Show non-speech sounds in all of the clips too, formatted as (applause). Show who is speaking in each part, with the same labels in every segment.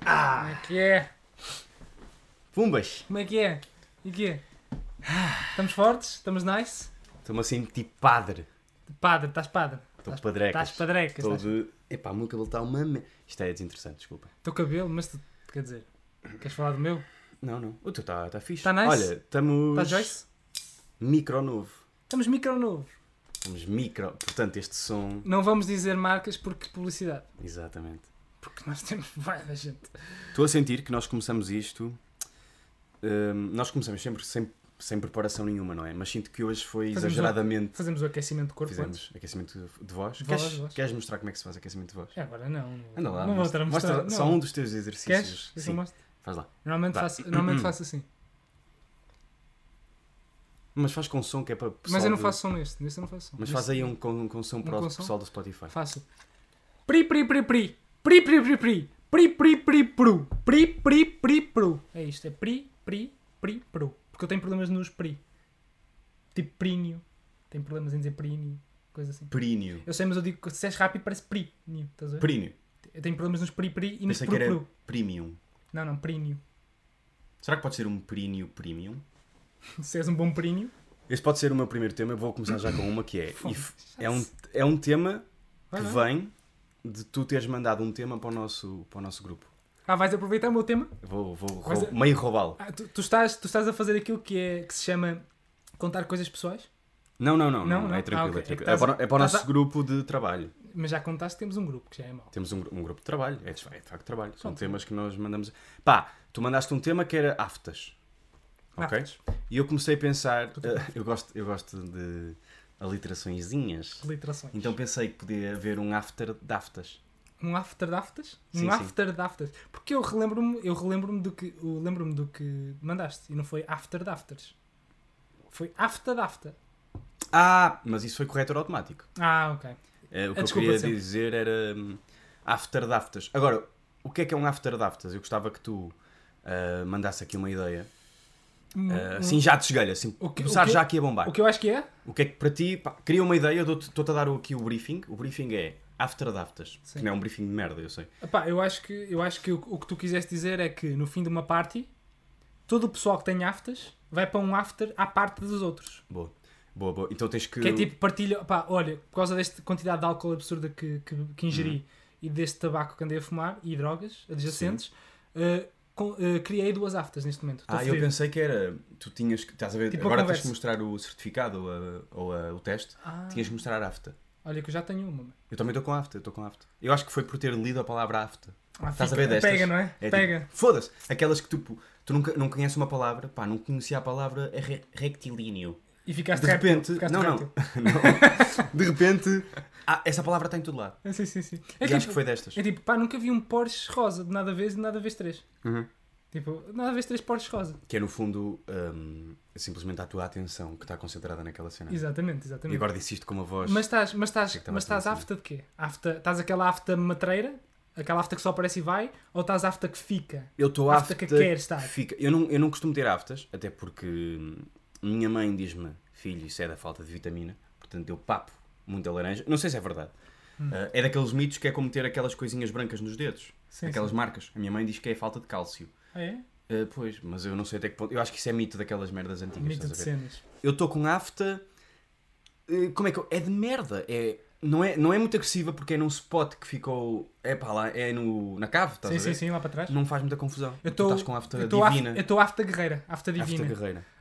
Speaker 1: Como é que é?
Speaker 2: Pumbas!
Speaker 1: Como é que é? E quê? Estamos fortes? Estamos nice?
Speaker 2: Estou-me assim tipo padre.
Speaker 1: Padre, estás padre?
Speaker 2: Estou
Speaker 1: Estás-
Speaker 2: padrecas.
Speaker 1: Estás padrecas.
Speaker 2: Estou
Speaker 1: Estás...
Speaker 2: de... Epá, o meu cabelo está uma... me- Isto é desinteressante, desculpa.
Speaker 1: Teu cabelo, mas tu, quer dizer, queres falar do meu?
Speaker 2: Não, não. O teu está tá fixe.
Speaker 1: Tá nice?
Speaker 2: Olha, estamos...
Speaker 1: Estás Joyce?
Speaker 2: Micro novo.
Speaker 1: Estamos micro novo.
Speaker 2: Estamos micro. Portanto, este som...
Speaker 1: Não vamos dizer marcas porque publicidade.
Speaker 2: Exatamente.
Speaker 1: Porque nós temos (laughs) vai da gente.
Speaker 2: Estou a sentir que nós começamos isto... hum, nós começamos sempre sem, sem preparação nenhuma, não é? Mas sinto que hoje foi
Speaker 1: Fazemos
Speaker 2: exageradamente...
Speaker 1: Fazemos o aquecimento do corpo antes.
Speaker 2: Fizemos aquecimento de voz.
Speaker 1: De voz,
Speaker 2: queres,
Speaker 1: voz.
Speaker 2: queres mostrar como é que se faz aquecimento de voz?
Speaker 1: É, Agora não. não vou-
Speaker 2: Anda lá.
Speaker 1: Não vou
Speaker 2: Ah, mostra,
Speaker 1: estar a
Speaker 2: mostra
Speaker 1: mostrar. não.
Speaker 2: só um dos teus exercícios.
Speaker 1: Queres? Eu só
Speaker 2: Sim,
Speaker 1: mostro.
Speaker 2: faz lá.
Speaker 1: Normalmente
Speaker 2: Vá.
Speaker 1: faço, normalmente
Speaker 2: (clears throat)
Speaker 1: faço assim.
Speaker 2: Mas faz com som que é para pessoal
Speaker 1: Mas eu não
Speaker 2: do-
Speaker 1: faço som neste. Neste eu não faço som.
Speaker 2: Mas
Speaker 1: Neste-
Speaker 2: faz aí um com, com som para
Speaker 1: com
Speaker 2: o
Speaker 1: som?
Speaker 2: pessoal do Spotify.
Speaker 1: Faço. Pri, pri, pri, pri. Pri, pri, pri, pri. Pri, pri, pri, pru. Pri, pri, pri, pru. É isto, é pri, pri, pri, pru. Porque eu tenho problemas nos pri. Tipo prinho. Tenho problemas em dizer prinho. Coisa assim.
Speaker 2: Períneo.
Speaker 1: Eu sei, mas eu digo que se és rápido parece prinho. Estás a ver?
Speaker 2: Períneo.
Speaker 1: Eu tenho problemas nos pri, pri e nos
Speaker 2: Pensei
Speaker 1: pru,
Speaker 2: que era
Speaker 1: pru.
Speaker 2: premium.
Speaker 1: Não, não, prinho. (laughs)
Speaker 2: Será que pode ser um períneo premium?
Speaker 1: Se és um bom prinho.
Speaker 2: Esse pode ser o meu primeiro tema. Eu vou começar já com uma que é.
Speaker 1: Foda-se.
Speaker 2: if- é, um, é um tema
Speaker 1: Vai,
Speaker 2: que
Speaker 1: vai.
Speaker 2: vem de tu teres mandado um tema para o nosso, para o nosso grupo.
Speaker 1: Ah, vais aproveitar o meu tema?
Speaker 2: Eu Vou, vou
Speaker 1: Mas
Speaker 2: rou-
Speaker 1: é-
Speaker 2: meio roubá-lo.
Speaker 1: Ah, tu, tu estás, tu estás a fazer aquilo que, é, que se chama contar coisas pessoais?
Speaker 2: Não, não, não,
Speaker 1: Não,
Speaker 2: não,
Speaker 1: não.
Speaker 2: É
Speaker 1: Ah,
Speaker 2: tranquilo.
Speaker 1: ok.
Speaker 2: é, tranquilo.
Speaker 1: É
Speaker 2: É
Speaker 1: que
Speaker 2: para, é para o
Speaker 1: estás
Speaker 2: nosso
Speaker 1: a-
Speaker 2: grupo de trabalho.
Speaker 1: Mas já contaste, temos um grupo, que já é mau.
Speaker 2: Temos um, gru- um grupo de trabalho. É de, é de facto trabalho. São
Speaker 1: Pronto.
Speaker 2: temas que nós mandamos. Pá, tu mandaste um tema que era aftas. Ok?
Speaker 1: Aftas.
Speaker 2: E eu comecei a pensar, eh, eu gosto, eu gosto de aliteraçõezinhas,
Speaker 1: Literações.
Speaker 2: então pensei que podia haver um after de aftas.
Speaker 1: Um after de aftas? Um
Speaker 2: Sim, sim.
Speaker 1: after de aftas. Porque eu relembro-me, eu relembro-me do que, eu lembro-me do que mandaste e não foi after de afters. Foi after de after.
Speaker 2: Ah, mas isso foi corretor automático.
Speaker 1: Ah, ok.
Speaker 2: Eh, o que
Speaker 1: A
Speaker 2: eu
Speaker 1: desculpa
Speaker 2: queria
Speaker 1: de sempre.
Speaker 2: dizer era hum, after de aftas. Agora, o que é que é um after de aftas? Eu gostava que tu ah, mandasse aqui uma ideia,
Speaker 1: Um- um-
Speaker 2: Ah, assim já de chegueira, assim,
Speaker 1: O que-
Speaker 2: começar
Speaker 1: o que-
Speaker 2: já aqui a bombar.
Speaker 1: O que eu acho que é?
Speaker 2: O que é que para ti, pá, cria uma ideia, eu dou-te- estou-te a dar o- aqui o briefing, o briefing é after de aftas,
Speaker 1: Sim.
Speaker 2: que não é um briefing de merda, eu sei.
Speaker 1: Epá, eu acho que, eu acho que o, o que tu quiseste dizer é que no fim de uma party, todo o pessoal que tem afters vai para um after à parte dos outros.
Speaker 2: Boa, boa, boa. Então tens que...
Speaker 1: Que é tipo, partilha, pá, olha, por causa desta quantidade de álcool absurda que, que, que ingeri
Speaker 2: Uhum.
Speaker 1: e deste tabaco que andei a fumar e drogas adjacentes, eh, com- eh, criei duas aftas neste momento. Estou
Speaker 2: Ah, eu
Speaker 1: fodido.
Speaker 2: pensei que era. Tu tinhas que. Estás a ver?
Speaker 1: Tipo
Speaker 2: agora
Speaker 1: uma
Speaker 2: tens que
Speaker 1: conversa.
Speaker 2: mostrar o certificado ou, a- ou a- o teste.
Speaker 1: Ah.
Speaker 2: Tinhas que mostrar a AFTA.
Speaker 1: Olha que eu já tenho uma. mano.
Speaker 2: Eu também estou com a AFTA, eu estou com a AFTA. Eu acho que foi por ter lido a palavra AFTA.
Speaker 1: Ah,
Speaker 2: Estás a
Speaker 1: fica-
Speaker 2: ver destas?
Speaker 1: Pega, não é?
Speaker 2: tipo,
Speaker 1: pega.
Speaker 2: Foda-se. Aquelas que tipo, tu nunca, não conheces uma palavra, pá, não conhecia a palavra é re- rectilíneo.
Speaker 1: E ficaste
Speaker 2: De
Speaker 1: réptil,
Speaker 2: repente.
Speaker 1: ficaste
Speaker 2: Não, não,
Speaker 1: réptil.
Speaker 2: (laughs) Não. De repente. ah, essa palavra está em todo lado.
Speaker 1: Sim, sim, sim.
Speaker 2: e
Speaker 1: É tipo,
Speaker 2: acho que foi destas.
Speaker 1: é tipo, pá, nunca vi um Porsche rosa de nada a vez, de nada a vez três.
Speaker 2: Uhum.
Speaker 1: Tipo, nada a vez três Porsche rosa.
Speaker 2: Que é no fundo hum, simplesmente a tua atenção que está concentrada naquela cena.
Speaker 1: Exatamente,
Speaker 2: E
Speaker 1: exatamente.
Speaker 2: agora disse isto com uma voz.
Speaker 1: Mas estás, mas estás,
Speaker 2: Achei que estava
Speaker 1: mas estás
Speaker 2: a
Speaker 1: afta de quê? Afta, estás aquela afta matreira? Aquela afta que só aparece e vai? Ou estás afta que fica?
Speaker 2: Eu estou
Speaker 1: Afta
Speaker 2: afta
Speaker 1: é que quer estar.
Speaker 2: Fica. Eu, não, eu não costumo ter aftas, até porque hum, minha mãe diz-me, filho, isso é da falta de vitamina, portanto eu papo muita laranja. Não sei se é verdade.
Speaker 1: Hum.
Speaker 2: Ah, é daqueles mitos que é como ter aquelas coisinhas brancas nos dedos,
Speaker 1: Sim,
Speaker 2: aquelas
Speaker 1: sim.
Speaker 2: marcas. A minha mãe diz que é falta de cálcio.
Speaker 1: Ah, é?
Speaker 2: Ah, pois, mas eu não sei até que ponto. Eu acho que isso é mito daquelas merdas antigas.
Speaker 1: Mito
Speaker 2: estás
Speaker 1: de
Speaker 2: a ver?
Speaker 1: cenas.
Speaker 2: Eu estou com afta. eh, como é que eu. É de merda. É, não, é, não é muito agressiva porque é num spot que ficou. É pá lá, é no, na cave, estás
Speaker 1: Sim,
Speaker 2: a ver?
Speaker 1: sim, sim, lá para trás.
Speaker 2: Não faz muita confusão.
Speaker 1: Eu
Speaker 2: tu
Speaker 1: estou
Speaker 2: estás com afta
Speaker 1: eu estou af-
Speaker 2: divina.
Speaker 1: eu estou afta guerreira, afta divina.
Speaker 2: Afta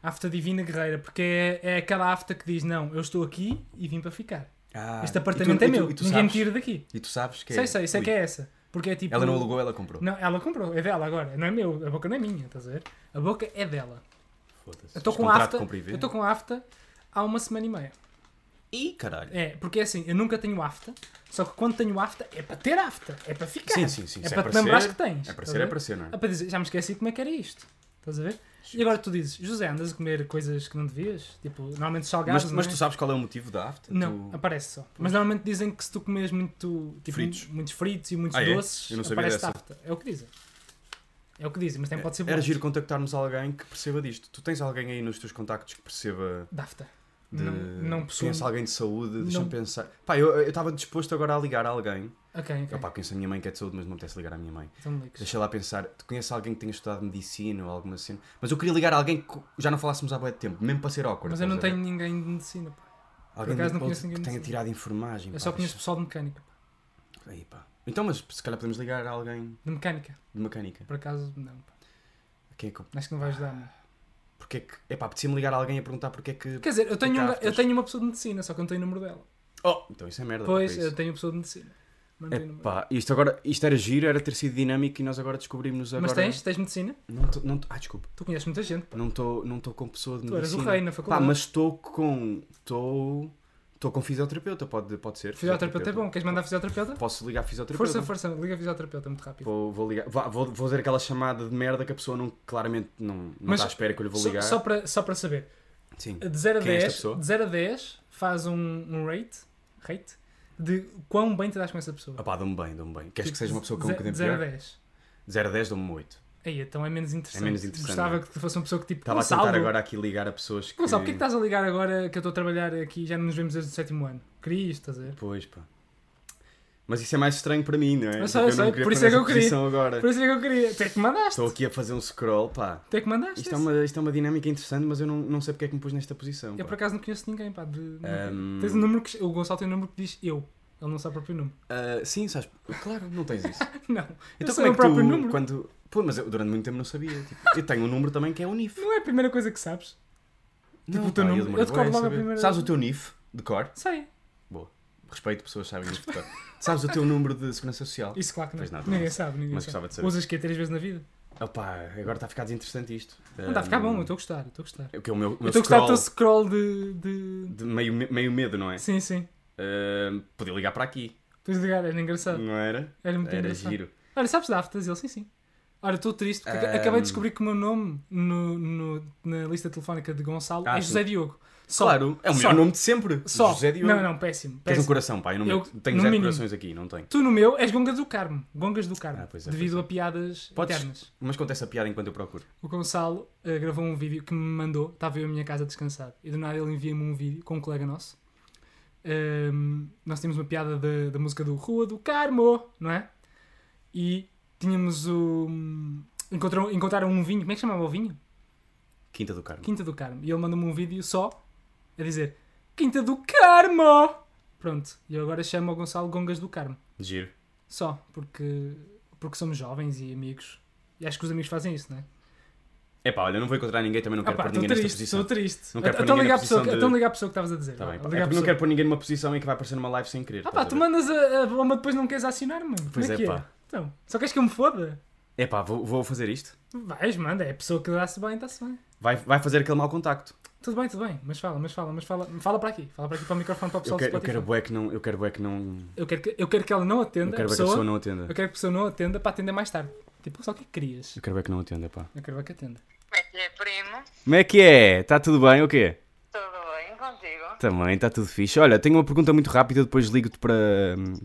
Speaker 1: Afta,
Speaker 2: guerreira.
Speaker 1: divina guerreira, porque é, é aquela afta que diz: Não, eu estou aqui e vim para ficar.
Speaker 2: Ah,
Speaker 1: este apartamento
Speaker 2: e tu-
Speaker 1: é
Speaker 2: e tu-
Speaker 1: meu,
Speaker 2: E tu,
Speaker 1: ninguém me
Speaker 2: sabes,
Speaker 1: tira daqui.
Speaker 2: e tu sabes que é.
Speaker 1: sei, sei, sei
Speaker 2: Ui,
Speaker 1: que é essa. Porque é tipo.
Speaker 2: Ela não alugou, ela comprou.
Speaker 1: Não, ela comprou, é dela agora, não é meu, a boca não é minha, estás a ver? A boca é dela.
Speaker 2: Foda-se.
Speaker 1: Eu estou
Speaker 2: Este
Speaker 1: com
Speaker 2: contrato
Speaker 1: afta,
Speaker 2: compra e venda.
Speaker 1: eu estou com afta há uma semana e meia.
Speaker 2: Ih, caralho.
Speaker 1: É, porque é assim, eu nunca tenho afta, só que quando tenho afta é para ter afta, é para ficar.
Speaker 2: Sim, sim, sim.
Speaker 1: É para
Speaker 2: se
Speaker 1: te
Speaker 2: aparecer-
Speaker 1: lembrares que tens.
Speaker 2: É
Speaker 1: estás
Speaker 2: para
Speaker 1: a
Speaker 2: ser, é
Speaker 1: ver?
Speaker 2: para ser, não é?
Speaker 1: É para dizer, já me esqueci como é que era isto. Estás a ver? E agora tu dizes, José, andas a comer coisas que não devias? Tipo, normalmente salgados,
Speaker 2: Mas,
Speaker 1: não
Speaker 2: mas
Speaker 1: é?
Speaker 2: tu sabes qual é o motivo da afta?
Speaker 1: Não,
Speaker 2: Tu-
Speaker 1: aparece só. Mas normalmente dizem que se tu comes muito, tipo,
Speaker 2: Fritos.
Speaker 1: muitos fritos e muitos
Speaker 2: Ah, é?
Speaker 1: doces,
Speaker 2: Eu não sabia
Speaker 1: aparece
Speaker 2: dessa.
Speaker 1: afta. É o que dizem. É o que dizem, mas também pode ser
Speaker 2: Era
Speaker 1: bom.
Speaker 2: giro contactarmos alguém que perceba disto. Tu tens alguém aí nos teus contactos que perceba
Speaker 1: Da afta.
Speaker 2: de
Speaker 1: Não- não possuo-
Speaker 2: conheço alguém de saúde, deixa-me
Speaker 1: Não-
Speaker 2: pensar. Pá, eu eu estava disposto agora a ligar a alguém.
Speaker 1: Ok,
Speaker 2: Eu,
Speaker 1: ok.
Speaker 2: pá, conheço a minha mãe que é de saúde, mas não me apetece ligar à minha mãe.
Speaker 1: Então ligues.
Speaker 2: Deixa lá pensar, tu conheces alguém que tenha estudado medicina ou alguma cena? Mas eu queria ligar a alguém que já não falássemos há bué de tempo, mesmo para ser awkward.
Speaker 1: Mas eu não
Speaker 2: estás a
Speaker 1: tenho
Speaker 2: ver?
Speaker 1: ninguém de medicina, pá.
Speaker 2: Alguém
Speaker 1: acaso
Speaker 2: de-
Speaker 1: não conheço ninguém
Speaker 2: que
Speaker 1: de
Speaker 2: tenha
Speaker 1: medicina.
Speaker 2: tirado enfermagem.
Speaker 1: Eu
Speaker 2: pá,
Speaker 1: só conheço
Speaker 2: deixa-
Speaker 1: pessoal de mecânica. pá.
Speaker 2: Aí, pá. Então, mas se calhar podemos ligar a alguém
Speaker 1: De mecânica.
Speaker 2: de mecânica.
Speaker 1: Por acaso, não. pá.
Speaker 2: Quem é que eu-
Speaker 1: Acho que não vai ajudar, mano.
Speaker 2: Porque é que. Epá, apetecia-me ligar a alguém a perguntar porque é que.
Speaker 1: Quer dizer, eu tenho, um-
Speaker 2: Cartas.
Speaker 1: eu tenho uma pessoa de medicina, só que eu não tenho o número dela.
Speaker 2: Oh, então isso é merda.
Speaker 1: Pois,
Speaker 2: porque é
Speaker 1: eu tenho uma pessoa de medicina. Mas não tenho o
Speaker 2: isso.
Speaker 1: número.
Speaker 2: Epá, isto agora. Isto era giro, era ter sido dinâmico e nós agora descobrimos agora.
Speaker 1: Mas tens? Tens medicina?
Speaker 2: Não tô- não tô- Ah, desculpa.
Speaker 1: Tu conheces muita gente.
Speaker 2: Não estou não tô com pessoa de
Speaker 1: Tu eras o
Speaker 2: medicina.
Speaker 1: rei na
Speaker 2: Pá,
Speaker 1: faculdade.
Speaker 2: mas estou com. Estou. Estou com fisioterapeuta, pode, pode ser.
Speaker 1: Fisioterapeuta é bom. Queres mandar fisioterapeuta?
Speaker 2: Posso ligar a fisioterapeuta?
Speaker 1: Força, força. Liga a fisioterapeuta é muito rápido.
Speaker 2: Vou, vou ligar. Vá, vou, vou fazer aquela chamada de merda que a pessoa não, claramente não, não
Speaker 1: Mas
Speaker 2: está à espera que eu lhe vou
Speaker 1: Só-
Speaker 2: ligar.
Speaker 1: Só, para, só para saber,
Speaker 2: Sim.
Speaker 1: de 0 a
Speaker 2: Quem é esta
Speaker 1: 10,
Speaker 2: pessoa?
Speaker 1: de 0 a 10 faz um, um rate, rate de quão bem te das com essa pessoa.
Speaker 2: Opá, dá-me bem, dá-me bem. Ah, Queres que seja uma pessoa com um
Speaker 1: Ze-
Speaker 2: bocadinho
Speaker 1: De 0 a
Speaker 2: pior?
Speaker 1: 10.
Speaker 2: 0 a 10, dá-me 8.
Speaker 1: Aí, então é menos interessante.
Speaker 2: É menos interessante,
Speaker 1: Gostava
Speaker 2: não
Speaker 1: que fosse uma pessoa que tipo.
Speaker 2: Estava a
Speaker 1: Gonçalo,
Speaker 2: tentar agora aqui ligar a pessoas que.
Speaker 1: Gonçalo, porquê que estás a ligar agora que eu estou a trabalhar aqui e já não nos vemos desde o sétimo ano? Queria isto, estás a ver?
Speaker 2: Pois, pá. Mas isso é mais estranho para mim, não é?
Speaker 1: Eu sei,
Speaker 2: Porque
Speaker 1: eu sei,
Speaker 2: não queria
Speaker 1: por isso
Speaker 2: pôr
Speaker 1: é que
Speaker 2: nessa
Speaker 1: eu queria.
Speaker 2: posição agora.
Speaker 1: Por isso é que eu queria. Tu é que mandaste.
Speaker 2: Estou aqui a fazer um scroll, pá.
Speaker 1: Tu é que mandaste.
Speaker 2: Isto é,
Speaker 1: isso.
Speaker 2: uma, isto é uma dinâmica interessante, mas eu não, não sei porque é que me pus nesta posição.
Speaker 1: Eu
Speaker 2: pá.
Speaker 1: por acaso não conheço ninguém, pá. De...
Speaker 2: Ahm.
Speaker 1: Tens um número que. O Gonçalo tem um número que diz eu. Ele não sabe o próprio número. (laughs)
Speaker 2: Ah, sim, sabes? Claro, não tens isso.
Speaker 1: Não.
Speaker 2: Então,
Speaker 1: (laughs) eu sei
Speaker 2: como é
Speaker 1: o
Speaker 2: que
Speaker 1: próprio
Speaker 2: tu,
Speaker 1: número.
Speaker 2: quando. Pô, mas eu durante muito tempo não sabia. tipo, eu tenho um número também que é o NIF.
Speaker 1: Não é a primeira coisa que sabes.
Speaker 2: Não,
Speaker 1: Tipo o teu
Speaker 2: pá,
Speaker 1: número.
Speaker 2: demorei
Speaker 1: Eu decoro
Speaker 2: bué
Speaker 1: logo a
Speaker 2: saber.
Speaker 1: primeira-
Speaker 2: Sabes o teu NIF de cor?
Speaker 1: Sei.
Speaker 2: Respeito, pessoas sabem isso de cor. Sabes o teu número de segurança social?
Speaker 1: Isso claro que não.
Speaker 2: Pois não, tu
Speaker 1: ninguém
Speaker 2: não
Speaker 1: sabe, ninguém
Speaker 2: Mas
Speaker 1: sabe.
Speaker 2: gostava de saber.
Speaker 1: Usas que é três vezes na vida?
Speaker 2: Opá, agora está a ficar desinteressante isto.
Speaker 1: Não está a ficar bom, eu estou a gostar, eu estou a gostar.
Speaker 2: O que é o meu, Hum. o
Speaker 1: Eu
Speaker 2: meu
Speaker 1: estou a gostar do teu scroll
Speaker 2: scroll
Speaker 1: de. de...
Speaker 2: de meio, me- meio medo, não é?
Speaker 1: Sim, sim.
Speaker 2: Ah, podia ligar para aqui,
Speaker 1: Tens de ligar, era engraçado.
Speaker 2: não era?
Speaker 1: Era muito
Speaker 2: Hum. Era
Speaker 1: engraçado.
Speaker 2: giro.
Speaker 1: Olha, sabes de aftas? Ele, sim, sim. Olha, estou triste porque
Speaker 2: Ahm.
Speaker 1: acabei de descobrir que o meu nome no, no- na lista telefónica de Gonçalo
Speaker 2: Ah,
Speaker 1: é
Speaker 2: sim.
Speaker 1: José Diogo. Só,
Speaker 2: Claro, é o melhor
Speaker 1: Só.
Speaker 2: nome de sempre.
Speaker 1: só.
Speaker 2: José Diogo.
Speaker 1: Não, não, péssimo.
Speaker 2: Tens um
Speaker 1: péssimo.
Speaker 2: coração, pá, eu não
Speaker 1: Eu-
Speaker 2: meto- tenho
Speaker 1: no
Speaker 2: zero
Speaker 1: mínimo.
Speaker 2: corações aqui, não tenho.
Speaker 1: Tu no meu és Gongas do Carmo. Gongas do Carmo.
Speaker 2: Ah, pois é,
Speaker 1: devido
Speaker 2: pois
Speaker 1: a piadas
Speaker 2: Podes-
Speaker 1: internas.
Speaker 2: Mas conta essa piada enquanto eu procuro.
Speaker 1: O Gonçalo eh, gravou um vídeo que me mandou. Estava eu em minha casa descansado. E do nada ele envia-me um vídeo com um colega nosso. Ahm, nós tínhamos uma piada da, da música do Rua do Carmo, não é? E tínhamos o. hum, Encontrou, encontraram um vinho. Como é que chamava o vinho?
Speaker 2: Quinta do Carmo.
Speaker 1: Quinta do Carmo. E ele mandou-me um vídeo só a dizer Quinta do Carmo! Pronto. E eu agora chamo o Gonçalo Gongas do Carmo.
Speaker 2: Giro.
Speaker 1: Só porque, porque somos jovens e amigos. E acho que os amigos fazem isso, não é?
Speaker 2: É pá, olha, eu não vou encontrar ninguém, também não quero
Speaker 1: Ah pá,
Speaker 2: pôr
Speaker 1: estou
Speaker 2: ninguém nesta
Speaker 1: triste,
Speaker 2: posição.
Speaker 1: estou triste.
Speaker 2: Não quero pôr
Speaker 1: Então
Speaker 2: ninguém
Speaker 1: liga,
Speaker 2: na
Speaker 1: a pessoa,
Speaker 2: posição de-
Speaker 1: então liga a pessoa que estavas a dizer.
Speaker 2: Tá
Speaker 1: vá,
Speaker 2: bem, pá.
Speaker 1: liga
Speaker 2: É
Speaker 1: à
Speaker 2: porque não
Speaker 1: pessoa.
Speaker 2: quero pôr ninguém numa posição em que vai aparecer numa live sem querer. tá
Speaker 1: Ah pá,
Speaker 2: estás
Speaker 1: tu
Speaker 2: a ver?
Speaker 1: mandas a, a bomba depois não queres acionar, mano. Como
Speaker 2: Pois
Speaker 1: é,
Speaker 2: é,
Speaker 1: que é?
Speaker 2: pá.
Speaker 1: Então, só queres que eu me foda?
Speaker 2: É pá, vou, vou fazer isto.
Speaker 1: Vais, manda. É a pessoa que dá-se bem, está-se bem.
Speaker 2: Vai, vai fazer aquele mau contacto.
Speaker 1: Tudo bem, tudo bem. Mas fala, mas fala, mas fala. Fala para aqui. Fala para aqui para o microfone para o
Speaker 2: Eu
Speaker 1: pessoal
Speaker 2: quero,
Speaker 1: do
Speaker 2: eu quero
Speaker 1: Spotify.
Speaker 2: bué que não. Eu quero bué que não.
Speaker 1: Eu quero que, eu quero que ela não
Speaker 2: Eu
Speaker 1: atenda
Speaker 2: quero
Speaker 1: a
Speaker 2: bué que a
Speaker 1: pessoa.
Speaker 2: pessoa não atenda.
Speaker 1: Eu quero que a pessoa não atenda para atender mais tarde. Tipo, só o que é que querias.
Speaker 2: Eu quero bué que não atenda, pá.
Speaker 1: Eu quero ver que atenda.
Speaker 3: Como é que é, primo?
Speaker 2: Como é que é? Está tudo bem ou quê?
Speaker 3: Tudo bem contigo?
Speaker 2: Também, está tudo fixe. Olha, tenho uma pergunta muito rápida, depois ligo-te para,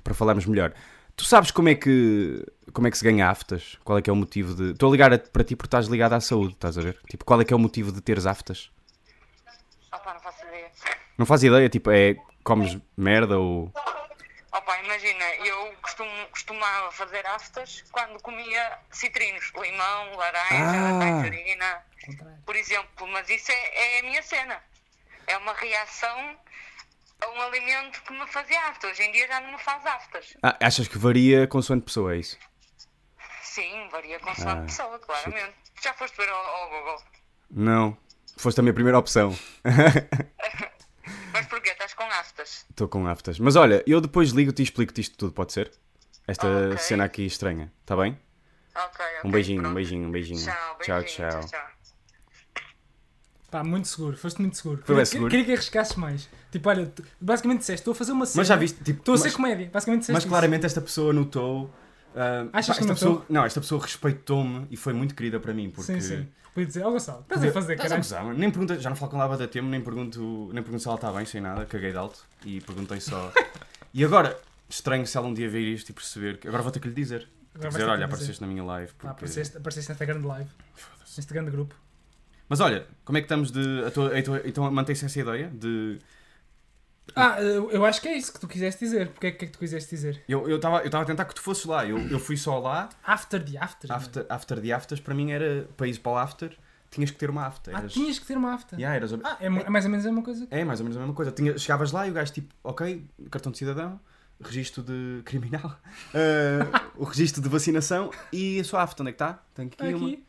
Speaker 2: para falarmos melhor. Tu sabes como é que como é que se ganha aftas? Qual é que é o motivo de. Estou a ligar a- para ti porque estás ligado à saúde, estás a ver? Tipo, qual é que é o motivo de teres aftas?
Speaker 3: Opa, não faço ideia.
Speaker 2: Não faz ideia, tipo, é comes merda ou.
Speaker 3: Opa, imagina, eu costumo, costumava fazer aftas quando comia citrinos, limão, laranja,
Speaker 2: Ah.
Speaker 3: tangerina,
Speaker 1: Contrário.
Speaker 3: por exemplo. Mas isso é, é a minha cena. É uma reação a um alimento que me fazia aftas. Hoje em dia já não me faz aftas.
Speaker 2: Ah, achas que varia consoante pessoa, é isso?
Speaker 3: Sim, varia com a
Speaker 2: Ah,
Speaker 3: pessoa, claramente. Já foste ver ao, ao Google.
Speaker 2: Não. Foste a minha primeira opção.
Speaker 3: Mas porquê? Estás com aftas?
Speaker 2: Estou com aftas. Mas olha, eu depois ligo-te e explico-te isto tudo, pode ser? Esta
Speaker 3: Ah, ok.
Speaker 2: cena aqui estranha, está bem?
Speaker 3: Ok, ok.
Speaker 2: Um beijinho, um
Speaker 3: pronto.
Speaker 2: beijinho, um beijinho.
Speaker 3: Tchau,
Speaker 2: tchau,
Speaker 3: beijinho.
Speaker 2: tchau.
Speaker 3: tchau, tchau.
Speaker 1: Pá, muito seguro, foste muito seguro.
Speaker 2: Foi bem
Speaker 1: Queria-
Speaker 2: seguro.
Speaker 1: Queria que arriscasses mais. Tipo, olha, tu- basicamente disseste, estou a fazer uma cena.
Speaker 2: já viste, tipo,
Speaker 1: Estou a ser
Speaker 2: mas-
Speaker 1: comédia. Basicamente disseste.
Speaker 2: Mas
Speaker 1: isso.
Speaker 2: claramente esta pessoa notou. ah,
Speaker 1: Achas que
Speaker 2: esta
Speaker 1: notou?
Speaker 2: pessoa, não, esta pessoa respeitou-me e foi muito querida para mim. Porque é.
Speaker 1: Sim, sim. Podia dizer, ó Gonçalo, estás a
Speaker 2: Estás
Speaker 1: fazer,
Speaker 2: a
Speaker 1: caralho.
Speaker 2: gozar, mano. nem pergunta, já não falo com ela há bué de tempo, nem pergunto, nem pergunto se ela está bem, sem nada, caguei de alto e
Speaker 1: (laughs)
Speaker 2: perguntei só. e agora, estranho se ela um dia ver isto e perceber que agora vou ter que lhe dizer. Vou
Speaker 1: Agora vais ter
Speaker 2: dizer,
Speaker 1: que
Speaker 2: olha,
Speaker 1: dizer. Ah,
Speaker 2: apareceste na minha live.
Speaker 1: Pá,
Speaker 2: Porque...
Speaker 1: apareceste, apareceste nesta grande live. Neste grande grupo.
Speaker 2: Mas olha, como é que estamos de. a tua- a tua- então mantém-se essa ideia de.
Speaker 1: Ah, eu eu acho que é isso que tu quiseste dizer. Porque é que, que é que tu quiseste dizer?
Speaker 2: Eu estava eu estava a tentar que tu fosses lá. Eu, eu fui só lá,
Speaker 1: After the after. não é?
Speaker 2: after, after the afters, para mim era país para o after, tinhas que ter uma after.
Speaker 1: Ah,
Speaker 2: Eras-
Speaker 1: tinhas que ter uma after.
Speaker 2: Yeah, eras-
Speaker 1: Ah, é, mo- é mais ou menos a mesma coisa. que-
Speaker 2: É mais ou menos a mesma coisa. Tinha, chegavas lá e o gajo tipo, ok, cartão de cidadão, registro de criminal, (laughs) ah, o registro de vacinação e a sua afta, onde é que está? Tem aqui, uma.
Speaker 1: Aqui.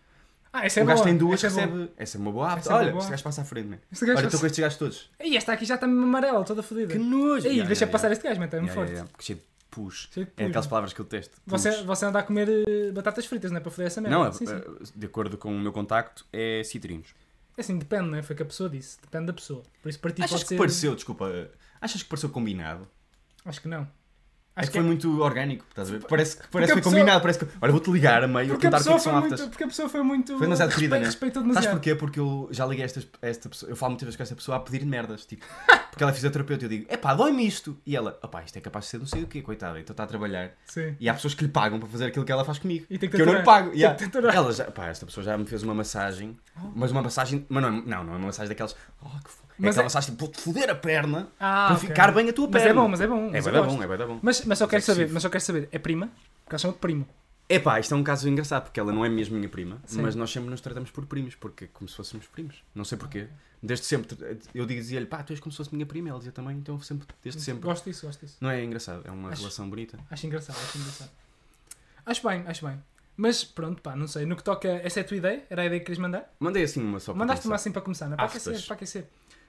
Speaker 1: Ah, essa é
Speaker 2: o gajo
Speaker 1: boa.
Speaker 2: tem duas,
Speaker 1: essa é boa.
Speaker 2: recebe. Essa é uma boa afta.
Speaker 1: Essa é uma
Speaker 2: Olha,
Speaker 1: boa
Speaker 2: este
Speaker 1: afta.
Speaker 2: gajo passa à frente, né?
Speaker 1: Este gajo
Speaker 2: Olha, estou
Speaker 1: passa-
Speaker 2: com estes gajos todos.
Speaker 1: Ei, esta aqui já está mesmo amarela, toda fodida.
Speaker 2: Que nojo!
Speaker 1: Ei,
Speaker 2: Yeah,
Speaker 1: deixa
Speaker 2: yeah,
Speaker 1: passar
Speaker 2: yeah.
Speaker 1: este gajo, mano, é
Speaker 2: Yeah,
Speaker 1: muito
Speaker 2: yeah,
Speaker 1: forte.
Speaker 2: yeah, porque cheio de pus.
Speaker 1: Cheio de
Speaker 2: É
Speaker 1: pus,
Speaker 2: aquelas
Speaker 1: mano.
Speaker 2: palavras que eu testo.
Speaker 1: Você,
Speaker 2: Pus.
Speaker 1: você anda a comer eh, batatas fritas, não é? Para foder essa merda.
Speaker 2: Não, é-
Speaker 1: sim, sim.
Speaker 2: é- de acordo com o meu contacto, é citrinos.
Speaker 1: Assim, depende, não é? Foi o que a pessoa disse. Depende da pessoa. Por isso, para ti
Speaker 2: achas
Speaker 1: pode
Speaker 2: que
Speaker 1: ser.
Speaker 2: pareceu, desculpa, eh, achas que pareceu combinado?
Speaker 1: Acho que não. Acho
Speaker 2: Acho É que
Speaker 1: que
Speaker 2: foi
Speaker 1: é-
Speaker 2: muito orgânico, estás a ver? Parece, que-
Speaker 1: porque
Speaker 2: parece
Speaker 1: a
Speaker 2: que foi
Speaker 1: pessoa-
Speaker 2: combinado, parece que. Olha, vou-te ligar a meio,
Speaker 1: Porque a,
Speaker 2: perguntar o que é
Speaker 1: pessoa
Speaker 2: que
Speaker 1: foi
Speaker 2: são aftas.
Speaker 1: muito, porque a pessoa foi muito.
Speaker 2: Foi demasiado
Speaker 1: respe-
Speaker 2: querida, né?
Speaker 1: Respeitou
Speaker 2: Sabes
Speaker 1: demasiado.
Speaker 2: porquê? Porque eu já liguei a estas, a esta pessoa, eu falo muitas vezes com esta pessoa a pedir merdas, tipo,
Speaker 1: (laughs)
Speaker 2: porque ela é fisioterapeuta e eu digo, epá, dói-me isto. E ela, opá, isto é capaz de ser não sei o quê, coitada, então está a trabalhar.
Speaker 1: Sim.
Speaker 2: E há pessoas que lhe pagam para fazer aquilo que ela faz comigo.
Speaker 1: E tem que
Speaker 2: eu não
Speaker 1: aturar.
Speaker 2: lhe pago.
Speaker 1: Tem
Speaker 2: yeah.
Speaker 1: que aturar. Oh.
Speaker 2: Ela já, pá, esta pessoa já me fez uma massagem, mas uma massagem, mas não, é- não, não é uma massagem daquelas, oh, que fo...
Speaker 1: Mas
Speaker 2: é aquela
Speaker 1: é-
Speaker 2: massagem tipo, vou-te foder a perna
Speaker 1: Ah,
Speaker 2: para
Speaker 1: ok.
Speaker 2: ficar bem a tua
Speaker 1: Mas
Speaker 2: perna.
Speaker 1: é bom, mas é bom.
Speaker 2: É
Speaker 1: mas
Speaker 2: bué
Speaker 1: eu
Speaker 2: da
Speaker 1: gosto.
Speaker 2: bom, é bué da bom.
Speaker 1: Mas, mas só quero saber,
Speaker 2: excessivo.
Speaker 1: mas só quero saber, é prima? Porque elas chamam de primo.
Speaker 2: Epá, isto é um caso engraçado, porque ela não é mesmo minha prima,
Speaker 1: Sim.
Speaker 2: mas nós sempre nos tratamos por primos, porque é como se fôssemos primos. Não sei porquê. Desde sempre, eu dizia-lhe, pá, tu és como se fosse minha prima, ela dizia também, então sempre, desde sempre.
Speaker 1: Gosto disso, gosto disso.
Speaker 2: Não é engraçado, é uma
Speaker 1: Acho-
Speaker 2: relação bonita.
Speaker 1: Acho engraçado, acho engraçado. Acho bem, acho bem. Mas pronto, pá, não sei. No que toca. Essa é a tua ideia? Era a ideia que querias mandar?
Speaker 2: Mandei assim uma só para
Speaker 1: Mandaste-me
Speaker 2: começar.
Speaker 1: assim para começar, não é? Para
Speaker 2: Aftas.
Speaker 1: aquecer, para aquecer.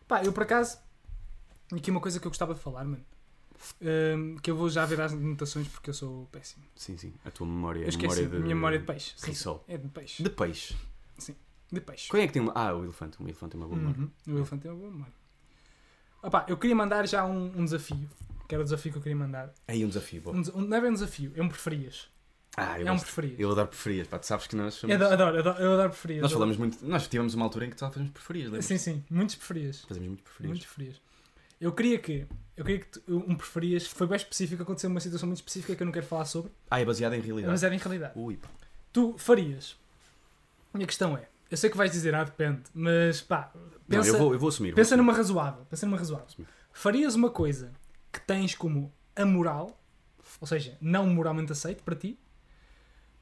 Speaker 1: Pá, eu por acaso. Aqui uma coisa que eu gostava de falar, mano. Hum, que eu vou já ver as anotações porque eu sou péssimo.
Speaker 2: Sim, sim, a tua memória.
Speaker 1: Eu esqueci,
Speaker 2: memória de...
Speaker 1: minha memória é de peixe. Sim,
Speaker 2: Rissol.
Speaker 1: É de peixe.
Speaker 2: De peixe.
Speaker 1: De peixe.
Speaker 2: Quem é que tem uma... Ah, o elefante. O elefante tem uma boa memória.
Speaker 1: Uhum. O elefante é uma boa memória. Opá, Ah, eu queria mandar já um, um desafio. Que era o desafio que eu queria mandar.
Speaker 2: Aí um desafio, bom.
Speaker 1: Um des- um- não é bem um desafio, é um preferias.
Speaker 2: Ah, eu,
Speaker 1: é um
Speaker 2: gosto-
Speaker 1: preferias.
Speaker 2: eu adoro preferias, pá, tu sabes que nós
Speaker 1: Eu
Speaker 2: somos...
Speaker 1: adoro, adoro, adoro, eu adoro preferias.
Speaker 2: Nós
Speaker 1: Eu adoro-
Speaker 2: falamos muito... Nós tivemos uma altura em que só fazemos preferias, lembras?
Speaker 1: Sim, sim, muitos preferias.
Speaker 2: Fazemos muito preferias.
Speaker 1: Muitos preferias. Eu queria que. Eu queria que tu- um preferias. Foi bem específico, aconteceu uma situação muito específica que eu não quero falar sobre,
Speaker 2: Ah, é baseado em realidade.
Speaker 1: mas é- era em realidade.
Speaker 2: Ui, pá.
Speaker 1: Tu farias. Minha questão é. Eu sei que vais dizer, ah, depende, mas pá.
Speaker 2: Não,
Speaker 1: Pensa,
Speaker 2: eu vou, eu vou assumir. vou
Speaker 1: pensa
Speaker 2: assumir.
Speaker 1: numa razoável. Pensa numa razoável.
Speaker 2: Assumir.
Speaker 1: Farias uma coisa que tens como amoral, ou seja, não moralmente aceito para ti,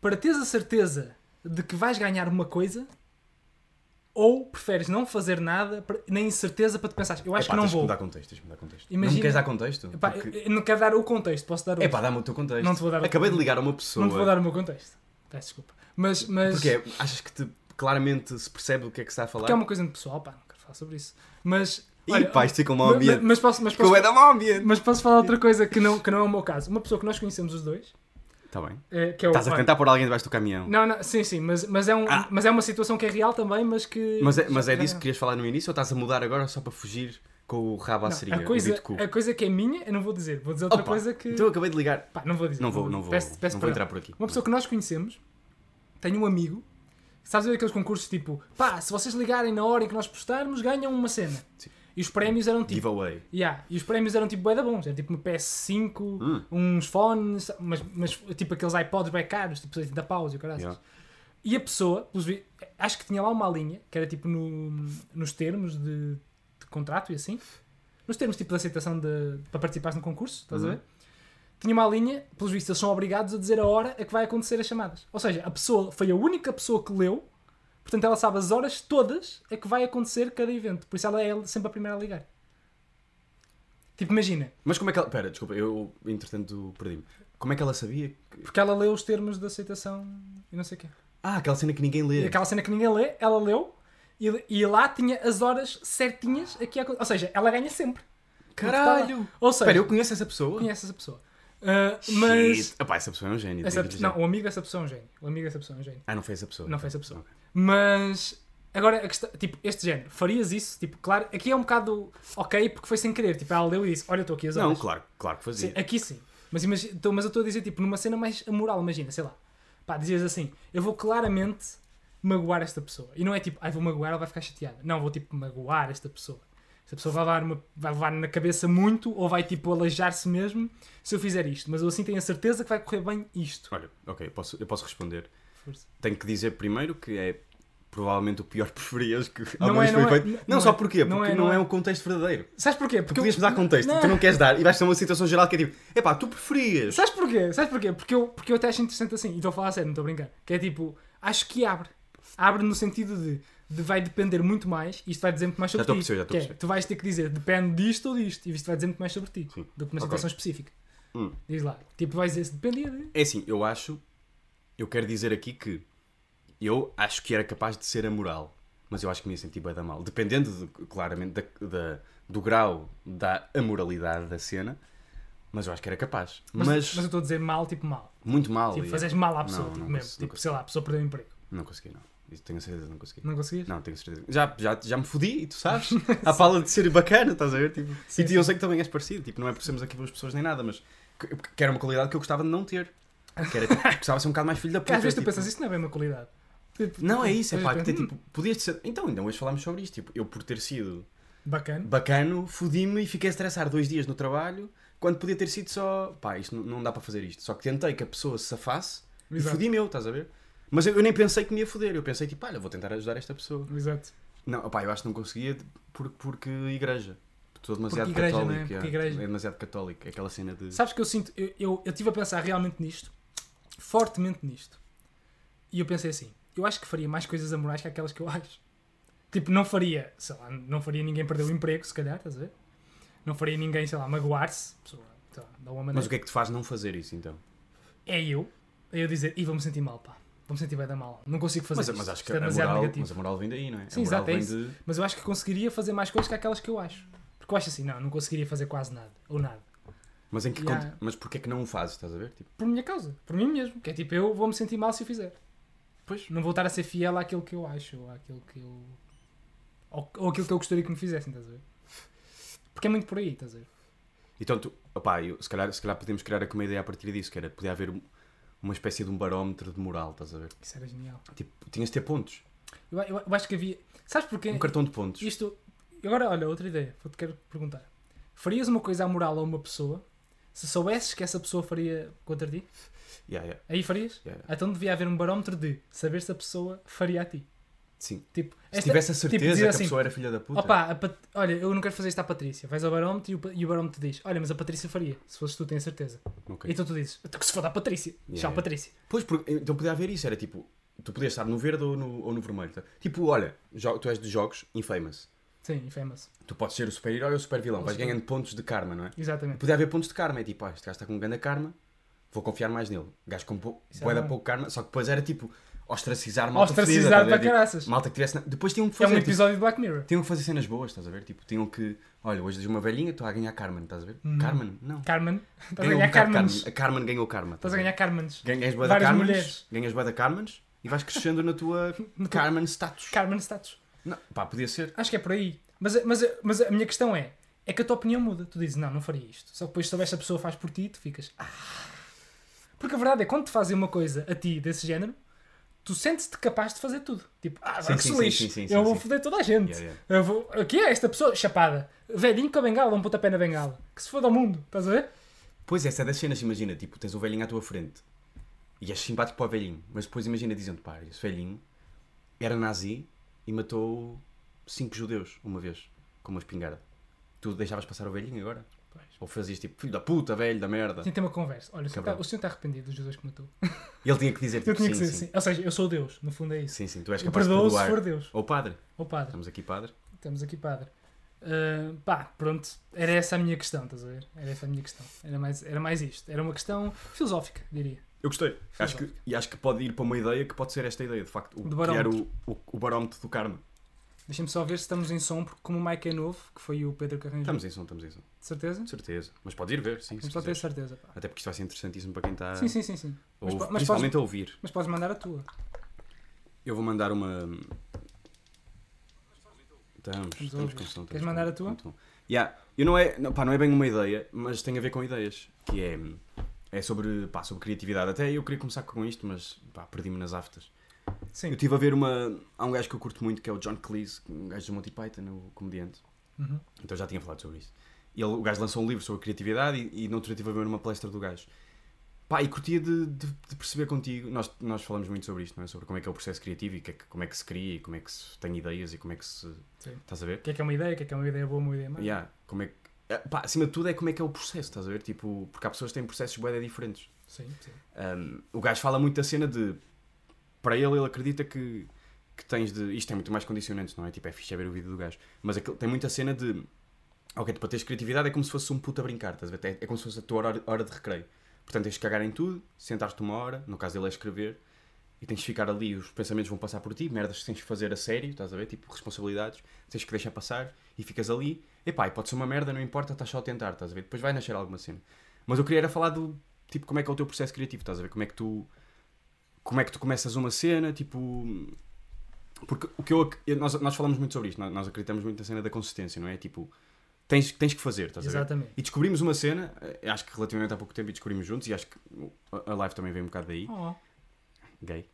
Speaker 1: para teres a certeza de que vais ganhar uma coisa, ou preferes não fazer nada, para- nem certeza para te pensar, eu acho
Speaker 2: Epá,
Speaker 1: que não
Speaker 2: tens
Speaker 1: vou.
Speaker 2: me dar contexto, tens que me dar contexto.
Speaker 1: Imagina-
Speaker 2: Não me queres dar contexto?
Speaker 1: Epá,
Speaker 2: Porque-
Speaker 1: eu- eu não quero dar o contexto, posso dar o
Speaker 2: Epá, dá-me o teu contexto.
Speaker 1: Não te vou dar o
Speaker 2: Acabei de
Speaker 1: contexto.
Speaker 2: ligar a uma pessoa.
Speaker 1: Não te vou dar o meu contexto. Peço desculpa. Mas, mas
Speaker 2: Porque é- achas que te- claramente se percebe o que é que se está a falar?
Speaker 1: porque é uma coisa muito pessoal, pá, não quero falar sobre isso. Mas.
Speaker 2: Ih,
Speaker 1: olha,
Speaker 2: pá, isto fica um mau
Speaker 1: ma- ma-
Speaker 2: ambiente.
Speaker 1: Mas posso, mas,
Speaker 2: Ficou bué
Speaker 1: posso,
Speaker 2: é da mau ambiente.
Speaker 1: mas posso falar outra coisa que não, que não é o meu caso. Uma pessoa que nós conhecemos os dois,
Speaker 2: Está Tá bem.
Speaker 1: eh, que é o.
Speaker 2: Estás a
Speaker 1: olha,
Speaker 2: tentar pôr alguém debaixo do caminhão.
Speaker 1: Não, não, sim, sim, mas, mas, é um,
Speaker 2: Ah.
Speaker 1: mas é uma situação que é real também, mas que.
Speaker 2: Mas é, mas é
Speaker 1: já-
Speaker 2: disso que querias falar no início ou estás a mudar agora só para fugir com o rabo à
Speaker 1: Não,
Speaker 2: seringa?
Speaker 1: a, coisa,
Speaker 2: o dito cu?
Speaker 1: a coisa que é minha, eu não vou dizer. Vou dizer outra
Speaker 2: Opa,
Speaker 1: coisa que.
Speaker 2: Então eu acabei de ligar.
Speaker 1: Pá, não vou dizer.
Speaker 2: Não vou, não vou,
Speaker 1: Peço- peço
Speaker 2: não vou
Speaker 1: perdão.
Speaker 2: entrar por aqui.
Speaker 1: Uma pessoa que nós conhecemos tem um amigo. Sabes aqueles concursos tipo, pá, se vocês ligarem na hora em que nós postarmos, ganham uma cena.
Speaker 2: Sim.
Speaker 1: E os prémios eram tipo.
Speaker 2: Giveaway.
Speaker 1: Yeah, e os prémios eram tipo bué da bons, era tipo uma PS5,
Speaker 2: Hum.
Speaker 1: uns fones, mas, mas tipo aqueles iPods bem caros, tipo 80 paus e o caralho.
Speaker 2: Yeah.
Speaker 1: E a pessoa, pelos vi- acho que tinha lá uma linha, que era tipo no- nos termos de, de contrato e assim, nos termos tipo de aceitação de, para participares no concurso, estás a
Speaker 2: Uhum.
Speaker 1: ver? Tinha uma linha, pelos vistos, eles são obrigados a dizer a hora a que vai acontecer as chamadas. Ou seja, a pessoa foi a única pessoa que leu, portanto ela sabe as horas todas a que vai acontecer cada evento. Por isso ela é sempre a primeira a ligar. Tipo, imagina,
Speaker 2: Mas como é que ela. Pera, desculpa, eu entretanto perdi-me. Como é que ela sabia? que-
Speaker 1: porque ela leu os termos de aceitação e não sei o quê.
Speaker 2: Ah, aquela cena que ninguém
Speaker 1: E
Speaker 2: lê.
Speaker 1: aquela cena que ninguém lê, ela leu e, e lá tinha as horas certinhas aqui a é Ou seja, ela ganha sempre.
Speaker 2: Caralho!
Speaker 1: tá Ou seja,
Speaker 2: Espera, eu conheço essa pessoa?
Speaker 1: conheço essa pessoa. Ah, mas.
Speaker 2: Shit. Epá, essa pessoa é um gênio.
Speaker 1: Essa,
Speaker 2: tem que lhe
Speaker 1: não,
Speaker 2: dizer.
Speaker 1: o amigo dessa pessoa é um gênio. O amigo dessa pessoa é um gênio.
Speaker 2: Ah, não foi essa pessoa.
Speaker 1: Não foi essa pessoa.
Speaker 2: Ok.
Speaker 1: Mas. Agora, a questão, tipo, este género, farias isso? Tipo, claro, aqui é um bocado ok porque foi sem querer. Tipo, ela leu e disse: Olha, eu estou aqui as horas.
Speaker 2: Não, claro, claro que fazia.
Speaker 1: Sim, é aqui sim. Mas, imagi- então, mas eu estou a dizer, tipo, numa cena mais amoral, imagina, sei lá. Pá, dizias assim, eu vou claramente magoar esta pessoa. E não é tipo, ai, vou magoar, ela vai ficar chateada. Não, vou tipo magoar esta pessoa. Esta pessoa vai levar, uma- vai levar na cabeça muito ou vai tipo aleijar-se mesmo se eu fizer isto. Mas eu assim tenho a certeza que vai correr bem isto.
Speaker 2: Olha, ok, eu posso, eu posso responder.
Speaker 1: Força.
Speaker 2: Tenho que dizer primeiro que é provavelmente o pior (laughs) preferias que
Speaker 1: Não
Speaker 2: alguma
Speaker 1: é,
Speaker 2: vez
Speaker 1: não
Speaker 2: foi
Speaker 1: é,
Speaker 2: feito.
Speaker 1: não-
Speaker 2: Não,
Speaker 1: não
Speaker 2: só
Speaker 1: é.
Speaker 2: porquê? Porque
Speaker 1: Não
Speaker 2: não
Speaker 1: é,
Speaker 2: é,
Speaker 1: não é.
Speaker 2: o contexto verdadeiro.
Speaker 1: Sabes porquê? Porque
Speaker 2: Tu podias dar contexto,
Speaker 1: Não. é.
Speaker 2: tu não queres dar e vais ter uma situação geral que é tipo, epá, tu preferias.
Speaker 1: Sabes porquê? Sabes porquê? Porque eu, porque eu até acho interessante assim, e estou a falar a sério, não estou a brincar. Que é tipo, acho que abre. Abre no sentido de, de vai depender muito mais, e isto vai dizer muito mais
Speaker 2: Já
Speaker 1: sobre
Speaker 2: estou a
Speaker 1: ti.
Speaker 2: perceber, já estou
Speaker 1: que
Speaker 2: a
Speaker 1: é,
Speaker 2: perceber.
Speaker 1: tu vais ter que dizer depende disto ou disto, e isto vai dizer muito mais sobre ti
Speaker 2: Sim.
Speaker 1: do que uma
Speaker 2: Ok.
Speaker 1: situação específica.
Speaker 2: Hum.
Speaker 1: Diz lá, tipo, vais dizer se dependia de.
Speaker 2: É assim, eu acho, eu quero dizer aqui que eu acho que era capaz de ser amoral, mas eu acho que me ia sentir bem da mal. Dependendo, de- claramente, da- da- do grau da amoralidade da cena, mas eu acho que era capaz.
Speaker 1: Mas,
Speaker 2: Mas,
Speaker 1: mas eu estou a dizer mal, tipo mal.
Speaker 2: muito mal.
Speaker 1: Tipo,
Speaker 2: e-
Speaker 1: fazes mal à pessoa,
Speaker 2: Não,
Speaker 1: tipo
Speaker 2: não
Speaker 1: mesmo.
Speaker 2: consegui,
Speaker 1: tipo, sei lá, a pessoa perdeu o emprego.
Speaker 2: Não consegui, não. Isso tenho a certeza, não consegui.
Speaker 1: Não conseguiste?
Speaker 2: Não, tenho certeza. Já, já, já me fodi, e
Speaker 1: (laughs)
Speaker 2: tu sabes? À pala de ser bacana, estás a ver? Tipo, e tu, eu sei que também és parecido, tipo, não é por sermos aqui boas pessoas nem nada, mas que, que era uma qualidade que eu gostava de não ter. Que era, tipo, gostava de ser um bocado
Speaker 1: (laughs)
Speaker 2: mais filho da
Speaker 1: Porque
Speaker 2: puta.
Speaker 1: às vezes tu
Speaker 2: tipo.
Speaker 1: pensas, isto não é bem uma qualidade. Tipo,
Speaker 2: Não, é isso, é
Speaker 1: às
Speaker 2: pá, que
Speaker 1: vezes
Speaker 2: tem,
Speaker 1: pensas,
Speaker 2: tipo, podias ser. Então, ainda hoje falámos sobre isto, tipo, eu por ter sido
Speaker 1: "Hum, Bacana.
Speaker 2: bacano, fodi-me e fiquei a estressar dois dias no trabalho, quando podia ter sido só, pá, isto não, não dá para fazer isto. Só que tentei que a pessoa se safasse
Speaker 1: Exato.
Speaker 2: e fodi-me eu, estás a ver? Mas eu, eu nem pensei que me ia foder, eu pensei tipo, olha, vou tentar ajudar esta pessoa.
Speaker 1: Exato.
Speaker 2: Não, pá, eu acho que não conseguia por- porque igreja. Estou demasiado
Speaker 1: Porque igreja, não é?
Speaker 2: católico.
Speaker 1: Porque igreja.
Speaker 2: É demasiado católico, é aquela cena de.
Speaker 1: Sabes que eu sinto, eu, eu, eu estive a pensar realmente nisto, fortemente nisto, e eu pensei assim: eu acho que faria mais coisas amorais que aquelas que eu acho. Tipo, não faria, sei lá, não faria ninguém perder o emprego, se calhar, estás a ver? Não faria ninguém, sei lá, magoar-se, pessoa, sei lá, de alguma maneira.
Speaker 2: Mas o que é que te faz não fazer isso então?
Speaker 1: É eu, é eu dizer, e vou-me sentir mal, pá, vou-me sentir bem da mal, não consigo fazer
Speaker 2: Mas,
Speaker 1: isto,
Speaker 2: mas acho
Speaker 1: isto
Speaker 2: que
Speaker 1: é
Speaker 2: a
Speaker 1: demasiado
Speaker 2: moral,
Speaker 1: negativo.
Speaker 2: mas a moral vem daí, não é?
Speaker 1: Sim,
Speaker 2: a moral
Speaker 1: exato, é
Speaker 2: vem
Speaker 1: isso.
Speaker 2: de.
Speaker 1: Mas eu acho que conseguiria fazer mais coisas que aquelas que eu acho. Porque eu acho assim, não, não conseguiria fazer quase nada, ou nada.
Speaker 2: Mas, em que
Speaker 1: Yeah.
Speaker 2: conte- mas porquê é que não o fazes, estás a ver? Tipo,
Speaker 1: Por minha causa, por mim mesmo. Que é tipo, eu vou-me sentir mal se eu fizer.
Speaker 2: pois.
Speaker 1: Não vou estar a ser fiel àquilo que eu acho, ou àquilo que eu. Ou, ou àquilo que eu gostaria que me fizessem, estás a ver? Porque é muito por aí, estás a ver?
Speaker 2: Então, tu, opá, eu, se, calhar, se calhar podemos criar aqui uma ideia a partir disso, que era podia haver um- uma espécie de um barómetro de moral, estás a ver?
Speaker 1: Isso era genial.
Speaker 2: Tipo, tinhas de ter pontos.
Speaker 1: Eu, eu- eu acho que havia. Sabes porquê?
Speaker 2: Um cartão de pontos.
Speaker 1: Isto. Agora, olha, outra ideia, vou-te quero perguntar. Farias uma coisa amoral a uma pessoa se soubesses que essa pessoa faria contra ti?
Speaker 2: Yeah, yeah,
Speaker 1: Aí farias?
Speaker 2: yeah, yeah.
Speaker 1: Então devia haver um barómetro de saber se a pessoa faria a ti.
Speaker 2: Sim.
Speaker 1: Tipo,
Speaker 2: Se
Speaker 1: esta-
Speaker 2: tivesse a
Speaker 1: tipo,
Speaker 2: certeza
Speaker 1: dizer
Speaker 2: que a
Speaker 1: assim,
Speaker 2: pessoa era filha da puta.
Speaker 1: Opa, a Pat- olha, eu não quero fazer isto à Patrícia. Vais ao barómetro e o, pa- e o barómetro diz: Olha, mas a Patrícia faria, se fosses tu, tenho certeza.
Speaker 2: Ok.
Speaker 1: Então tu dizes: "Então que se foda a Patrícia.
Speaker 2: Yeah,
Speaker 1: Tchau,
Speaker 2: yeah.
Speaker 1: Patrícia.
Speaker 2: Pois, porque, então podia haver isso, era tipo, tu podias estar no verde ou no, ou no vermelho. tá? Tipo, olha, jo- tu és de jogos, infamous.
Speaker 1: Sim, infamous.
Speaker 2: Tu podes ser o super-herói ou o super-vilão, vais
Speaker 1: sim.
Speaker 2: ganhando pontos de karma, não é?
Speaker 1: Exatamente.
Speaker 2: Podia haver pontos de karma, é tipo, ah, este gajo está com um grande karma, vou confiar mais nele. Gajo com pou-
Speaker 1: Isso é
Speaker 2: bué da
Speaker 1: bom.
Speaker 2: pouco karma, só que depois era tipo, ostracizar malta
Speaker 1: Ostracizar
Speaker 2: fedida, estás a ver?
Speaker 1: para
Speaker 2: Tipo,
Speaker 1: caraças.
Speaker 2: Malta que tivesse... na- Depois tinham que
Speaker 1: É
Speaker 2: fazer,
Speaker 1: um
Speaker 2: tipo,
Speaker 1: episódio de Black Mirror.
Speaker 2: tinham que fazer cenas boas, estás a ver? Tipo, tinham que, olha, hoje és uma velhinha, estou a ganhar karma, estás a ver? Carmen? Não.
Speaker 1: Carmen. Uhum. Estás a
Speaker 2: Ganhou um
Speaker 1: ganhar
Speaker 2: bocado de
Speaker 1: Carmen.
Speaker 2: Carmen. A Carmen ganhou karma. tá
Speaker 1: Estás a ganhar Carmens.
Speaker 2: Ganhas bué da
Speaker 1: Várias
Speaker 2: Carmens,
Speaker 1: mulheres.
Speaker 2: ganhas bué da Carmens e vais crescendo na
Speaker 1: (laughs)
Speaker 2: tua Carmen status.
Speaker 1: Carmen status.
Speaker 2: Não, pá, podia ser.
Speaker 1: Acho que é por aí. Mas, mas, mas a minha questão é: é que a tua opinião muda. Tu dizes: Não, não faria isto. Só que depois, se soubesse a pessoa faz por ti, tu ficas. "Ah." Porque a verdade é quando te fazem uma coisa a ti desse género. Tu sentes-te capaz de fazer tudo. Tipo, ah,
Speaker 2: Sim,
Speaker 1: vai que
Speaker 2: sim,
Speaker 1: se
Speaker 2: sim,
Speaker 1: lixe.
Speaker 2: sim, sim,
Speaker 1: eu
Speaker 2: sim,
Speaker 1: vou
Speaker 2: sim.
Speaker 1: foder toda a gente.
Speaker 2: Yeah, yeah.
Speaker 1: Eu vou... Aqui é esta pessoa chapada. Velhinho com a bengala, um pontapé na bengala. Que se foda ao mundo. Estás a ver?
Speaker 2: Pois essa é das cenas, imagina, tipo, tens o velhinho à tua frente e és simpático para o velhinho, mas depois imagina dizendo, pá, esse velhinho era nazi e matou cinco judeus uma vez com uma espingarda. Tu deixavas passar o velhinho agora? Ou fazias tipo, filho da puta, velho, da merda?
Speaker 1: Tinha que ter uma conversa. Olha, o senhor está
Speaker 2: Cabrão.
Speaker 1: tá arrependido dos judeus que matou.
Speaker 2: E ele tinha que dizer, tipo,
Speaker 1: Eu tinha
Speaker 2: É sim,
Speaker 1: que ser
Speaker 2: sim.
Speaker 1: assim. Ou seja, eu sou Deus. No fundo é isso.
Speaker 2: Sim, sim, tu és
Speaker 1: Eu
Speaker 2: capaz de
Speaker 1: perdoo se
Speaker 2: perdoar.
Speaker 1: for Deus.
Speaker 2: Ou padre.
Speaker 1: Ó padre.
Speaker 2: Estamos aqui, padre.
Speaker 1: Estamos aqui, padre. Ah, pá, pronto, era essa a minha questão, estás a ver? Era essa a minha questão. Era mais, era mais isto. Era uma questão filosófica, diria.
Speaker 2: Eu gostei. Acho que, e acho que pode ir para uma ideia que pode ser esta ideia, de facto.
Speaker 1: Do
Speaker 2: O, criar
Speaker 1: barómetro.
Speaker 2: o, o, o barómetro do karma.
Speaker 1: Deixa-me só ver se estamos em som, porque como o Mike é novo, que foi o Pedro que arranjou,
Speaker 2: Estamos em som, estamos em som.
Speaker 1: de certeza?
Speaker 2: De certeza. Mas pode ir ver, sim. se
Speaker 1: Vamos só ter
Speaker 2: quiseres.
Speaker 1: certeza, pá.
Speaker 2: Até porque isto vai ser interessantíssimo para quem está
Speaker 1: Sim, sim, sim, sim.
Speaker 2: a ouvir,
Speaker 1: po-
Speaker 2: principalmente
Speaker 1: podes,
Speaker 2: a ouvir.
Speaker 1: mas podes mandar a tua.
Speaker 2: Eu vou mandar uma. Estamos,
Speaker 1: Vamos
Speaker 2: estamos
Speaker 1: ouvir.
Speaker 2: com som. estamos
Speaker 1: Queres mandar
Speaker 2: com-
Speaker 1: a tua?
Speaker 2: muito bom. Yeah. Eu não é, não, pá, não é bem uma ideia, mas tem a ver com ideias, que é, é sobre, pá, sobre criatividade. Até eu queria começar com isto, mas pá, perdi-me nas aftas.
Speaker 1: Sim.
Speaker 2: Eu estive a ver uma. Há um gajo que eu curto muito que é o John Cleese, um gajo do Monty Python, o comediante.
Speaker 1: Uhum.
Speaker 2: Então já tinha falado sobre isso. E ele, o gajo lançou um livro sobre criatividade e, e não estive a ver uma palestra do gajo. Pá, e curtia de, de- de perceber contigo. Nós, nós falamos muito sobre isto, não é? Sobre como é que é o processo criativo e que é que- como é que se cria e como é que se tem ideias e como é que se.
Speaker 1: Sim.
Speaker 2: Estás a ver?
Speaker 1: O que é que é uma ideia? O que é que é uma ideia boa, uma ideia má?
Speaker 2: Yeah, como é que. eh, Pá, acima de tudo é como é que é o processo, estás a ver? Tipo, porque há pessoas que têm processos bué de diferentes.
Speaker 1: Sim, sim.
Speaker 2: Um, o gajo fala muito da cena de. Para ele, ele acredita que, que tens de. Isto tem muito mais condicionantes, não é? Tipo, é fixe é ver o vídeo do gajo. Mas aquele- tem muita cena de. Ok, tu para teres criatividade é como se fosse um puto a brincar, estás a ver? É, é como se fosse a tua hora, hora de recreio. Portanto, tens de cagar em tudo, sentar-te uma hora, no caso ele é escrever, e tens de ficar ali, os pensamentos vão passar por ti, merdas que tens de fazer a sério, estás a ver? Tipo, responsabilidades, tens que deixar passar, e ficas ali. Epá, e pode ser uma merda, não importa, estás só a tentar, estás a ver? Depois vai nascer alguma cena. Mas eu queria era falar do, tipo, como é que é o teu processo criativo, estás a ver? Como é que tu, como é que tu começas uma cena, tipo... Porque o que eu, ac- eu- nós, nós falamos muito sobre isto, nós, nós acreditamos muito na cena da consistência, não é? Tipo, tens, tens que fazer, estás a ver?
Speaker 1: Exatamente.
Speaker 2: E descobrimos uma cena, eh, acho que relativamente há pouco tempo, e descobrimos juntos, e acho que a- a live também veio um bocado daí.
Speaker 1: Oh, (laughs)
Speaker 2: Gay.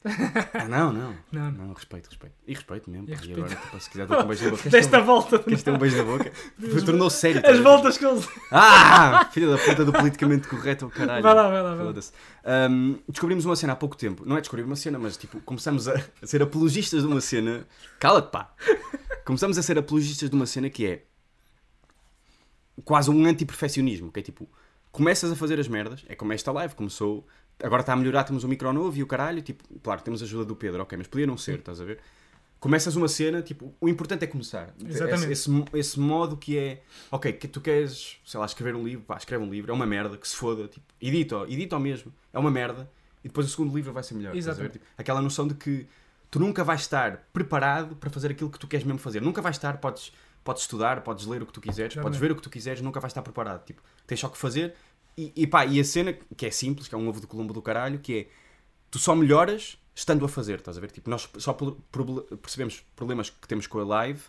Speaker 2: Ah, não, não.
Speaker 1: Não, não.
Speaker 2: Não, respeito, respeito. E respeito mesmo.
Speaker 1: E
Speaker 2: pá,
Speaker 1: respeito.
Speaker 2: agora, tipo, se quiser, dou-te um beijo
Speaker 1: (laughs)
Speaker 2: na boca. Queres ter
Speaker 1: Desta
Speaker 2: um-
Speaker 1: volta. do
Speaker 2: Queres ter um beijo na boca? Tornou-se sério.
Speaker 1: nada. As
Speaker 2: tá estás a ver?
Speaker 1: voltas que eles.
Speaker 2: Ah! Filha da puta do politicamente correto, o caralho.
Speaker 1: Vai lá, vai lá, vai lá.
Speaker 2: Foda-se. Ahm, descobrimos uma cena há pouco tempo. Não é descobrir uma cena, mas tipo, começamos a a ser apologistas de uma cena. Cala-te, pá! Começamos a ser apologistas de uma cena que é quase um antiperfeccionismo, que é tipo, começas a fazer as merdas, é como esta live, começou, agora está a melhorar, temos um micro novo e o caralho, tipo, claro, temos a ajuda do Pedro, ok, mas podia não ser, estás a ver? Começas uma cena, tipo, o importante é começar.
Speaker 1: Exatamente.
Speaker 2: Esse, esse, esse modo que é, ok, que tu queres, sei lá, escrever um livro, pá, escreve um livro, é uma merda, que se foda, tipo, edita, edita mesmo, é uma merda, e depois o segundo livro vai ser melhor. estás a ver?
Speaker 1: Exatamente.
Speaker 2: Tipo, aquela noção de que tu nunca vais estar preparado para fazer aquilo que tu queres mesmo fazer. Nunca vais estar, podes, podes estudar, podes ler o que tu quiseres,
Speaker 1: Exatamente.
Speaker 2: podes ver o que tu quiseres, nunca vais estar preparado. Tipo, tens só que fazer. E, e pá, e a cena que é simples, que é um ovo de colombo do caralho, que é tu só melhoras estando a fazer, estás a ver? Tipo, nós só pro- proble- percebemos problemas que temos com a live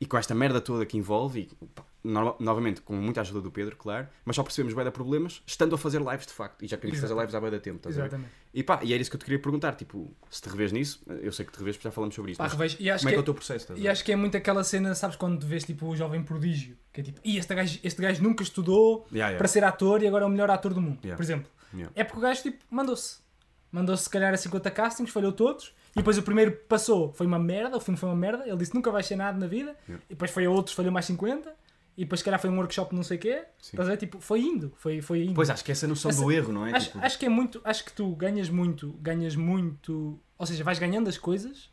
Speaker 2: e com esta merda toda que envolve, e, pá, no- novamente com muita ajuda do Pedro, claro, mas só percebemos bué de problemas estando a fazer lives de facto. E já queríamos fazer lives há bué de tempo, estás a ver?
Speaker 1: Exatamente.
Speaker 2: E pá, e era isso que eu te queria perguntar, tipo, se te revês nisso, eu sei que te revês porque já falamos sobre isto,
Speaker 1: Pá,
Speaker 2: mas
Speaker 1: revejo. E acho
Speaker 2: como é que
Speaker 1: que
Speaker 2: é o teu processo? Estás a
Speaker 1: E
Speaker 2: ver?
Speaker 1: acho que é muito aquela cena, sabes, quando vês tipo o jovem prodígio, que é tipo, "Ih, este gajo, este gajo nunca estudou
Speaker 2: Yeah, yeah.
Speaker 1: para ser ator e agora é o melhor ator do mundo,
Speaker 2: Yeah.
Speaker 1: por exemplo.
Speaker 2: Yeah.
Speaker 1: É porque o gajo tipo, mandou-se. Mandou-se se calhar a 50 castings, falhou todos, e depois o primeiro passou, foi uma merda, o filme foi uma merda, ele disse nunca vai ser nada na vida,
Speaker 2: Yeah.
Speaker 1: e depois foi a outros, falhou mais 50, e depois se calhar foi um workshop de não sei o quê,
Speaker 2: Sim.
Speaker 1: estás a ver? Tipo, foi indo, foi, foi indo.
Speaker 2: Pois acho que essa noção
Speaker 1: Essa-
Speaker 2: do erro, não é?
Speaker 1: um Acho,
Speaker 2: Tipo,
Speaker 1: acho que é muito, acho que tu ganhas muito, ganhas muito, ou seja, vais ganhando as coisas.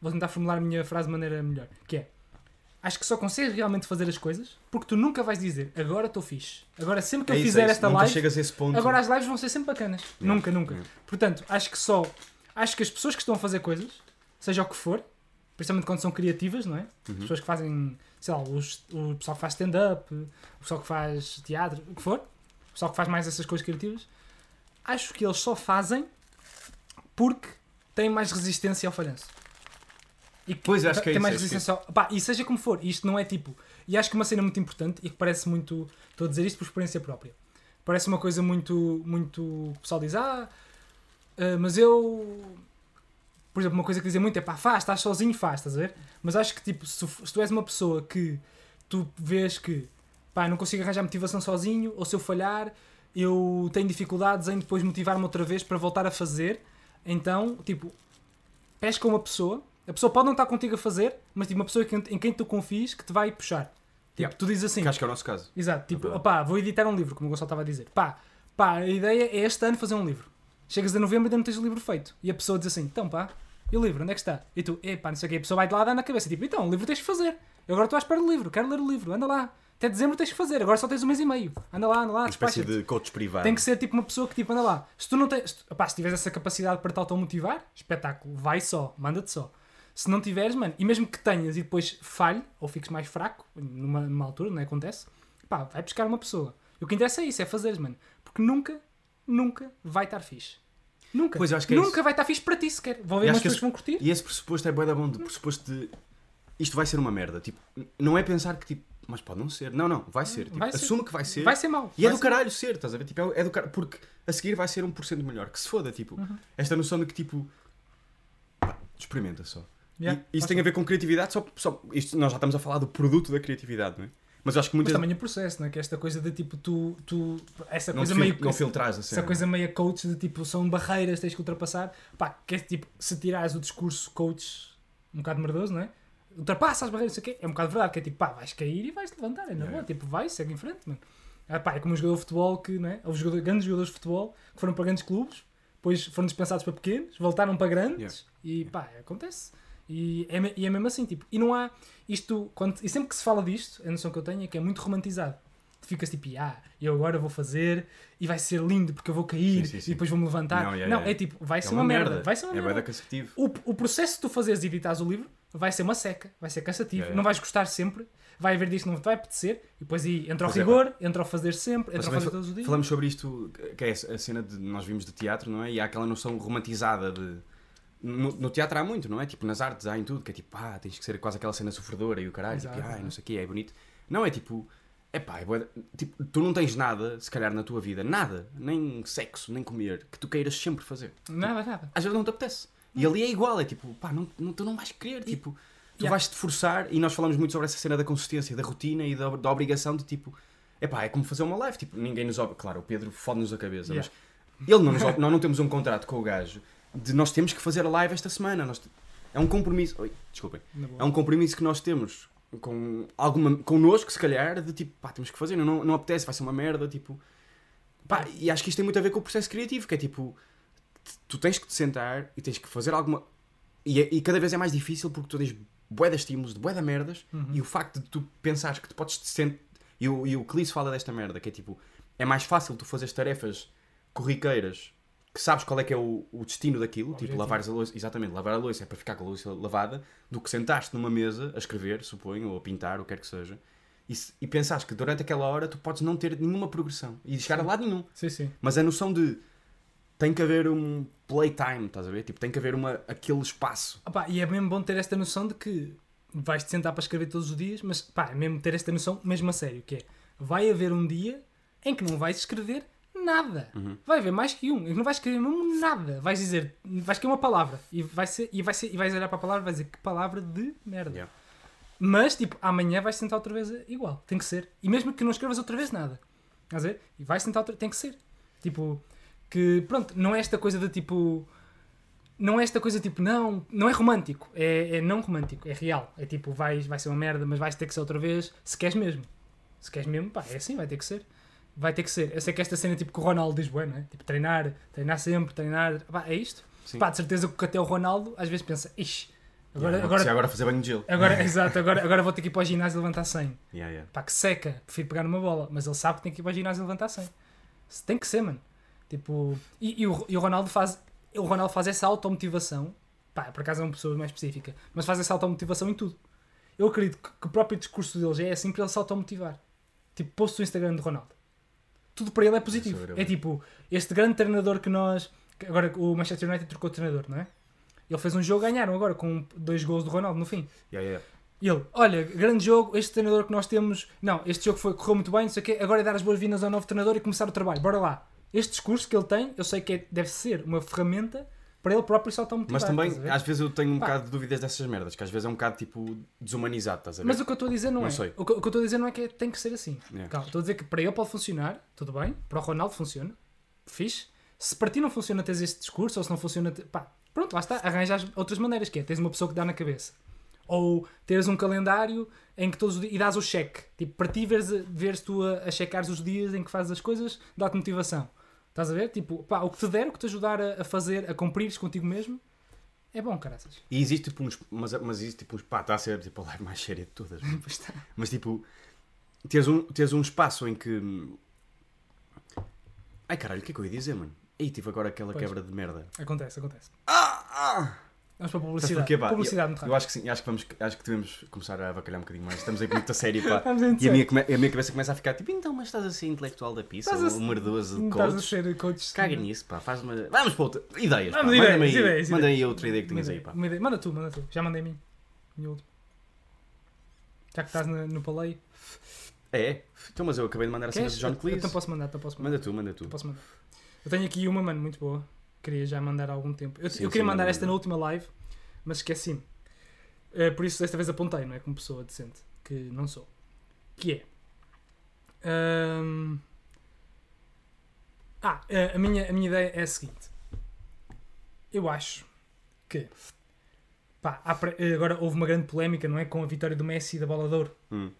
Speaker 1: Vou tentar formular a minha frase de maneira melhor, que é acho que só consegues realmente fazer as coisas porque tu nunca vais dizer agora estou fixe. Agora sempre que
Speaker 2: é
Speaker 1: eu
Speaker 2: isso,
Speaker 1: fizer
Speaker 2: é isso.
Speaker 1: esta
Speaker 2: Nunca
Speaker 1: live,
Speaker 2: chegas a esse ponto.
Speaker 1: agora assim, as lives vão ser sempre bacanas. Nunca, nunca. Portanto, acho que só acho que as pessoas que estão a fazer coisas, seja o que for, principalmente quando são criativas, não é? As pessoas que fazem, sei lá, os- o pessoal que faz stand-up, o pessoal que faz teatro, o que for, o pessoal que faz mais essas coisas criativas, acho que eles só fazem porque têm mais resistência ao falhanço. E que
Speaker 2: Pois, acho que é
Speaker 1: tem
Speaker 2: isso,
Speaker 1: mais
Speaker 2: acho que é
Speaker 1: resistência ao... Pá, e seja como for, isto não é tipo. E acho que uma cena muito importante e que parece muito. Estou a dizer isto por experiência própria. Parece uma coisa muito. muito o pessoal diz, ah, ah, mas eu. Por exemplo, uma coisa que dizem muito é pá, faz, estás sozinho, faz, estás a ver? Mas acho que tipo, se, f- se tu és uma pessoa que tu vês que pá, não consigo arranjar motivação sozinho, ou se eu falhar, eu tenho dificuldades em depois motivar-me outra vez para voltar a fazer, então, tipo, pesca uma pessoa, a pessoa pode não estar contigo a fazer, mas tipo, uma pessoa que- em quem tu confies que te vai puxar. Tipo,
Speaker 2: Yeah.
Speaker 1: tu dizes assim,
Speaker 2: Que acho que é o nosso caso.
Speaker 1: Exato, tipo,
Speaker 2: verdade.
Speaker 1: opá, vou editar um livro, como o Gonçalo estava a dizer. Pá, pá, a ideia é este ano fazer um livro. Chegas a novembro e ainda não tens o livro feito. E a pessoa diz assim, então pá, e o livro, onde é que está? E tu, epá, não sei o quê, a pessoa vai de lá dar na cabeça, tipo, então, o livro tens que fazer. Eu agora estou à espera do livro, quero ler o livro, anda lá. Até dezembro tens que fazer, agora só tens um mês e meio. Anda lá, anda lá,
Speaker 2: Uma espécie
Speaker 1: despacha-te.
Speaker 2: de coach privado.
Speaker 1: Tem que ser tipo uma pessoa que tipo, anda lá. Se tu não tens, se, opá, se tiveres essa capacidade para te automotivar, espetáculo, vai só, manda-te só. Se não tiveres, mano, e mesmo que tenhas e depois falhe ou fiques mais fraco, numa, numa altura, não é? Acontece, pá, vai buscar uma pessoa. E o que interessa é isso, é fazeres, mano. Porque nunca, nunca vai estar fixe. Nunca.
Speaker 2: Pois, eu acho que é
Speaker 1: nunca
Speaker 2: isso.
Speaker 1: vai estar fixe para ti sequer. Vão
Speaker 2: E
Speaker 1: ver umas
Speaker 2: acho que
Speaker 1: pessoas que
Speaker 2: esse-
Speaker 1: vão curtir.
Speaker 2: E esse pressuposto é bué da bom, de pressuposto de isto vai ser uma merda. Tipo, n- não é pensar que tipo, mas pode não ser. Não, não, vai ser. Tipo,
Speaker 1: Vai ser.
Speaker 2: assume que vai ser.
Speaker 1: Vai ser mau.
Speaker 2: E é
Speaker 1: Vai
Speaker 2: do
Speaker 1: ser-
Speaker 2: caralho ser, estás a ver? Tipo, é é do caralho, porque a seguir vai ser 1% melhor. Que se foda, tipo,
Speaker 1: Uhum.
Speaker 2: esta noção de que tipo, pá, experimenta só.
Speaker 1: Yeah,
Speaker 2: E- isso
Speaker 1: faz
Speaker 2: tem a ver com criatividade, só, só isto, nós já estamos a falar do produto da criatividade, não é? Mas acho que
Speaker 1: Mas
Speaker 2: muitas.
Speaker 1: também o processo, não é? Que esta coisa de tipo, tu. tu essa
Speaker 2: não,
Speaker 1: coisa
Speaker 2: fil-
Speaker 1: meio.
Speaker 2: não é? filtras a
Speaker 1: essa
Speaker 2: cena.
Speaker 1: coisa meio coach de tipo, são barreiras, tens que ultrapassar. Pá, que é tipo, se tirares o discurso coach um bocado merdoso, não é? Ultrapassa as barreiras, não sei o quê. É um bocado verdade, que é tipo, pá, vais cair e vais te levantar, é na boa, tipo, vai, segue em frente, mano. Ah, pá, é como um jogador de futebol que, não é? Houve jogador- grandes jogadores de futebol que foram para grandes clubes, depois foram dispensados para pequenos, voltaram para grandes e pá, acontece. E é, me- e é mesmo assim, tipo, e não há isto, quando, e sempre que se fala disto, a noção que eu tenho é que é muito romantizado. Tu ficas tipo, ah, eu agora vou fazer e vai ser lindo porque eu vou cair
Speaker 2: Sim, sim, sim.
Speaker 1: e depois vou-me levantar. Não,
Speaker 2: Não, é,
Speaker 1: é,
Speaker 2: é.
Speaker 1: tipo, vai ser uma, merda. vai ser uma
Speaker 2: é bué
Speaker 1: merda.
Speaker 2: da cansativo.
Speaker 1: O, o processo de tu fazeres e editares o livro vai ser uma seca, vai ser cansativo,
Speaker 2: Yeah, yeah.
Speaker 1: não vais gostar sempre, vai haver disto que não te vai apetecer, e depois aí entra o
Speaker 2: Pois é,
Speaker 1: rigor, entra o fazer sempre,
Speaker 2: Mas
Speaker 1: entra o
Speaker 2: também
Speaker 1: fazer
Speaker 2: fal-
Speaker 1: todos os dias.
Speaker 2: Falamos sobre isto, que é a cena de nós vimos de teatro, não é? E há aquela noção romantizada de. No, no teatro há muito, não é? Tipo, nas artes há em tudo, que é tipo, ah, tens que ser quase aquela cena sofredora e o caralho,
Speaker 1: Exato,
Speaker 2: tipo, ah,
Speaker 1: é.
Speaker 2: não sei o quê, é bonito. Não, é tipo, é pá, é bué- tipo, tu não tens nada, se calhar, na tua vida, nada, nem sexo, nem comer, que tu queiras sempre fazer.
Speaker 1: Nada, nada.
Speaker 2: Às vezes não te apetece. E ali é igual, é tipo, pá, não, não- tu não vais querer, tipo, tu
Speaker 1: Yeah.
Speaker 2: vais-te forçar, e nós falamos muito sobre essa cena da consistência, da rotina e da, da obrigação de tipo, é pá, é como fazer uma live, tipo, ninguém nos obriga, claro, o Pedro fode-nos a cabeça,
Speaker 1: Yeah.
Speaker 2: mas ele não nos ob- nós não temos um contrato com o gajo de nós temos que fazer a live esta semana, nós te- é um compromisso, oi, desculpem,
Speaker 1: Na boa.
Speaker 2: é um compromisso que nós temos com alguma, connosco, se calhar, de tipo, pá, temos que fazer, não, não apetece, vai ser uma merda, tipo, pá, e acho que isto tem muito a ver com o processo criativo, que é tipo, tu tens que te sentar e tens que fazer alguma. E, é- e cada vez é mais difícil porque tu tens bué de estímulos, de bué de merdas e o facto de tu pensares que tu podes te sentar. E o, e o Clis fala desta merda, que é tipo: é mais fácil tu fazeres tarefas corriqueiras que sabes qual é que é o, o destino daquilo, tipo
Speaker 1: objetivo.
Speaker 2: lavares a louça, exatamente, lavar a louça é para ficar com a louça lavada, do que sentaste numa mesa a escrever, suponho, ou a pintar, ou o que quer que seja, e, se- e pensares que durante aquela hora tu podes não ter nenhuma progressão e chegar a lado nenhum.
Speaker 1: Sim, sim.
Speaker 2: Mas a noção de tem que haver um playtime, estás a ver? Tipo, tem que haver uma, aquele espaço.
Speaker 1: Opá, e é mesmo bom ter esta noção de que vais te sentar para escrever todos os dias, mas pá, é mesmo ter esta noção, mesmo a sério, que é vai haver um dia em que não vais escrever nada. Vai haver mais que um, em que não vais escrever mesmo nada. Vais dizer, vais escrever uma palavra e vai ser, e vai ser, e vais olhar para a palavra e vais dizer que palavra de merda.
Speaker 2: Yeah.
Speaker 1: Mas, tipo, amanhã vais sentar outra vez igual. Tem que ser. E mesmo que não escrevas outra vez nada. Estás a ver? E vais sentar outra Tem que ser. Tipo, que, pronto, não é esta coisa de tipo. Não é esta coisa tipo, não, não é romântico, é, é não romântico, é real. É tipo, vais, vai ser uma merda, mas vais ter que ser outra vez, se queres mesmo. Se queres mesmo, pá, é assim, vai ter que ser. Vai ter que ser. Eu sei que esta cena tipo que o Ronaldo diz, bueno, é? tipo, treinar, treinar sempre, treinar, pá, é isto.
Speaker 2: Sim.
Speaker 1: Pá, de certeza que até o Ronaldo às vezes pensa, ixi, agora,
Speaker 2: Não
Speaker 1: agora, É-
Speaker 2: precisa agora fazer banho de gelo. (laughs)
Speaker 1: Agora, exato, agora, agora vou ter que ir para o ginásio e levantar 100.
Speaker 2: Yeah, yeah.
Speaker 1: Pá, que seca, prefiro pegar numa bola. Mas ele sabe que tem que ir para o ginásio e levantar 100. Se Tem que ser, mano. Tipo, e, e o, e o Ronaldo faz o Ronaldo faz essa automotivação. Pá, por acaso é uma pessoa mais específica, mas faz essa automotivação em tudo. Eu acredito que, que o próprio discurso dele já é assim para ele se automotivar. Tipo, posto o Instagram de Ronaldo. Tudo para ele é positivo.
Speaker 2: Isso é
Speaker 1: É tipo, este grande treinador que nós. que Agora o Manchester United trocou de treinador, não é? Ele fez um jogo, ganharam agora com dois gols do Ronaldo no fim.
Speaker 2: Yeah, yeah.
Speaker 1: E ele, olha, grande jogo, este treinador que nós temos. Não, este jogo foi, correu muito bem, não sei o quê, agora é dar as boas-vindas ao novo treinador e começar o trabalho, bora lá. Este discurso que ele tem, eu sei que é- deve ser uma ferramenta para ele próprio se automotivar.
Speaker 2: Mas
Speaker 1: estás a
Speaker 2: também,
Speaker 1: ver?
Speaker 2: às vezes eu tenho um
Speaker 1: Pá.
Speaker 2: bocado de dúvidas dessas merdas, que às vezes é um bocado tipo desumanizado, estás a ver?
Speaker 1: Mas o que eu estou a dizer não,
Speaker 2: Não
Speaker 1: é.
Speaker 2: sei.
Speaker 1: O que, o que eu estou a dizer não é que é- tem que ser assim.
Speaker 2: Yeah.
Speaker 1: Calma, estou a dizer que para ele pode funcionar, tudo bem. Para o Ronaldo funciona, fixe. Se para ti não funciona teres este discurso, ou se não funciona. te- Pá, pronto, lá está. Arranjas outras maneiras, que é tens uma pessoa que dá na cabeça. Ou teres um calendário em que todos os dias. e dás o cheque. Tipo, para ti veres, veres tu a, a checares os dias em que fazes as coisas, dá-te motivação. Estás a ver? Tipo, pá, o que te der, o que te ajudar a, a fazer, a cumprires contigo mesmo, é bom, caraças.
Speaker 2: E existe tipo uns. Mas, mas existe tipo uns. Pá, está a ser tipo a live mais séria de todas. mano.
Speaker 1: Pois está.
Speaker 2: Mas tipo, teres um, teres um espaço em que. hum, Ai caralho, o que é que eu ia dizer, mano? Aí tive agora aquela
Speaker 1: Pois.
Speaker 2: quebra de merda.
Speaker 1: Acontece, acontece.
Speaker 2: Ah! ah!
Speaker 1: Vamos para a
Speaker 2: Sabes
Speaker 1: publicidade.
Speaker 2: porquê, pá?
Speaker 1: publicidade muito
Speaker 2: eu, eu acho que sim, acho que, vamos, acho que devemos começar a avacalhar um bocadinho mais. Estamos aí com muita série,
Speaker 1: (laughs)
Speaker 2: pá.
Speaker 1: Estamos em
Speaker 2: e a
Speaker 1: série.
Speaker 2: minha, come- a minha cabeça começa a ficar tipo, então, mas estás a ser intelectual da pizza,
Speaker 1: Estás a
Speaker 2: ou
Speaker 1: ser-
Speaker 2: merdoso de
Speaker 1: Não estás a
Speaker 2: coach.
Speaker 1: ser coach.
Speaker 2: Caga nisso, pá. Faz uma... Vamos para outra. Ideias, pá.
Speaker 1: Vamos, ideias,
Speaker 2: Manda-me aí-
Speaker 1: ideias,
Speaker 2: Manda aí
Speaker 1: ideias.
Speaker 2: outra ideia é que tinhas aí, pá.
Speaker 1: Uma ideia. Manda tu, manda tu. Já mandei a mim. Minha última. Já que estás no, no paleio.
Speaker 2: É? Então, mas eu acabei de mandar a cena
Speaker 1: Queres?
Speaker 2: de John
Speaker 1: Eu
Speaker 2: Cleese.
Speaker 1: Então posso mandar, então posso mandar.
Speaker 2: Manda tu, manda tu.
Speaker 1: Posso mandar. Eu tenho aqui uma, mano, muito boa. Queria já mandar há algum tempo. Eu,
Speaker 2: Sim,
Speaker 1: eu queria
Speaker 2: sim,
Speaker 1: mandar
Speaker 2: manda,
Speaker 1: esta
Speaker 2: manda.
Speaker 1: na última live, mas esqueci-me. Eh, por isso, desta vez apontei, não é? hum, Como pessoa decente, que não sou. Que é. Ahm. Ah, a- a minha, a minha ideia é a seguinte. Eu acho que. Pá, há pre- agora houve uma grande polémica, não é? Com a vitória do Messi da bola de ouro.
Speaker 2: Hum.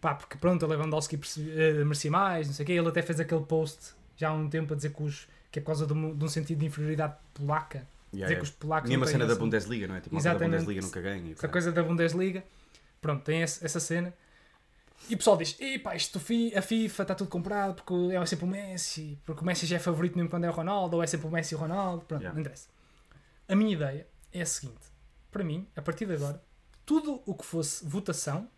Speaker 1: Pá, porque pronto, a Lewandowski perce- eh, merecia mais, não sei o quê. Ele até fez aquele post já há um tempo a dizer que, os, que é por causa de um, de um sentido de inferioridade polaca. dizer que os polacos.
Speaker 2: Nenhuma
Speaker 1: não têm assim
Speaker 2: cena da
Speaker 1: esse-
Speaker 2: Bundesliga, não é? Tipo, a malta da
Speaker 1: Exatamente.
Speaker 2: Bundesliga nunca ganha. e o
Speaker 1: essa
Speaker 2: caralho.
Speaker 1: coisa da Bundesliga. Pronto, tem esse- essa cena. E o pessoal diz: Epá, isto fi- a FIFA está tudo comprado porque é sempre o Messi, porque o Messi já é favorito mesmo quando é o Ronaldo, ou é sempre o Messi e o Ronaldo. Pronto,
Speaker 2: Yeah.
Speaker 1: não interessa. A minha ideia é a seguinte: para mim, a partir de agora, tudo o que fosse votação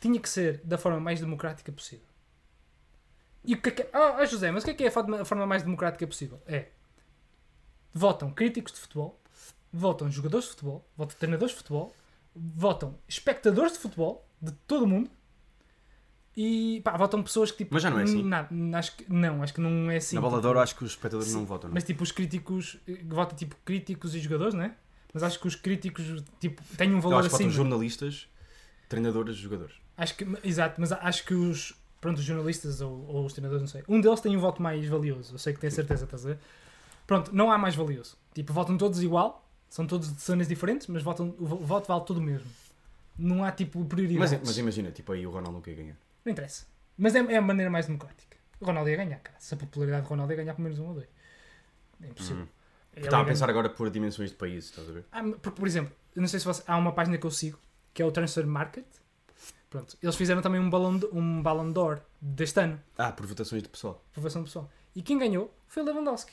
Speaker 1: tinha que ser da forma mais democrática possível. E o que é que. Ah, ah, José, mas o que é que é a forma, a forma mais democrática possível? É. Votam críticos de futebol, votam jogadores de futebol, votam treinadores de futebol, votam espectadores de futebol de todo o mundo e pá, votam pessoas que tipo.
Speaker 2: Mas já não é assim?
Speaker 1: na- na- acho que, não, acho que não é assim.
Speaker 2: Na bola de ouro, acho que os espectadores
Speaker 1: Sim,
Speaker 2: não votam. Não? é?
Speaker 1: Mas tipo, os críticos. eh, Votam tipo críticos e jogadores, não é? Mas acho que os críticos tipo, têm um
Speaker 2: Eu
Speaker 1: valor
Speaker 2: acho que votam
Speaker 1: assim.
Speaker 2: jornalistas, treinadores, jogadores.
Speaker 1: Acho que, exato, mas acho que os, pronto, os jornalistas ou, ou os treinadores, não sei, um deles tem um voto mais valioso, eu sei que tenho certeza, estás a ver? Pronto, não há mais valioso. Tipo, votam todos igual, são todos de cenas diferentes, mas votam, o vo- voto vale tudo o mesmo. Não há tipo
Speaker 2: Mas,
Speaker 1: prioridades.
Speaker 2: mas imagina, tipo, aí o Ronaldo nunca ia ganhar.
Speaker 1: Não interessa. Mas é, é a maneira mais democrática. O Ronaldo ia ganhar, cara. Se a popularidade do Ronaldo ia ganhar pelo menos um ou dois. É impossível. Ele
Speaker 2: Estava Uhum. a
Speaker 1: ia ganhar-
Speaker 2: pensar agora por dimensões de país, estás a ver?
Speaker 1: ah, porque, por exemplo, eu não sei se você, há uma página que eu sigo que é o Transfer Market. Pronto, eles fizeram também um balão, de- um balão d'or deste ano,
Speaker 2: Ah, por votações de pessoal.
Speaker 1: aprovação é um pessoal. E quem ganhou foi o Lewandowski,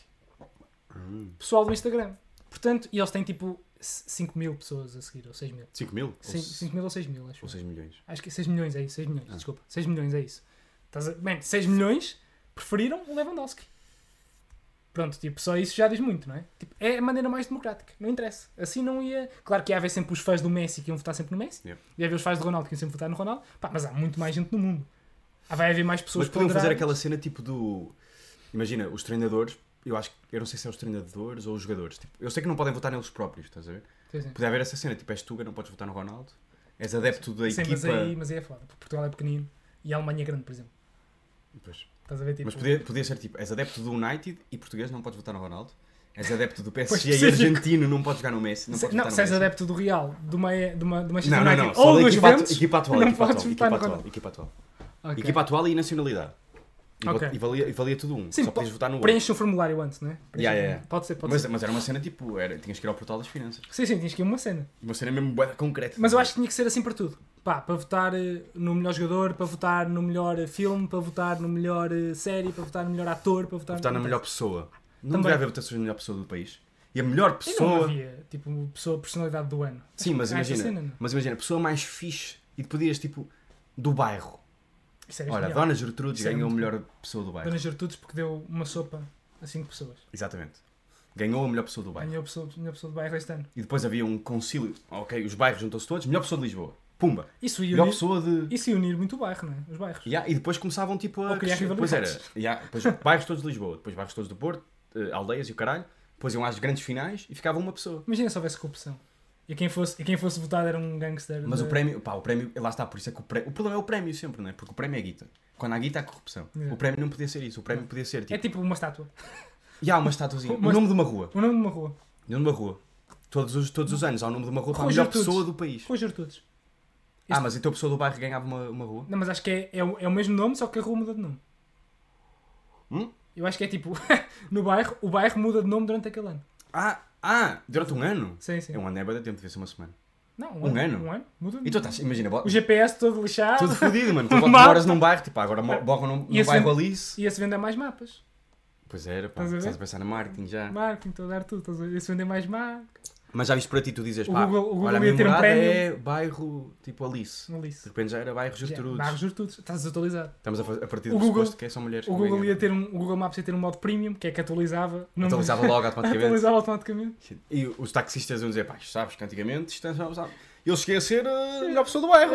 Speaker 2: Hum,
Speaker 1: pessoal do Instagram. Portanto, e eles têm tipo 5 mil pessoas a seguir, ou 6 mil.
Speaker 2: 5 mil?
Speaker 1: 5 mil ou 6 mil, acho.
Speaker 2: Ou 6 milhões.
Speaker 1: Acho que é 6 milhões, é isso, 6
Speaker 2: Ah.
Speaker 1: milhões, desculpa. 6 milhões é isso. Estás a... Man, 6 milhões preferiram o Lewandowski. Pronto, tipo, só isso já diz muito, não é? Tipo, é a maneira mais democrática, não interessa. Assim não ia. Claro que ia haver sempre os fãs do Messi que iam votar sempre no Messi,
Speaker 2: Yeah.
Speaker 1: ia haver os fãs do Ronaldo que iam sempre votar no Ronaldo, Pá, mas há muito mais gente no mundo. Ah, vai haver mais pessoas
Speaker 2: Mas podiam fazer
Speaker 1: ponderadas.
Speaker 2: aquela cena tipo do. Imagina, os treinadores, eu acho que. Eu não sei se é os treinadores ou os jogadores. Tipo, eu sei que não podem votar neles próprios, estás a ver?
Speaker 1: Pois é.
Speaker 2: Podia haver essa cena, tipo, és Tuga, não podes votar no Ronaldo. És adepto da
Speaker 1: Sim,
Speaker 2: equipa.
Speaker 1: mas aí, mas aí é foda, porque Portugal é pequenino e a Alemanha é grande, por exemplo.
Speaker 2: Pois.
Speaker 1: Estás a ver? Tipo,
Speaker 2: Mas podia, podia ser tipo, és adepto do United e português, não podes votar no Ronaldo. És adepto do PSG e
Speaker 1: específico.
Speaker 2: argentino, não podes jogar no Messi. Não,
Speaker 1: se,
Speaker 2: podes
Speaker 1: não,
Speaker 2: votar no
Speaker 1: se és
Speaker 2: Messi.
Speaker 1: adepto do Real, do, Maia, do, Ma, do Manchester
Speaker 2: Não, não, não.
Speaker 1: United
Speaker 2: Só
Speaker 1: ou
Speaker 2: da
Speaker 1: do
Speaker 2: equipa, atu-
Speaker 1: Juventus,
Speaker 2: equipa
Speaker 1: (laughs)
Speaker 2: atual,
Speaker 1: não
Speaker 2: equipa
Speaker 1: podes
Speaker 2: atual,
Speaker 1: votar
Speaker 2: equipa
Speaker 1: no
Speaker 2: atual,
Speaker 1: Ronaldo.
Speaker 2: equipa atual.
Speaker 1: Ok.
Speaker 2: Equipa atual e nacionalidade. E,
Speaker 1: Ok.
Speaker 2: vot- e valia, e valia tudo um.
Speaker 1: Sim,
Speaker 2: Só podias votar no outro.
Speaker 1: preenche o formulário antes, não é? Preenche
Speaker 2: Yeah,
Speaker 1: o
Speaker 2: yeah,
Speaker 1: formulário.
Speaker 2: yeah.
Speaker 1: Pode ser, pode
Speaker 2: Mas,
Speaker 1: ser.
Speaker 2: mas era uma cena tipo, era, tinhas que ir ao portal das finanças.
Speaker 1: Sim, sim, tinhas que ir uma cena.
Speaker 2: Uma cena mesmo bué concreta. tipo,
Speaker 1: Mas eu acho que tinha que ser assim para tudo. Pá, para votar eh, no melhor jogador, para votar no melhor eh, filme, para votar no melhor eh, série, para votar no melhor ator, para votar,
Speaker 2: Votar na
Speaker 1: Não
Speaker 2: melhor
Speaker 1: tem-
Speaker 2: pessoa. Não
Speaker 1: Também.
Speaker 2: devia haver votações na melhor pessoa do país. E a melhor
Speaker 1: E não
Speaker 2: pessoa.
Speaker 1: havia, tipo, pessoa, personalidade do ano.
Speaker 2: Sim, mas
Speaker 1: Há essa
Speaker 2: imagina.
Speaker 1: cena, não?
Speaker 2: mas imagina, a pessoa mais fixe e tu podias tipo do bairro.
Speaker 1: Isso era
Speaker 2: Olha,
Speaker 1: genial.
Speaker 2: Dona Gertrudes
Speaker 1: Isso é
Speaker 2: ganhou a
Speaker 1: muito
Speaker 2: melhor pessoa do bairro.
Speaker 1: Dona Gertrudes, porque deu uma sopa a 5 pessoas.
Speaker 2: Exatamente. Ganhou a melhor pessoa do bairro.
Speaker 1: Ganhou a pessoa, a melhor pessoa do bairro este ano.
Speaker 2: E depois havia um concílio. Ok, os bairros juntam-se todos. Melhor pessoa de Lisboa. Pumba.
Speaker 1: Isso ia,
Speaker 2: Melhor
Speaker 1: unir,
Speaker 2: pessoa de.
Speaker 1: isso ia unir muito o bairro, não é? Os bairros.
Speaker 2: Yeah, e depois começavam tipo a.
Speaker 1: Ou criar
Speaker 2: crescer. Depois era.
Speaker 1: rivalidades.
Speaker 2: yeah,
Speaker 1: (laughs)
Speaker 2: depois bairros todos de Lisboa, depois bairros todos do Porto, eh, aldeias e o caralho. Depois iam às grandes finais e ficava uma pessoa.
Speaker 1: Imagina se houvesse corrupção. E quem fosse, e quem fosse votado era um gangster.
Speaker 2: Mas
Speaker 1: de-
Speaker 2: o prémio, pá, o prémio, lá está, por isso é que o prémio. O problema é o prémio sempre, não é? Porque o prémio é guita. Quando há guita há corrupção.
Speaker 1: Yeah.
Speaker 2: O prémio não podia ser isso. O prémio podia ser
Speaker 1: É
Speaker 2: tipo.
Speaker 1: tipo uma estátua.
Speaker 2: E há uma
Speaker 1: (laughs)
Speaker 2: estatuazinha.
Speaker 1: Mas-
Speaker 2: O nome de uma rua.
Speaker 1: O nome de uma rua.
Speaker 2: O nome de uma rua. Todos os, todos os anos há o nome de uma rua para a
Speaker 1: Rua
Speaker 2: melhor
Speaker 1: Gertrudes.
Speaker 2: pessoa do país.
Speaker 1: Com os Gertrudes.
Speaker 2: Ah, mas então a pessoa do bairro ganhava uma, uma rua?
Speaker 1: Não, mas acho que é, é, o, é o mesmo nome, só que a rua muda de nome.
Speaker 2: Hum?
Speaker 1: Eu acho que é tipo, (laughs) no bairro, o bairro muda de nome durante aquele ano.
Speaker 2: Ah, ah, durante um ano?
Speaker 1: Sim, sim.
Speaker 2: É um ano, é bué de tempo, devia ser uma semana.
Speaker 1: Não,
Speaker 2: um ano?
Speaker 1: Um ano? Muda de
Speaker 2: E tu
Speaker 1: nome.
Speaker 2: estás, imagina, bo-
Speaker 1: O GPS todo lixado.
Speaker 2: (laughs) tudo fodido, mano. Tu
Speaker 1: Mapa.
Speaker 2: bo- moras num bairro, tipo, agora mo- borram num,
Speaker 1: (laughs) E
Speaker 2: num
Speaker 1: esse
Speaker 2: bairro
Speaker 1: ano-
Speaker 2: Alice.
Speaker 1: Ia-se vender mais mapas.
Speaker 2: Pois era, pá,
Speaker 1: Estás a ver?
Speaker 2: estás a pensar no marketing já.
Speaker 1: Marketing, estou a dar tudo. estás a ver? Ia-se vender mais mapas.
Speaker 2: Mas já viste por ti, tu dizes,
Speaker 1: O
Speaker 2: pá,
Speaker 1: Google- o Google
Speaker 2: olha,
Speaker 1: ia
Speaker 2: a minha
Speaker 1: ter um
Speaker 2: morada
Speaker 1: prémio.
Speaker 2: é bairro, tipo, Alice.
Speaker 1: Não li
Speaker 2: De
Speaker 1: isso.
Speaker 2: repente já era bairro Gertrudes.
Speaker 1: Barros Gertrudes. Estás desatualizado.
Speaker 2: Estamos a, fa- a partir
Speaker 1: O
Speaker 2: do
Speaker 1: Google-
Speaker 2: pressuposto que é só mulheres.
Speaker 1: O Google, ia ter um, o Google Maps ia ter um modo premium, que é que atualizava. Não- (laughs)
Speaker 2: Atualizava logo automaticamente.
Speaker 1: atualizava automaticamente.
Speaker 2: e os taxistas iam dizer, pá, sabes que antigamente isto é- sabe- sabe? eu cheguei a ser eh, a melhor pessoa do
Speaker 1: (laughs)
Speaker 2: bairro.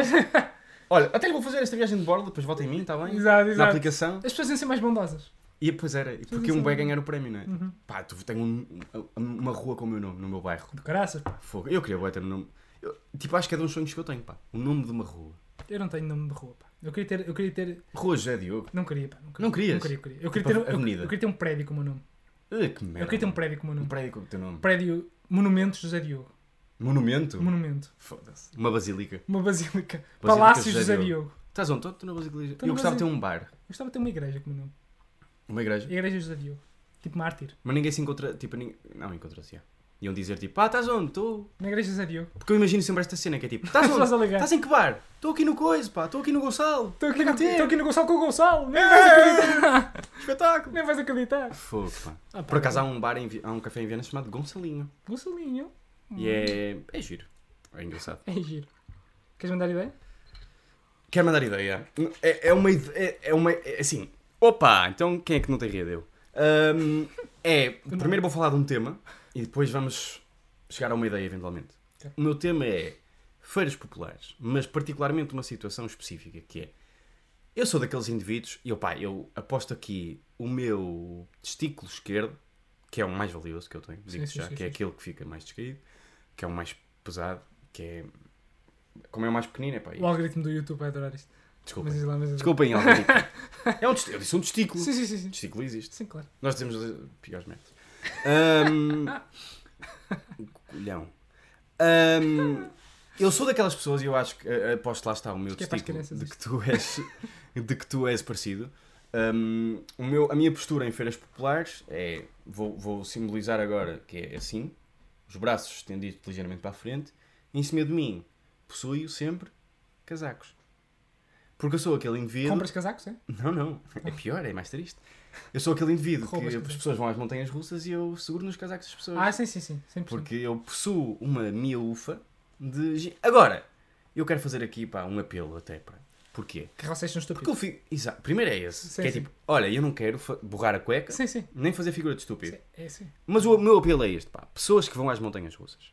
Speaker 2: olha, até lhe vou fazer esta viagem de borda, depois vota em mim, está bem?
Speaker 1: Exato,
Speaker 2: Na
Speaker 1: exato.
Speaker 2: aplicação.
Speaker 1: As pessoas iam ser mais bondosas.
Speaker 2: E pois era, e porque
Speaker 1: sim, Uhum.
Speaker 2: um
Speaker 1: sim.
Speaker 2: vai ganhar o prémio, não é? Pá, tu tenho um- um- uma rua com o meu nome no meu bairro.
Speaker 1: Do caraças. pá.
Speaker 2: Fogo. Eu queria bué ter um nome. Eu, tipo, acho que é de uns sonhos que eu tenho, pá. O nome de uma rua.
Speaker 1: Eu não tenho nome de rua, pá. Eu queria ter. Eu queria ter
Speaker 2: Rua José Diogo.
Speaker 1: não queria, pá. Não queria. Não
Speaker 2: Não querias?
Speaker 1: queria, eu queria. Eu queria, ter,
Speaker 2: Tipo,
Speaker 1: um- eu,
Speaker 2: avenida.
Speaker 1: eu queria ter um prédio com o meu nome.
Speaker 2: Ah, que merda.
Speaker 1: Eu queria ter um prédio com o meu
Speaker 2: Um
Speaker 1: nome.
Speaker 2: prédio com o teu nome.
Speaker 1: Prédio Monumento José Diogo.
Speaker 2: Monumento?
Speaker 1: Monumento.
Speaker 2: Foda-se. Uma Hum. basílica.
Speaker 1: Uma basílica. Palácio José,
Speaker 2: José
Speaker 1: Diogo.
Speaker 2: Estás onde? Estou na basílica.
Speaker 1: Estou
Speaker 2: Eu
Speaker 1: na
Speaker 2: gostava de ter
Speaker 1: basílica.
Speaker 2: um bar.
Speaker 1: Eu gostava de ter uma igreja com o meu nome.
Speaker 2: Uma igreja.
Speaker 1: Igreja José Diogo. Tipo mártir.
Speaker 2: Mas ninguém se encontra. Tipo, ninguém... não encontrou-se. já. Iam dizer tipo, ah, estás onde? Estou.
Speaker 1: Na igreja José Diogo.
Speaker 2: Porque eu imagino sempre esta cena que é
Speaker 1: (laughs)
Speaker 2: tipo, estás
Speaker 1: Estás a
Speaker 2: onde?
Speaker 1: ligar.
Speaker 2: Estás em que bar? Estou aqui no Coisa, pá. Estou aqui no É! Gonçalo.
Speaker 1: Estou aqui,
Speaker 2: Cá
Speaker 1: no-
Speaker 2: ter.
Speaker 1: estou aqui no Gonçalo com o Gonçalo. Nem vais acreditar.
Speaker 2: Espetáculo.
Speaker 1: Nem vais acreditar.
Speaker 2: Fogo, pá.
Speaker 1: Ah, pá,
Speaker 2: Por acaso há um bar, em Vi- há um café em Viena chamado Gonçalinho.
Speaker 1: Gonçalinho.
Speaker 2: E é. É giro. É engraçado.
Speaker 1: É giro. Queres mandar ideia?
Speaker 2: Quer mandar ideia? É, é uma ide- é, é uma. É assim. Opa, então quem é que não tem rede? Eu. Ahm, é. Primeiro vou falar de um tema e depois vamos chegar a uma ideia eventualmente.
Speaker 1: Ok.
Speaker 2: O meu tema é feiras populares, mas particularmente uma situação específica que é. Eu sou daqueles indivíduos e opa, eu aposto aqui o meu testículo esquerdo, que é o mais valioso que eu tenho, digo
Speaker 1: sim,
Speaker 2: já,
Speaker 1: sim,
Speaker 2: que é
Speaker 1: sim.
Speaker 2: aquele que fica mais descaído, que é o mais pesado, que é. Como é o mais pequenino, é pá.
Speaker 1: O algoritmo do YouTube vai adorar isto.
Speaker 2: Desculpa.
Speaker 1: Mas diz lá, mas diz lá.
Speaker 2: Desculpem, algoritmo. (laughs) é um testículo. Eu disse um testículo.
Speaker 1: Sim, sim, sim. sim.
Speaker 2: Testículo existe.
Speaker 1: Sim, claro.
Speaker 2: Nós dizemos uh, piores merdas. Ahm, Colhão. Ahm, eu sou daquelas pessoas e eu acho que uh, aposto lá está o meu
Speaker 1: Acho que é para as
Speaker 2: testículo
Speaker 1: crianças
Speaker 2: de
Speaker 1: isto.
Speaker 2: que tu és de que tu és parecido. Ahm, o meu, a minha postura em feiras populares é vou, vou simbolizar agora que é assim, os braços estendidos ligeiramente para a frente, em cima de mim possuio sempre casacos. Porque eu sou aquele indivíduo.
Speaker 1: Compras casacos, é?
Speaker 2: Não, não. É pior, é mais triste. Eu sou aquele indivíduo
Speaker 1: Roubas
Speaker 2: que as
Speaker 1: casacos.
Speaker 2: pessoas vão às montanhas russas e eu seguro nos casacos das pessoas.
Speaker 1: Ah, sim, sim, sim. 100%.
Speaker 2: porque eu possuo uma miaufa de. gi- Agora, eu quero fazer aqui pá, um apelo até para. Porquê?
Speaker 1: Que vocês são estúpidos.
Speaker 2: Porque eu fico. Exato. Primeiro é esse.
Speaker 1: Sim,
Speaker 2: que é
Speaker 1: sim.
Speaker 2: tipo, olha, eu não quero fa- borrar a cueca,
Speaker 1: Sim, sim.
Speaker 2: nem fazer figura de estúpido.
Speaker 1: Sim, É sim.
Speaker 2: Mas o meu apelo é este, pá. Pessoas que vão às montanhas russas,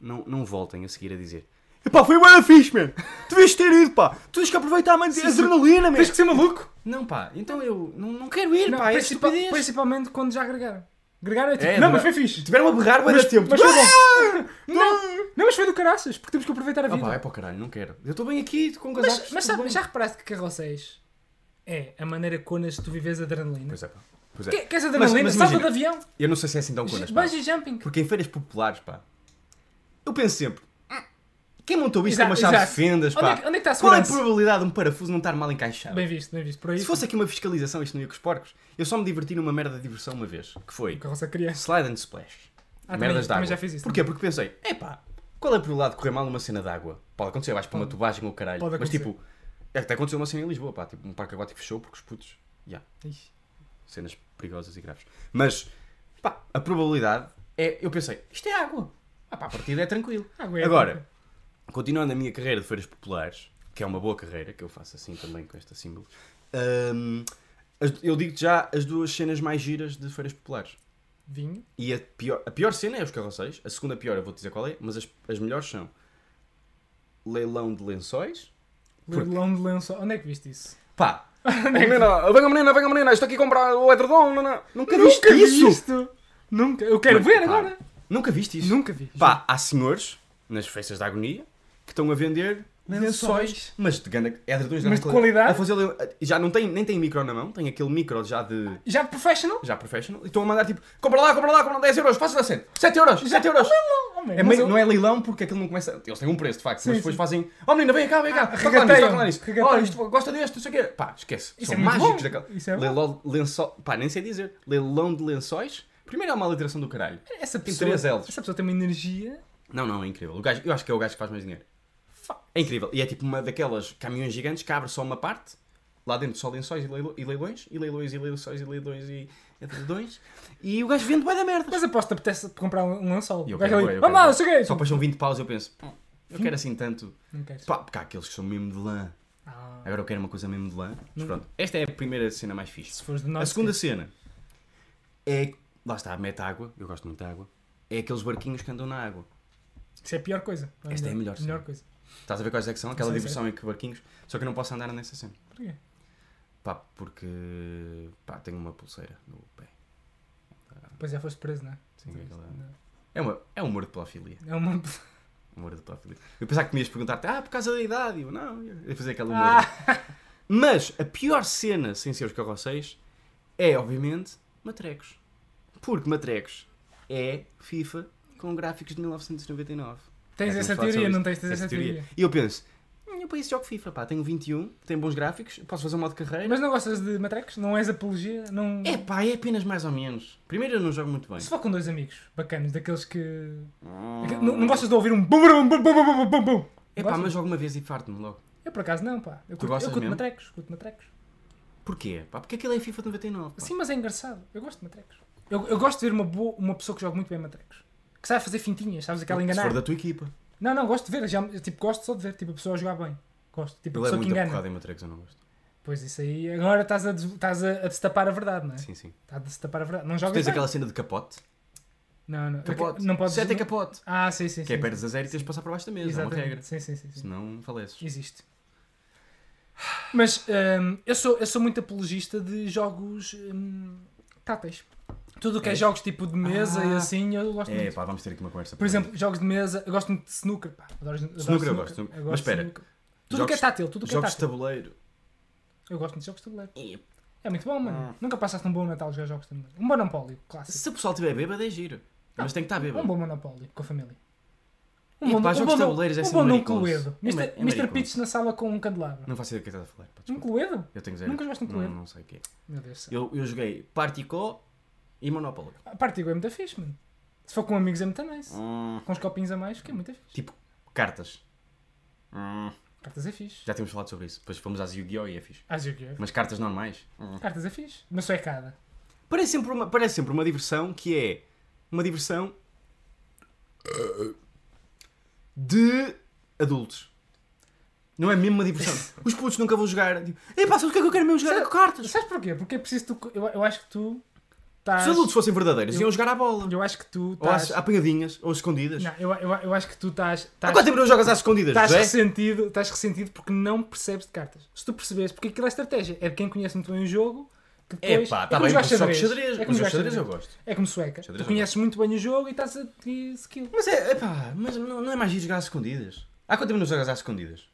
Speaker 2: não, não voltem a seguir a dizer. Epá, foi bué da fixe, man! Devias ter ido, pá! Tu tens que aproveitar man, a
Speaker 1: sim.
Speaker 2: adrenalina, man!
Speaker 1: Tens que ser maluco!
Speaker 2: Não, pá, então eu não, não quero ir,
Speaker 1: Não,
Speaker 2: pá, é
Speaker 1: principal-
Speaker 2: estupidez.
Speaker 1: principalmente quando já agregaram. Agregaram é tipo,
Speaker 2: É,
Speaker 1: não,
Speaker 2: não
Speaker 1: mas
Speaker 2: é?
Speaker 1: foi fixe.
Speaker 2: Tiveram a berrar bué de tempo.
Speaker 1: mas foi bom. Não, não, mas foi do caraças, porque temos que aproveitar a
Speaker 2: Ah,
Speaker 1: vida.
Speaker 2: pá, é para o caralho, não quero. Eu estou bem aqui, com casacos.
Speaker 1: mas mas
Speaker 2: tudo
Speaker 1: sabe-
Speaker 2: bem.
Speaker 1: já reparaste que carrosséis é a maneira conas que tu vives adrenalina?
Speaker 2: Pois é, pá. Pois é.
Speaker 1: Que, que essa adrenalina?
Speaker 2: mas
Speaker 1: Salta de
Speaker 2: imagina.
Speaker 1: avião,
Speaker 2: Eu não sei se é assim tão conas, pá.
Speaker 1: bungee jumping.
Speaker 2: Porque em feiras populares, pá, eu penso sempre... "Hum, Quem montou isto com uma
Speaker 1: Exato,
Speaker 2: chave de
Speaker 1: exato.
Speaker 2: fendas,
Speaker 1: Onde
Speaker 2: pá?
Speaker 1: é que- onde é que está a
Speaker 2: Qual é a
Speaker 1: segurança?
Speaker 2: probabilidade de um parafuso não estar mal encaixado?
Speaker 1: Bem visto, bem visto. Por aí,
Speaker 2: se fosse aqui uma fiscalização, isto não ia com os porcos. Eu só me diverti numa merda de diversão uma vez, que foi...
Speaker 1: o carrossel criança.
Speaker 2: Slide and Splash.
Speaker 1: Ah,
Speaker 2: Merdas
Speaker 1: também-
Speaker 2: de água.
Speaker 1: também já fiz isso.
Speaker 2: Porquê? Porque pensei, epá, qual é a probabilidade de correr mal numa cena de água? Pode acontecer, vais para uma tubagem ou caralho.
Speaker 1: Pode
Speaker 2: Mas
Speaker 1: acontecer.
Speaker 2: tipo, é que até aconteceu uma cena em Lisboa, pá, tipo, um parque aquático fechou porque os putos, já,
Speaker 1: Ixi.
Speaker 2: cenas perigosas e graves. Mas, pá, a probabilidade é, eu pensei, isto é água. Ah, pá, a partida é tranquilo.
Speaker 1: Água é
Speaker 2: Agora, continuando a minha carreira de feiras populares, que é uma boa carreira, que eu faço assim também com este símbolo, hum, as- eu digo já as duas cenas mais giras de feiras populares.
Speaker 1: Vinho.
Speaker 2: E a pior, a pior cena é os carrosséis. A segunda pior eu vou dizer qual é, mas as, as melhores são leilão de lençóis. Porque-
Speaker 1: Leilão de lençol. Onde é que viste isso? (laughs)
Speaker 2: Pá! oh, menina, venha menina, venha menina, estou aqui a comprar o edredom. Não, não. Nunca, viste
Speaker 1: vi
Speaker 2: isso?
Speaker 1: isto. Nunca. Eu quero
Speaker 2: Mas,
Speaker 1: ver
Speaker 2: pá,
Speaker 1: agora.
Speaker 2: Nunca viste isso?
Speaker 1: Nunca vi.
Speaker 2: Pá, há senhores nas festas da agonia que estão a vender lençóis,
Speaker 1: Lençóis.
Speaker 2: mas de ganda, edredons
Speaker 1: Mas de qualidade.
Speaker 2: A fazer, leil- já não tem, nem tem micro na mão, tem aquele micro já de.
Speaker 1: Já de professional?
Speaker 2: Já professional, e estão a mandar tipo: compra lá, compra lá, compra lá, 10 euros, faça da 100, 7 euros, 7 euros.
Speaker 1: Oh, man,
Speaker 2: É
Speaker 1: mas
Speaker 2: meio-
Speaker 1: eu-
Speaker 2: Não é leilão porque aquilo não começa. Eles têm um preço, de facto,
Speaker 1: Sim,
Speaker 2: mas depois
Speaker 1: sim. Ah,
Speaker 2: fazem. Oh menina, vem cá, vem cá. toca lá nisto,
Speaker 1: regateiam,
Speaker 2: toca lá nisto.
Speaker 1: regateiam.
Speaker 2: Oh, isto, gosta deste, não sei o quê. Pá, esquece.
Speaker 1: Isso
Speaker 2: São
Speaker 1: é muito bom.
Speaker 2: mágicos daquela.
Speaker 1: Isso é bom.
Speaker 2: Leilão de lençóis. Pá, nem sei dizer. Leilão de lençóis. Primeiro é uma literação do caralho.
Speaker 1: Essa
Speaker 2: Tem
Speaker 1: pessoa,
Speaker 2: três Ls.
Speaker 1: essa pessoa tem uma energia.
Speaker 2: Não, não, é incrível. O gajo, eu acho que é o gajo que faz mais dinheiro.
Speaker 1: Fa-
Speaker 2: É incrível. E é tipo uma daquelas caminhões gigantes que abre só uma parte. Lá dentro só lençóis e leilo- e leilões. E leilões e leilões e leilões e leilões. E o gajo vende bué da merda.
Speaker 1: Mas aposto que apetece comprar um lençol.
Speaker 2: E eu
Speaker 1: Vai
Speaker 2: quero,
Speaker 1: ali,
Speaker 2: eu quero.
Speaker 1: Vamos lá, sei o quê.
Speaker 2: Só depois são 20 paus e eu penso, "Hum, eu quero assim tanto.
Speaker 1: Não queres.
Speaker 2: Pá, porque há aqueles que são mesmo de lã.
Speaker 1: Ah,
Speaker 2: Agora eu quero uma coisa mesmo de lã. Mas pronto, esta é a primeira cena mais
Speaker 1: se
Speaker 2: fixe.
Speaker 1: fores de
Speaker 2: A
Speaker 1: nós.
Speaker 2: segunda cena é. Lá está, mete água. Eu gosto muito de água. É aqueles barquinhos que andam na água.
Speaker 1: Isso é a pior coisa. Não
Speaker 2: Esta é a
Speaker 1: melhor.
Speaker 2: melhor cena.
Speaker 1: coisa.
Speaker 2: Estás a ver quais é que são? Aquela
Speaker 1: Sim,
Speaker 2: diversão em que barquinhos. Só que eu não posso andar nessa cena.
Speaker 1: Porquê?
Speaker 2: Pá, porque. Pá, tenho uma pulseira no pé.
Speaker 1: Depois já foste preso, não é?
Speaker 2: Sim,
Speaker 1: Não.
Speaker 2: aquela- É, uma, é um humor de pedofilia.
Speaker 1: É uma.
Speaker 2: Humor pedófilo. Eu pensava que me ias perguntar-te, ah, por causa da idade. Eu, não, eu ia fazer aquele humor.
Speaker 1: Ah,
Speaker 2: (laughs) Mas a pior cena, sem ser os carroceis, é, obviamente, Matrecos. Porque Matrecos é FIFA com gráficos de 1999.
Speaker 1: Tens
Speaker 2: Já
Speaker 1: essa
Speaker 2: tínhamos falado
Speaker 1: teoria,
Speaker 2: sobre
Speaker 1: não
Speaker 2: isto.
Speaker 1: tens? Tens essa teoria.
Speaker 2: E eu penso, hum, eu para isso jogo FIFA, pá, tenho 21, tenho bons gráficos, posso fazer um modo carreira.
Speaker 1: mas não gostas de matrecos? Não és apologia? Não...
Speaker 2: É pá, é apenas mais ou menos. Primeiro eu não jogo muito bem.
Speaker 1: Se for com dois amigos bacanas, daqueles que.
Speaker 2: Ah.
Speaker 1: Daque- Não, não gostas de ouvir um bum bum bum bum bum bum bum bum?
Speaker 2: É pá,
Speaker 1: Gostas?
Speaker 2: mas jogo uma vez e farto-me logo.
Speaker 1: Eu por acaso não, pá. Eu curto, eu
Speaker 2: gostas
Speaker 1: curto
Speaker 2: mesmo?
Speaker 1: matrecos, curto matrecos.
Speaker 2: Porquê? Pá, porque aquilo é FIFA de 99. pá.
Speaker 1: Sim, mas é engraçado. Eu gosto de matrecos. Eu, eu gosto de ver uma, boa, uma pessoa que joga muito bem matrecos. Que sabe fazer fintinhas, sabes aquela
Speaker 2: Se
Speaker 1: enganar.
Speaker 2: for da tua equipa.
Speaker 1: Não, não, gosto de ver. Já, eu, tipo, gosto só de ver tipo, a pessoa a jogar bem. Gosto. Tipo, a
Speaker 2: Eu levo
Speaker 1: pessoa que
Speaker 2: muita
Speaker 1: engana.
Speaker 2: porrada é em Matrecos, eu não gosto.
Speaker 1: Pois isso aí. Agora estás a, des- estás a, a destapar a verdade, não é?
Speaker 2: Sim, sim.
Speaker 1: Estás a destapar a verdade. Não jogas.
Speaker 2: Tens
Speaker 1: bem.
Speaker 2: aquela cena de capote.
Speaker 1: Não, não.
Speaker 2: Capote.
Speaker 1: tá. Não podes.
Speaker 2: Sete é capote.
Speaker 1: Ah, sim, sim.
Speaker 2: Que é
Speaker 1: sim.
Speaker 2: perdes a zero e tens de passar para baixo da mesa. É uma regra.
Speaker 1: Sim, sim, sim. sim.
Speaker 2: Senão faleces.
Speaker 1: Existe. Mas hum, eu, sou, eu sou muito apologista de jogos hum, táteis. Tudo o que é,
Speaker 2: É?
Speaker 1: jogos tipo de mesa e
Speaker 2: Ah.
Speaker 1: assim, eu gosto
Speaker 2: É
Speaker 1: muito.
Speaker 2: pá, vamos ter aqui uma conversa.
Speaker 1: Por exemplo, jogos de mesa, eu gosto muito de snooker. Pá. Adoro, adoro
Speaker 2: Snooker eu gosto, snooker. Mas
Speaker 1: de
Speaker 2: espera.
Speaker 1: snooker. Tudo o
Speaker 2: Jogos-
Speaker 1: que é tátil, tudo o que é
Speaker 2: jogos de
Speaker 1: tátil.
Speaker 2: tabuleiro.
Speaker 1: Eu gosto muito de jogos de tabuleiro. É muito bom, mano.
Speaker 2: Ah.
Speaker 1: Nunca passaste um bom Natal a jogar jogos de tabuleiro. Um Monopólio, clássico.
Speaker 2: Se o pessoal estiver bêbado, é giro. Mas tem que estar
Speaker 1: Um
Speaker 2: bêbado.
Speaker 1: bom Monopólio, com a família.
Speaker 2: Epá, jogos de
Speaker 1: bom-
Speaker 2: tabuleiros é
Speaker 1: um
Speaker 2: ser
Speaker 1: bom num
Speaker 2: maricons.
Speaker 1: Cluedo.
Speaker 2: É ma- é
Speaker 1: Mr.
Speaker 2: maricons.
Speaker 1: Pitts na sala com um candelabro.
Speaker 2: Não faço ideia do que estás a falar. pá,
Speaker 1: Um
Speaker 2: desculpa.
Speaker 1: Cluedo?
Speaker 2: Eu tenho zero.
Speaker 1: Nunca jogaste um
Speaker 2: não,
Speaker 1: Cluedo?
Speaker 2: não sei o que é.
Speaker 1: Meu Deus do céu.
Speaker 2: Eu, eu joguei Particó e Monopólio.
Speaker 1: A parte igual é muito fixe, mano. Se for com amigos é muito nice.
Speaker 2: Ah.
Speaker 1: Com os copinhos a mais, que é muito fixe.
Speaker 2: Hum, Tipo, cartas. Hum,
Speaker 1: Cartas é fixe.
Speaker 2: Já tínhamos falado sobre isso. Depois fomos às Yu-Gi-Oh! e é fixe.
Speaker 1: Ah, Yu-Gi-Oh!
Speaker 2: Mas cartas normais.
Speaker 1: Cartas é fixe. Mas só é cada.
Speaker 2: Parece sempre uma, parece sempre uma diversão que é uma diversão eh, de adultos. Não é mesmo uma
Speaker 1: (laughs)
Speaker 2: diversão. Os putos nunca vão jogar. Tipo, Epá, sabes o que é que eu quero mesmo jogar? É com cartas.
Speaker 1: Sabes porquê? Porque é preciso tu. Eu, eu acho que tu. Estás.
Speaker 2: Se os adultos fossem verdadeiros,
Speaker 1: Eu-
Speaker 2: iam jogar à bola.
Speaker 1: Eu acho que tu.
Speaker 2: Ou
Speaker 1: Estás...
Speaker 2: às apanhadinhas, ou às escondidas.
Speaker 1: Não, eu, eu, eu acho que tu estás.
Speaker 2: Há
Speaker 1: estás-
Speaker 2: quanto tempo não jogas às escondidas,
Speaker 1: Estás
Speaker 2: José?
Speaker 1: ressentido, estás ressentido porque não percebes de cartas. Se tu percebes, porque aquilo é estratégia. É de quem conhece muito bem o jogo. Que
Speaker 2: É
Speaker 1: depois... como
Speaker 2: pá, está bem,
Speaker 1: jogar
Speaker 2: mas só que xadrez.
Speaker 1: É como
Speaker 2: Mas
Speaker 1: jogar
Speaker 2: o xadrez eu gosto.
Speaker 1: É como sueca.
Speaker 2: Xadrez eu
Speaker 1: tu conheces muito bem o jogo e estás a e skill.
Speaker 2: Mas é, epá, mas não, não é mais giro jogar às escondidas. Há quanto tempo não jogas às escondidas?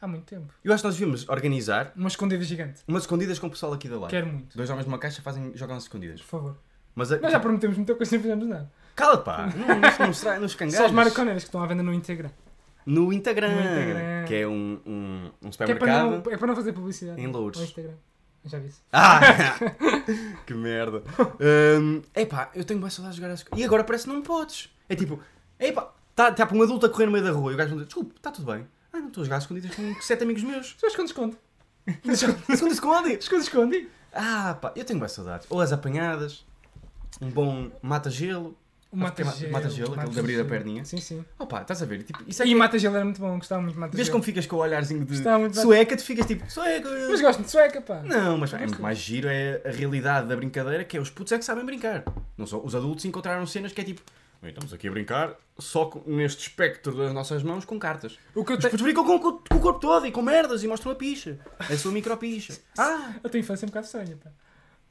Speaker 1: Há muito tempo.
Speaker 2: Eu acho que nós devíamos organizar
Speaker 1: Uma escondida gigante.
Speaker 2: umas escondidas com o pessoal aqui da live.
Speaker 1: Quero muito.
Speaker 2: Dois homens numa caixa fazem, jogam às escondidas.
Speaker 1: Por favor.
Speaker 2: Mas a...
Speaker 1: Nós já prometemos muita coisa e não fizemos nada.
Speaker 2: Cala pá! Não, não se- não será nos
Speaker 1: (laughs)
Speaker 2: cangares.
Speaker 1: Só os mariconeiros que estão à venda no Instagram.
Speaker 2: No Instagram,
Speaker 1: No Instagram.
Speaker 2: Que é um, um, um
Speaker 1: Que é, para não,
Speaker 2: supermercado.
Speaker 1: é para não fazer publicidade.
Speaker 2: Em Lourdes.
Speaker 1: No Instagram. Eu já vi isso.
Speaker 2: (laughs)
Speaker 1: (laughs)
Speaker 2: Ah! que merda. Hum, epá, eu tenho mais saudades de jogar às escondidas. E agora parece que não podes. É tipo, epá, está tá para um adulto a correr no meio da rua e o gajo não diz, desculpe, está tudo bem. Ah, não estou a jogar às escondidas com sete amigos
Speaker 1: (laughs)
Speaker 2: meus.
Speaker 1: Só esconde, esconde.
Speaker 2: Segundo esconde.
Speaker 1: Esconde, esconde.
Speaker 2: Ah, pá, eu tenho mais saudades. Ou as apanhadas, um bom mata-gelo.
Speaker 1: O mata-gelo.
Speaker 2: mata-gelo, aquele de abrir a perninha.
Speaker 1: Sim, sim.
Speaker 2: Oh pá, estás a ver? Tipo, isso é
Speaker 1: E mata-gelo era muito bom. Gostava muito de mata-gelo.
Speaker 2: Vês como ficas com o olharzinho de
Speaker 1: Está muito bem.
Speaker 2: sueca, tu ficas tipo, sueca.
Speaker 1: Mas gosto de sueca, pá.
Speaker 2: Não, mas é muito mais giro é a realidade da brincadeira, que é os putos é que sabem brincar. Não só os adultos encontraram cenas que é tipo, "Bem, estamos aqui a brincar, só com- neste espectro das nossas mãos com cartas.
Speaker 1: O que eu
Speaker 2: Os
Speaker 1: tenho...
Speaker 2: putos brincam com, com- com o corpo todo e com merdas e mostram a picha. A sua micropicha. Ah,
Speaker 1: A tua infância é um bocado estranha, pá.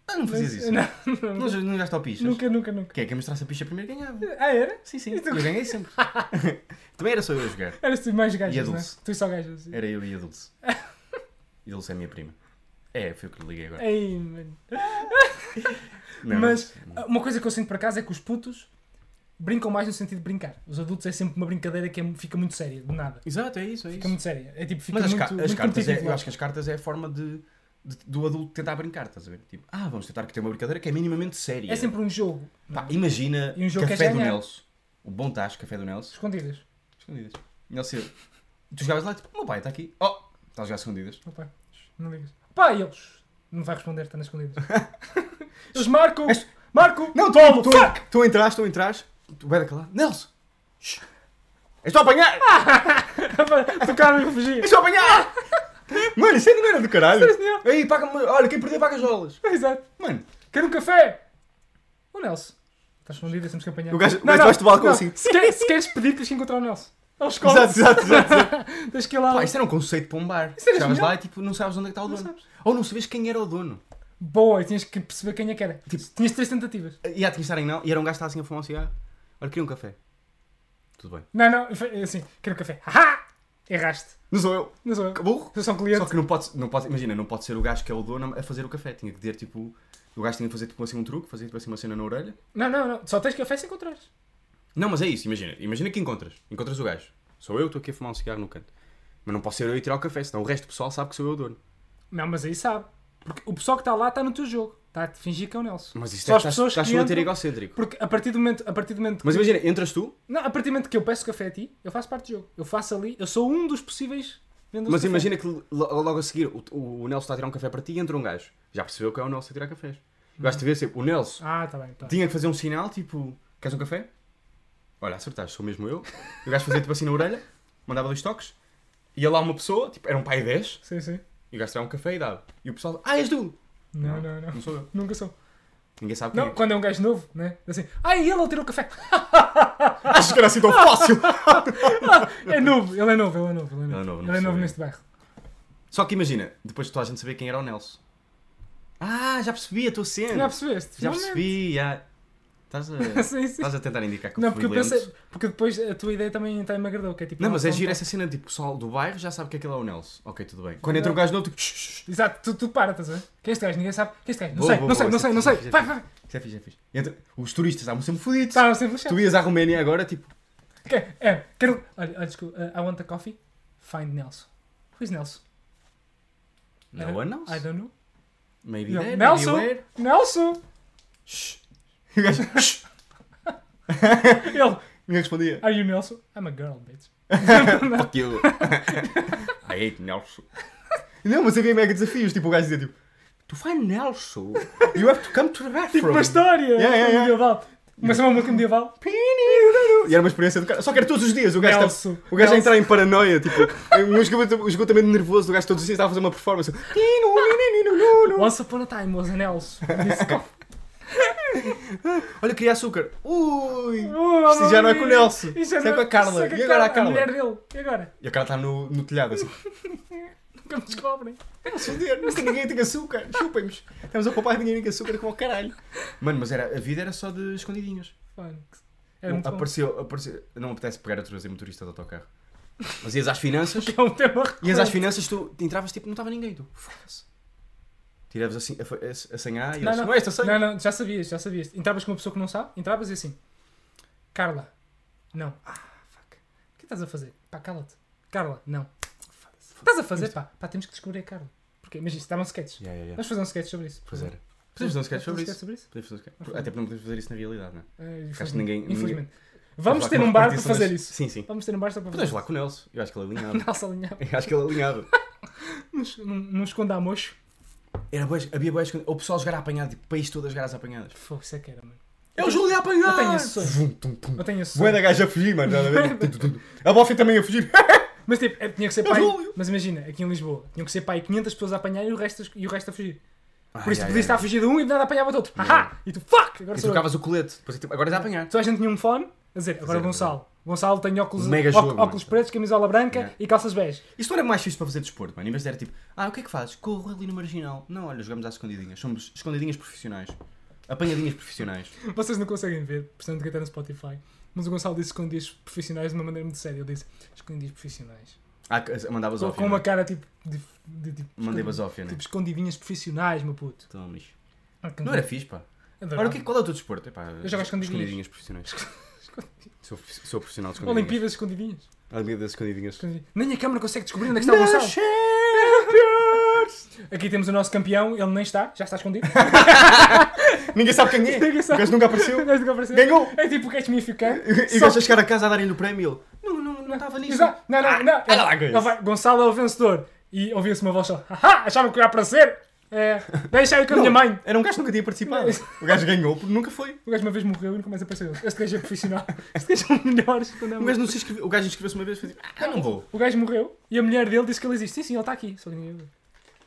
Speaker 2: ah, não fazias isso. Não,
Speaker 1: Não, não,
Speaker 2: já- não gastaste pichas.
Speaker 1: Nunca, nunca, nunca.
Speaker 2: Quem é que mostrasse a picha primeiro ganhava.
Speaker 1: Ah, era?
Speaker 2: Sim, sim.
Speaker 1: E
Speaker 2: Eu
Speaker 1: tu-
Speaker 2: ganhei sempre. (laughs) Também era só eu a jogar.
Speaker 1: Eras tu mais
Speaker 2: E a
Speaker 1: gajas, não é?
Speaker 2: Dulce.
Speaker 1: Tu só gajas. sim.
Speaker 2: Era eu e a Dulce. E a Dulce é a minha prima. É, foi o que lhe liguei agora.
Speaker 1: Ei, mano.
Speaker 2: Não,
Speaker 1: É, Mas ah, uma coisa que eu sinto para casa é que os putos brincam mais no sentido de brincar. Os adultos é sempre uma brincadeira que é- fica muito séria, de nada.
Speaker 2: Exato, é isso, é
Speaker 1: Fica
Speaker 2: isso.
Speaker 1: muito séria. É tipo, fica
Speaker 2: Mas as,
Speaker 1: muito,
Speaker 2: ca- as
Speaker 1: muito
Speaker 2: cartas, é,
Speaker 1: competitivo
Speaker 2: eu
Speaker 1: lá.
Speaker 2: acho que as cartas é a forma de, de- do adulto tentar brincar, estás a ver? Tipo, ah, vamos tentar que ter uma brincadeira que é minimamente séria.
Speaker 1: É sempre um jogo.
Speaker 2: Pá,
Speaker 1: não é?
Speaker 2: imagina
Speaker 1: E um jogo que
Speaker 2: Café
Speaker 1: é
Speaker 2: do
Speaker 1: ganhar.
Speaker 2: Nelson. O bom tacho, Café do Nelson.
Speaker 1: Escondidas.
Speaker 2: Escondidas. Nelson, tu jogavas lá tipo, meu pai está aqui. Oh, está a jogar escondidas.
Speaker 1: Opa, não digas. Pá, e eles. Não vai responder, está nas
Speaker 2: (laughs)
Speaker 1: escondidas. eles marcam. (laughs) Marco!
Speaker 2: Não, tu, tu, tu entras, tu entras. Tu vai daquela. Nelson! shh, Estou a apanhar!
Speaker 1: Tocaram e
Speaker 2: (laughs)
Speaker 1: fugir.
Speaker 2: Estou a apanhar! Mano, isso é dinheiro do caralho!
Speaker 1: Isso é dinheiro.
Speaker 2: Aí, paga-me. Olha, quem perdeu paga as olas!
Speaker 1: Exato.
Speaker 2: Mano,
Speaker 1: Quer um café? O Nelson. Está escondido, temos que apanhar.
Speaker 2: O gajo- o gajo debaixo do balcão, assim.
Speaker 1: Se, quer- se queres pedir, tens que encontrar o Nelson. Ele escolhe.
Speaker 2: exato, exato, exato.
Speaker 1: Tens que ir lá.
Speaker 2: Pá, isto era um conceito para um bar.
Speaker 1: Isso era
Speaker 2: Chegavas
Speaker 1: genial.
Speaker 2: lá e tipo, não sabes onde é que está o dono.
Speaker 1: sabes.
Speaker 2: Ou não sabias quem era o dono.
Speaker 1: Boa, e tinhas que perceber quem é que era.
Speaker 2: Tipo-
Speaker 1: Tinhas três tentativas.
Speaker 2: E há de estar em não. E era um gajo que estava assim a fumar um cigarro. Olha, queria um café. Tudo bem.
Speaker 1: Não, não, foi assim, quero um café. Haha! Erraste.
Speaker 2: Não sou eu.
Speaker 1: Não sou eu.
Speaker 2: Burro.
Speaker 1: Eu sou um cliente.
Speaker 2: Só que não pode, não pode, imagina, não pode ser o gajo que é o dono a fazer o café. Tinha que ter tipo. O gajo tinha que fazer tipo assim um truque, fazer tipo assim uma cena na orelha.
Speaker 1: Não, não, não. Só tens café se encontrares.
Speaker 2: Não, mas é isso, imagina. Imagina que encontras. Encontras o gajo. Sou eu, estou aqui a fumar um cigarro no canto. Mas não posso ser eu e tirar o café, senão o resto do pessoal sabe que sou eu o dono.
Speaker 1: Não, mas aí sabe. Porque o pessoal que está lá está no teu jogo. Está a fingir que é o Nelson.
Speaker 2: Mas isto
Speaker 1: Só
Speaker 2: é,
Speaker 1: as
Speaker 2: estás,
Speaker 1: pessoas
Speaker 2: estás
Speaker 1: que
Speaker 2: tu a ter
Speaker 1: entram-
Speaker 2: egocêntrico.
Speaker 1: Porque a partir do momento, a partir do momento que
Speaker 2: Mas imagina, entras tu,
Speaker 1: Não, a partir do momento que eu peço café a ti, eu faço parte do jogo. Eu faço ali, eu sou um dos possíveis vendedores
Speaker 2: mas
Speaker 1: de café.
Speaker 2: imagina que lo- logo a seguir o, o Nelson está a tirar um café para ti e entra um gajo. Já percebeu que é o Nelson a tirar cafés. O gajo te vê sempre, o Nelson
Speaker 1: Ah, tá bem, tá.
Speaker 2: tinha que fazer um sinal tipo: Queres um café? Olha, acertaste, sou mesmo eu. E o gajo fazia tipo assim na orelha, mandava dois toques, ia lá uma pessoa, tipo, era um pai 10,
Speaker 1: Sim, sim.
Speaker 2: e o gajo tirava um café e dava. E o pessoal, ah, és tu!
Speaker 1: Não, não, não.
Speaker 2: Não sou eu.
Speaker 1: Nunca sou.
Speaker 2: Ninguém sabe quem
Speaker 1: Não,
Speaker 2: é.
Speaker 1: quando é um gajo novo, né? Assim, ai, ele ele tirou o café.
Speaker 2: Achas que era assim tão fácil?
Speaker 1: é novo, ele é novo, ele é novo, ele é novo.
Speaker 2: Ele é novo, não
Speaker 1: ele é novo
Speaker 2: sou eu.
Speaker 1: neste bairro.
Speaker 2: Só que imagina, depois de toda a gente saber quem era o Nelson. Ah, já percebi a tua cena.
Speaker 1: Já percebeste?
Speaker 2: Já
Speaker 1: Finalmente.
Speaker 2: percebi, já. Estás
Speaker 1: (laughs) Sim,
Speaker 2: a,
Speaker 1: sim.
Speaker 2: estás a tentar indicar que eu
Speaker 1: Não,
Speaker 2: fui
Speaker 1: porque eu
Speaker 2: lento.
Speaker 1: pensei, porque depois a tua ideia também, também me agradou, que é tipo...
Speaker 2: Não, mas é
Speaker 1: não,
Speaker 2: giro
Speaker 1: não-
Speaker 2: essa cena, tipo, o pessoal do bairro já sabe que aquele é o Nelson. Ok, tudo bem. Quando entra um gajo novo, tipo... "Shh, shh, shh."
Speaker 1: Exato, tu, tu para, estás a ver? Quem é este gajo? Ninguém sabe. Quem é este gajo? Não
Speaker 2: Boa,
Speaker 1: sei,
Speaker 2: boa,
Speaker 1: não sei,
Speaker 2: boa,
Speaker 1: não
Speaker 2: isso é
Speaker 1: sei, não sei.
Speaker 2: fixe,
Speaker 1: Vai,
Speaker 2: isso é
Speaker 1: vai, vai.
Speaker 2: Isso é fixe, é fixe. Entra- Os turistas estavam sempre fodidos.
Speaker 1: Estavam sempre lixados.
Speaker 2: Tu ias à Roménia agora, tipo...
Speaker 1: Ok, é, quero. Olha, olha desculpa, uh, I want a coffee. Find Nelson. Who is Nelson?
Speaker 2: Não, é o
Speaker 1: I
Speaker 2: Nelson.
Speaker 1: don't know.
Speaker 2: Maybe
Speaker 1: Não,
Speaker 2: there, maybe
Speaker 1: Nelson!
Speaker 2: where.
Speaker 1: Nelson!
Speaker 2: Shh. (laughs) E o gajo... "Shh."
Speaker 1: Ele,
Speaker 2: Ninguém respondia.
Speaker 1: are you Nelson? I'm a girl, bitch.
Speaker 2: Fuck (laughs) you. I hate Nelson. Não, mas havia mega desafios. Tipo, o gajo dizia tipo... To find Nelson, you have to come to the bathroom.
Speaker 1: Uma história!
Speaker 2: Yeah, yeah, yeah.
Speaker 1: Medieval. Mas é uma música medieval.
Speaker 2: E era uma experiência do cara. Só que era todos os dias. O gajo,
Speaker 1: Nelson.
Speaker 2: tava- o gajo a
Speaker 1: Nelson.
Speaker 2: entrar em paranoia. Tipo, um esgotamento, um esgotamento nervoso do gajo todos os dias estava a fazer uma performance.
Speaker 1: Once upon a time was a
Speaker 2: (laughs)
Speaker 1: Nelson. Disse,
Speaker 2: Ah, Olha, queria açúcar. Ui!
Speaker 1: "Oh,
Speaker 2: Isto já não é com o Nelson.
Speaker 1: Isto
Speaker 2: Isto
Speaker 1: já
Speaker 2: é
Speaker 1: não
Speaker 2: com a Carla.
Speaker 1: Isso é
Speaker 2: E agora a Carla?
Speaker 1: mulher dele. E agora? (laughs)
Speaker 2: E o cara está no, no telhado assim.
Speaker 1: Nunca me descobrem.
Speaker 2: Vamos foder,
Speaker 1: (laughs)
Speaker 2: mas ninguém tem açúcar. Chupem-nos. Estamos a poupar dinheiro em açúcar com o caralho. Mano, mas era, a vida era só de escondidinhas.
Speaker 1: Funks. Era É
Speaker 2: tá
Speaker 1: muito bom.
Speaker 2: apareceu, apareceu. Não me apetece pegar outra vez em motorista do autocarro. Mas ias às (laughs) finanças.
Speaker 1: (laughs) É um tema
Speaker 2: Ias às
Speaker 1: recorrente.
Speaker 2: finanças, tu entravas tipo, não estava ninguém, tu. Foda-se. Tiravas assim, a, a, a senha A e
Speaker 1: Não,
Speaker 2: eles,
Speaker 1: não.
Speaker 2: não, é esta a senha?
Speaker 1: Não, não, já sabias, já sabias. Entravas com uma pessoa que não sabe, entravas e assim. Carla, não. Ah, fuck. O que estás a fazer? Pá, cala-te. Carla, não. Foda-se. Estás a fazer, pá. Pá, temos que descobrir a Carla. Porquê? Mas isto, estavam sketches.
Speaker 2: Yeah, yeah, yeah.
Speaker 1: Vamos fazer um sketch sobre isso.
Speaker 2: Pois era. Podemos fazer um sketch sobre isso.
Speaker 1: sobre isso?
Speaker 2: Podemos fazer um sketch. Até porque não podemos fazer isso na realidade, não
Speaker 1: Ah,
Speaker 2: é? Acho
Speaker 1: infelizmente.
Speaker 2: que ninguém-
Speaker 1: Infelizmente. Vamos
Speaker 2: Falar
Speaker 1: ter
Speaker 2: com
Speaker 1: um
Speaker 2: uma
Speaker 1: bar para
Speaker 2: repartição
Speaker 1: fazer
Speaker 2: das-
Speaker 1: isso.
Speaker 2: Sim, sim.
Speaker 1: Vamos ter um bar só para fazer
Speaker 2: Podes
Speaker 1: isso.
Speaker 2: falar com o Nelson. Eu acho que ele alinhava.
Speaker 1: (laughs) Nossa, alinhava.
Speaker 2: Eu acho que ele alinhava.
Speaker 1: Não esconda a mocho.
Speaker 2: Era boas, havia boas. O pessoal a jogar a apanhada, tipo, país todo a jogar às apanhadas.
Speaker 1: Fogo, isso é que era, mano.
Speaker 2: Eu julguei a apanhar!
Speaker 1: Eu tenho esse sonho.
Speaker 2: Vum, tum, tum.
Speaker 1: Eu tenho esse
Speaker 2: Bué
Speaker 1: sonho.
Speaker 2: da gaja a fugir, mano. nada a
Speaker 1: (laughs)
Speaker 2: ver. Tum, tum, tum. A Boffin também a fugir.
Speaker 1: Mas tipo, é- tinha que ser
Speaker 2: Eu
Speaker 1: pai.
Speaker 2: juro.
Speaker 1: Mas imagina, aqui em Lisboa, tinham que ser pai 500 pessoas a apanhar e o resto, e o resto a fugir.
Speaker 2: (laughs)
Speaker 1: Por isso
Speaker 2: Ai, ai,
Speaker 1: podias estar a
Speaker 2: ai.
Speaker 1: fugir de um e de nada apanhava de outro. Haha! E tu, fuck! Agora
Speaker 2: E
Speaker 1: sou eu.
Speaker 2: trocavas o colete. Depois, tipo, agora és a apanhar.
Speaker 1: Toda a gente tinha um fone a dizer, agora
Speaker 2: é,
Speaker 1: Gonçalo. Gonçalo tem óculos,
Speaker 2: Um Mega
Speaker 1: ó-
Speaker 2: jogo,
Speaker 1: óculos
Speaker 2: mano.
Speaker 1: pretos, camisola branca
Speaker 2: Yeah.
Speaker 1: e calças bege.
Speaker 2: Isto não era mais fixe para fazer desporto, mano. Em vez de era tipo, ah, o que é que fazes? Corro ali no marginal. Não, olha, jogamos às escondidinhas. Somos escondidinhas profissionais. Apanhadinhas profissionais.
Speaker 1: Vocês não conseguem ver, portanto, que está no Spotify. Mas o Gonçalo disse escondias profissionais de uma maneira muito séria. Ele disse escondias profissionais.
Speaker 2: Ah, que- mandavas
Speaker 1: Com,
Speaker 2: ófia.
Speaker 1: com uma cara tipo. De, de- tipo
Speaker 2: Mandei
Speaker 1: escondi-
Speaker 2: basófia, né?
Speaker 1: Tipo escondidinhas profissionais, meu puto.
Speaker 2: Então, lixo. Não era fixe, pá.
Speaker 1: Adorava.
Speaker 2: Ora, o que, qual é o teu desporto? Epá,
Speaker 1: Eu jogo às escondidinhas.
Speaker 2: escondidinhas
Speaker 1: (laughs)
Speaker 2: profissionais. sou, profi- sou profissional de escondidinhas.
Speaker 1: Olimpíadas escondidinhas.
Speaker 2: Olimpíadas de escondidinhas.
Speaker 1: Escondi- Nem a câmara consegue descobrir onde é que está o
Speaker 2: The
Speaker 1: Gonçalo.
Speaker 2: Champions!
Speaker 1: Aqui temos o nosso campeão, ele nem está, já está
Speaker 2: (laughs)
Speaker 1: escondido.
Speaker 2: Ninguém sabe quem é.
Speaker 1: Ninguém sabe.
Speaker 2: O gajo nunca apareceu.
Speaker 1: O gajo nunca apareceu.
Speaker 2: Ganhou.
Speaker 1: É tipo o Catch Me If You Can.
Speaker 2: (laughs) E o
Speaker 1: só
Speaker 2: gajo a chegar a casa a darem-lhe o prémio. Ele, não, não, não estava nisso.
Speaker 1: Exato. Não, não, não. Ele-
Speaker 2: Ah, lá com
Speaker 1: ele
Speaker 2: isso.
Speaker 1: vai, Gonçalo é o vencedor. E ouvia-se uma voz só. Haha, acharam que eu ia aparecer. É, deixa eu com a minha
Speaker 2: Não,
Speaker 1: mãe.
Speaker 2: Era um gajo que nunca tinha participado. O gajo ganhou porque nunca foi.
Speaker 1: O gajo uma vez morreu e nunca mais apareceu. Este gajo é
Speaker 2: (laughs)
Speaker 1: profissional. Este gajo é o melhor. Quando é
Speaker 2: O gajo não se inscreveu. O gajo inscreveu-se uma vez e foi tipo, ah, não vou.
Speaker 1: O gajo morreu e a mulher dele disse que ele existe. Sim, sim, ele está aqui. Só que ninguém...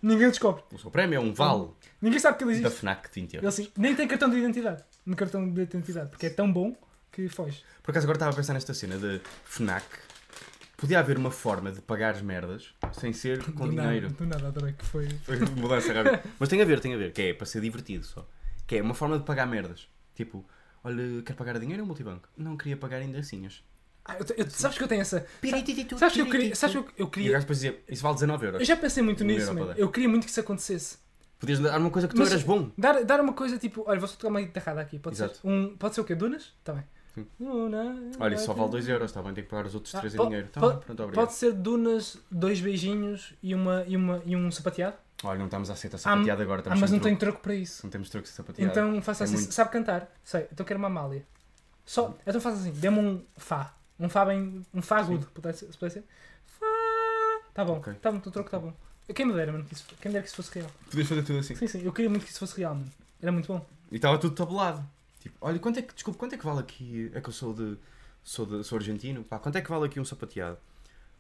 Speaker 1: ninguém descobre.
Speaker 2: O seu prémio é um vale
Speaker 1: Ninguém sabe que ele
Speaker 2: da
Speaker 1: existe.
Speaker 2: FNAC de 20
Speaker 1: Ele
Speaker 2: euros.
Speaker 1: assim, nem tem cartão de identidade. No cartão de identidade. Porque é tão bom que foge.
Speaker 2: Por acaso agora estava a pensar nesta cena de FNAC. Podia haver uma forma de pagar as merdas sem ser com
Speaker 1: do
Speaker 2: dinheiro.
Speaker 1: Nada, do nada, adorei que foi.
Speaker 2: Foi uma mudança rápida. Mas tem a ver, tem a ver. Que é para ser divertido só. Que é uma forma de pagar merdas. Tipo, olha, quer pagar a dinheiro ou multibanco? Não, queria pagar em dancinhas.
Speaker 1: Ah, eu te- eu- sabes que eu tenho essa.
Speaker 2: Piritititu,
Speaker 1: Sabes que eu queria.
Speaker 2: piritititu.
Speaker 1: Sabes que eu, eu
Speaker 2: E o
Speaker 1: queria.
Speaker 2: gajo depois dizia, isso vale 19 euros.
Speaker 1: Eu já pensei muito
Speaker 2: Um
Speaker 1: nisso,
Speaker 2: euro
Speaker 1: man.
Speaker 2: para dar.
Speaker 1: Eu queria muito que isso acontecesse.
Speaker 2: Podias dar uma coisa que tu
Speaker 1: Mas-
Speaker 2: eras bom.
Speaker 1: Dar, dar uma coisa tipo, olha, vou só tocar uma guitarrada aqui, pode
Speaker 2: Exato.
Speaker 1: ser? Um, pode ser o quê? Dunas? Tá bem.
Speaker 2: Sim.
Speaker 1: Duna,
Speaker 2: Olha,
Speaker 1: vai
Speaker 2: isso só
Speaker 1: ter-
Speaker 2: vale 2 euros, está bem, tenho que pagar os outros
Speaker 1: Ah,
Speaker 2: 3 em
Speaker 1: po-
Speaker 2: dinheiro. Tá
Speaker 1: po-
Speaker 2: bem, pronto, obrigado.
Speaker 1: Pode ser Dunas, dois beijinhos e, uma, e, uma, e um sapateado?
Speaker 2: Olha, não estamos a aceitar sapateado agora,
Speaker 1: Ah,
Speaker 2: estamos
Speaker 1: mas
Speaker 2: sem
Speaker 1: não tenho
Speaker 2: truque.
Speaker 1: troco para isso.
Speaker 2: Não temos truque de sapateado.
Speaker 1: Então faça
Speaker 2: É
Speaker 1: assim,
Speaker 2: muito.
Speaker 1: sabe cantar? Sei, então quero uma malha. Só, então faça assim, dê-me um Fá. Um Fá bem. Um Fá agudo, pudesse- se puder ser. Fá. Tá bom,
Speaker 2: Ok.
Speaker 1: tá bom, o troco tá bom. Quem me dera, mano, que isso, quem me dera que isso fosse real.
Speaker 2: Podias fazer tudo assim.
Speaker 1: Sim, sim, eu queria muito que isso fosse real, mano. Era muito bom.
Speaker 2: E estava tudo tabulado. Tipo, olha, quanto é que, desculpe, quanto é que vale aqui? É que eu sou de. Sou, de, sou argentino. Pá, quanto é que vale aqui um sapateado?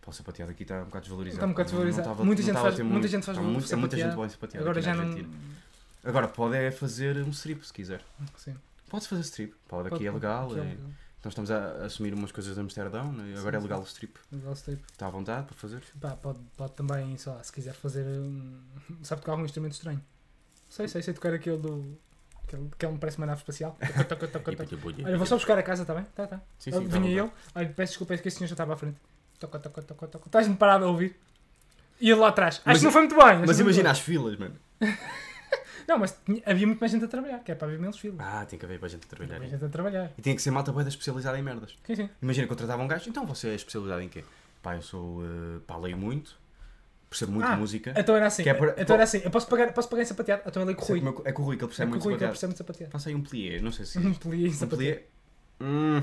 Speaker 2: Pá, o sapateado aqui está um bocado desvalorizado.
Speaker 1: Está um bocado
Speaker 2: Não- não
Speaker 1: desvalorizado.
Speaker 2: estava-
Speaker 1: Muita
Speaker 2: não
Speaker 1: gente
Speaker 2: estava a
Speaker 1: faz-
Speaker 2: ter
Speaker 1: muita
Speaker 2: muito-
Speaker 1: gente faz
Speaker 2: está
Speaker 1: valor
Speaker 2: muito-
Speaker 1: por
Speaker 2: é muita gente
Speaker 1: sapateado.
Speaker 2: boa em sapateado.
Speaker 1: Agora
Speaker 2: aqui na
Speaker 1: já não.
Speaker 2: Argentina. Agora pode é fazer um strip se quiser.
Speaker 1: Ah, Sim.
Speaker 2: Pode fazer strip. Pode,
Speaker 1: Pode-
Speaker 2: aqui é legal.
Speaker 1: aqui
Speaker 2: é- Nós estamos a assumir umas coisas de Amsterdão. né? Agora é
Speaker 1: Sim,
Speaker 2: legal o strip.
Speaker 1: legal strip.
Speaker 2: Está à vontade para fazer.
Speaker 1: Um Pá, pode, pode também, sei lá, se quiser fazer. hum, (laughs) sabe tocar algum instrumento estranho? Sei, sei, sei tocar aquele do. aquele, aquele me parece uma nave
Speaker 2: (laughs)
Speaker 1: espacial. Toca, toca, toca, toca. Olha, vou só buscar a casa, está bem? Tá, tá.
Speaker 2: Sim, sim, está à
Speaker 1: Vinha
Speaker 2: vontade.
Speaker 1: eu. Olha, peço desculpa, é que este senhor já estava à frente. Toca, toca, toca, toca. Estás-me parado a ouvir? E ele lá atrás. Acho
Speaker 2: Mas-
Speaker 1: que não foi muito bem. acho que
Speaker 2: Mas
Speaker 1: não foi
Speaker 2: imagina
Speaker 1: muito
Speaker 2: as filas, mano.
Speaker 1: bem. Não, mas tinha- havia muito mais gente a trabalhar, que é para haver menos filhos.
Speaker 2: Ah, tem que haver para a gente a trabalhar.
Speaker 1: Havia gente a trabalhar.
Speaker 2: E tinha que ser malta boeda especializada em merdas.
Speaker 1: Sim, sim.
Speaker 2: Imagina, contratava um gajo, então você é especializado em quê? Pá, eu sou. eh, pá, leio muito, percebo muito
Speaker 1: Ah,
Speaker 2: de música.
Speaker 1: Então era assim.
Speaker 2: Que é para-
Speaker 1: Então era assim. Eu posso pagar, posso pagar em sapateado? Então ele é
Speaker 2: Sei
Speaker 1: corrido.
Speaker 2: como É, que- é que o Rui que ele
Speaker 1: É que
Speaker 2: percebe
Speaker 1: o
Speaker 2: muito
Speaker 1: Rui que eu
Speaker 2: sapateado.
Speaker 1: percebo de sapateado.
Speaker 2: Faça aí um plié, não sei
Speaker 1: (laughs)
Speaker 2: se.
Speaker 1: Um pli em
Speaker 2: um
Speaker 1: sapateado.
Speaker 2: plié. Hum,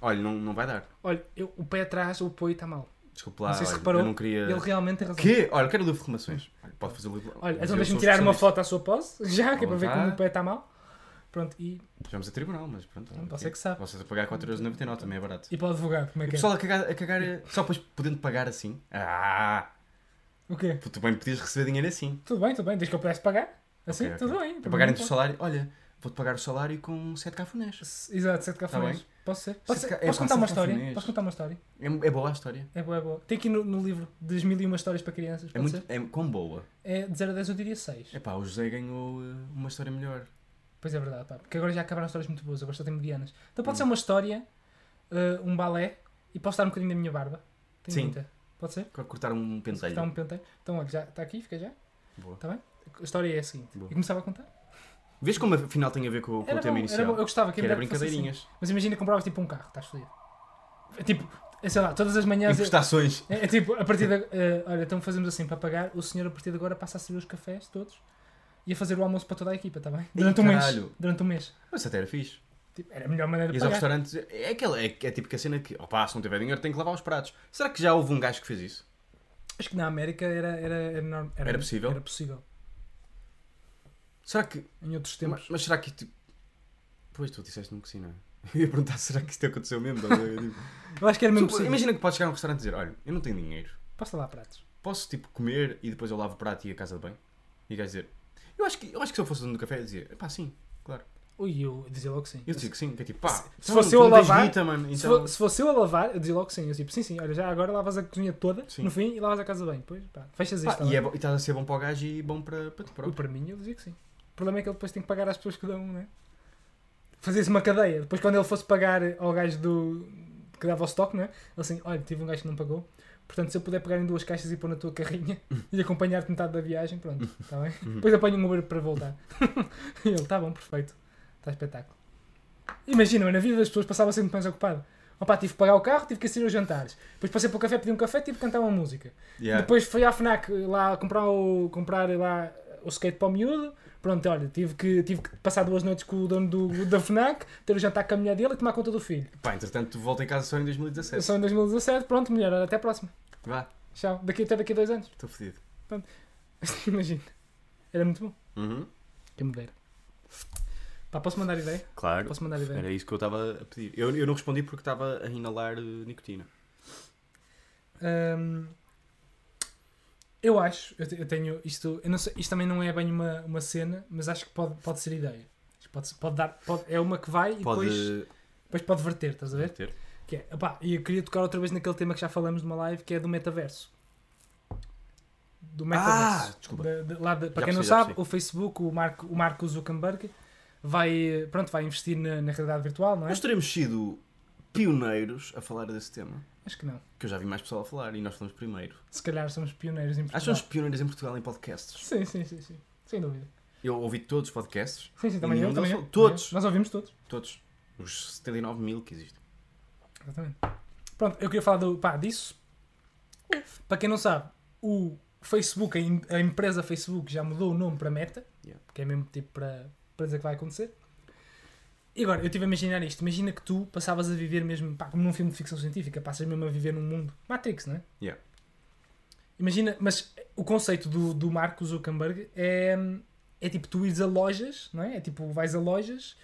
Speaker 2: olha, não, não vai dar.
Speaker 1: Olha, eu- o pé atrás, o apoio está mal.
Speaker 2: Desculpa lá,
Speaker 1: Não sei se
Speaker 2: olha,
Speaker 1: reparou,
Speaker 2: eu não queria.
Speaker 1: Ele realmente tem razão.
Speaker 2: É. Quê? Olha, quero livro de reclamações. Olha, pode fazer o livro.
Speaker 1: Olha,
Speaker 2: Mas
Speaker 1: então
Speaker 2: eu
Speaker 1: deixa-me
Speaker 2: sou
Speaker 1: tirar uma
Speaker 2: especialista.
Speaker 1: foto à sua pose, (laughs) já, que é para ver como o pé está mal. Pronto, e,
Speaker 2: Vamos a tribunal, mas pronto.
Speaker 1: Não,
Speaker 2: olha,
Speaker 1: Então, você é
Speaker 2: aqui.
Speaker 1: que sabe.
Speaker 2: Vocês a pagar 4,99€, também é barato.
Speaker 1: e para o advogado, como é
Speaker 2: E o
Speaker 1: que é?
Speaker 2: pessoal a cagar, a cagar, eh, só depois podendo pagar assim. Ah!
Speaker 1: O quê?
Speaker 2: Tu bem podias receber dinheiro assim.
Speaker 1: Tudo bem, tudo bem, desde que eu pudesse pagar. Assim,
Speaker 2: Ok, ok.
Speaker 1: tudo bem.
Speaker 2: Para pagarem-te o
Speaker 1: Não
Speaker 2: salário, olha, vou-te pagar o salário com 7 cafunés.
Speaker 1: posso- Exato, sete cafunés.
Speaker 2: Tá bem.
Speaker 1: Posso ser? Posso,
Speaker 2: Sete ca- é,
Speaker 1: posso
Speaker 2: pá,
Speaker 1: contar uma
Speaker 2: sete
Speaker 1: história?
Speaker 2: cafunés.
Speaker 1: Posso contar uma história?
Speaker 2: É, é boa a história.
Speaker 1: É boa, é boa. Tem aqui no, no livro das mil e uma histórias para crianças,
Speaker 2: É
Speaker 1: pode
Speaker 2: muito.
Speaker 1: ser?
Speaker 2: É quão boa.
Speaker 1: É de 0 a 10 eu diria 6.
Speaker 2: É pá, o José ganhou eh, uma história melhor.
Speaker 1: Pois é verdade, pá, porque agora já acabaram histórias muito boas, agora só tem medianas. Então
Speaker 2: Hum.
Speaker 1: pode ser uma história, eh, um balé, e posso dar um bocadinho da minha barba? Tenho
Speaker 2: Sim.
Speaker 1: muita. Pode ser?
Speaker 2: Agora cortaram um pentelho.
Speaker 1: Está um penteiro. Então, olha, já está aqui, fica já.
Speaker 2: Boa.
Speaker 1: Está bem? A história é a seguinte.
Speaker 2: Boa.
Speaker 1: E começava a contar.
Speaker 2: Vês como afinal tem a ver com, com
Speaker 1: Era
Speaker 2: o tema
Speaker 1: bom,
Speaker 2: inicial?
Speaker 1: era bom. Eu gostava
Speaker 2: Que
Speaker 1: que,
Speaker 2: era
Speaker 1: ainda fosse assim.
Speaker 2: brincadeirinhas.
Speaker 1: Mas imagina que compravas tipo um carro, estás fodido. É Tipo, é, sei lá, todas as manhãs. É,
Speaker 2: Emprestações.
Speaker 1: é tipo, a partir da. eh, olha, então fazemos assim para pagar. O senhor a partir de agora passa a servir os cafés todos e a fazer o almoço para toda a equipa, está bem? Durante um mês.
Speaker 2: caralho.
Speaker 1: Durante um mês.
Speaker 2: Mas até era fixe.
Speaker 1: Tipo, era a melhor maneira de
Speaker 2: Ias ao
Speaker 1: pagar.
Speaker 2: restaurante. É, aquela, é, é a típica cena que, opá, se não tiver dinheiro tem que lavar os pratos. Será que já houve um gajo que fez isso?
Speaker 1: Acho que na América era, era, era, norm-
Speaker 2: Era possível?
Speaker 1: Era possível.
Speaker 2: Será que.
Speaker 1: Em outros
Speaker 2: Mas,
Speaker 1: tempos.
Speaker 2: mas será que. Tipo... Pois tu disseste-me que sim, não é? (laughs) Eu ia perguntar, será que isto aconteceu mesmo? Estás a ver? Tipo,
Speaker 1: Eu acho que era mesmo
Speaker 2: Tipo,
Speaker 1: possível.
Speaker 2: imagina que podes chegar a um restaurante e dizer: Olha, eu não tenho dinheiro,
Speaker 1: Posso lavar pratos.
Speaker 2: posso tipo comer e depois eu lavo o prato e a casa de banho? E o gajo dizer: eu acho, que, eu acho que se eu fosse dono do café, eu dizia: Pá, sim, claro.
Speaker 1: Ui, eu dizia logo que sim.
Speaker 2: Eu dizia que sim, que é tipo: Pá,
Speaker 1: Se- se
Speaker 2: então,
Speaker 1: fosse
Speaker 2: tu
Speaker 1: eu a
Speaker 2: não tens
Speaker 1: lavar-
Speaker 2: guita, mano,
Speaker 1: Se,
Speaker 2: então-
Speaker 1: fo- se fosse eu a lavar, eu dizia logo que sim. Eu tipo, sim, sim, olha, já agora lavas a cozinha toda
Speaker 2: Sim.
Speaker 1: no fim e lavas a casa bem. Pois, pá, fechas isto.
Speaker 2: Pá,
Speaker 1: tá
Speaker 2: e,
Speaker 1: bem?
Speaker 2: é bom- e estás a ser bom para o gajo e bom para, para ti
Speaker 1: E
Speaker 2: próprio.
Speaker 1: para mim, eu dizia que sim. O problema é que ele depois tem que pagar às pessoas que dão, né? Fazia-se uma cadeia. Depois, quando ele fosse pagar ao gajo do que dava o estoque, né? Ele assim, olha, tive um gajo que não pagou. Portanto, se eu puder pegar em duas caixas e pôr na tua carrinha (laughs) e acompanhar-te metade da viagem, pronto, está bem? Depois apanho um Uber para voltar. (laughs) e ele, está bom, perfeito. Está espetáculo. Imagina, na vida das pessoas passava sempre mais ocupado. Opa, tive que pagar o carro, tive que assistir aos jantares. Depois passei para o café, pedi um café, tive que cantar uma música.
Speaker 2: Yeah.
Speaker 1: Depois fui à FNAC lá comprar, o, comprar lá o skate para o miúdo. Pronto, olha, tive que, tive que passar duas noites com o dono do, da FNAC, ter o jantar com a mulher dele e tomar conta do filho.
Speaker 2: Pá, entretanto, tu volta em casa só em 2017.
Speaker 1: Só em 2017, pronto, mulher, olha, até a próxima.
Speaker 2: Vá,
Speaker 1: Tchau. Daqui até daqui a dois anos. (laughs)
Speaker 2: estou fodido.
Speaker 1: Imagina. Era muito bom.
Speaker 2: Uhum.
Speaker 1: Quem me dera. Pá, posso mandar ideia?
Speaker 2: Claro,
Speaker 1: Posso mandar ideia?
Speaker 2: era isso que eu estava a pedir. Eu, eu não respondi porque estava a inalar eh, nicotina.
Speaker 1: Hum, eu acho, eu, te- eu tenho isto, eu não sei, isto também não é bem uma, uma cena, mas acho que pode, pode ser ideia. Acho que Pode, ser- pode dar, pode- é uma que vai e
Speaker 2: Pode
Speaker 1: depois, depois pode verter, estás a ver?
Speaker 2: ter.
Speaker 1: Que é, opá, e eu queria tocar outra vez naquele tema que já falamos numa live, que é do metaverso. Do metaverso.
Speaker 2: Ah, desculpa.
Speaker 1: Da- da- lá da- para
Speaker 2: Já
Speaker 1: quem não
Speaker 2: percebi, já
Speaker 1: sabe,
Speaker 2: percebi.
Speaker 1: o Facebook, o Mark, o Mark Zuckerberg, vai, eh, pronto, vai investir na, na realidade virtual, não é?
Speaker 2: Nós teremos sido pioneiros a falar desse tema.
Speaker 1: Acho que não.
Speaker 2: Que eu já vi mais pessoal a falar e nós fomos primeiro.
Speaker 1: Se calhar somos pioneiros em Portugal.
Speaker 2: Acho que Ah, somos pioneiros em Portugal em podcasts.
Speaker 1: Sim, sim, sim, sim. Sem dúvida.
Speaker 2: Eu ouvi todos os podcasts.
Speaker 1: Sim, sim,
Speaker 2: e
Speaker 1: também
Speaker 2: nenhum
Speaker 1: eu. Também
Speaker 2: deles falou-
Speaker 1: eu.
Speaker 2: Todos.
Speaker 1: Nós ouvimos todos.
Speaker 2: Todos. Os 79 mil que existem.
Speaker 1: Exatamente. Pronto, eu queria falar do, pá, disso. Para quem não sabe, o Facebook, a, em- a empresa Facebook já mudou o nome para Meta,
Speaker 2: Yeah.
Speaker 1: que é mesmo tipo para, para dizer que vai acontecer. E agora, eu estive a imaginar isto. Imagina que tu passavas a viver mesmo, pá, como num filme de ficção científica, passas mesmo a viver num mundo. Matrix, não é?
Speaker 2: Yeah.
Speaker 1: Imagina, mas o conceito do, do Mark Zuckerberg é, é tipo, tu ires a lojas, não é? É tipo, vais a lojas,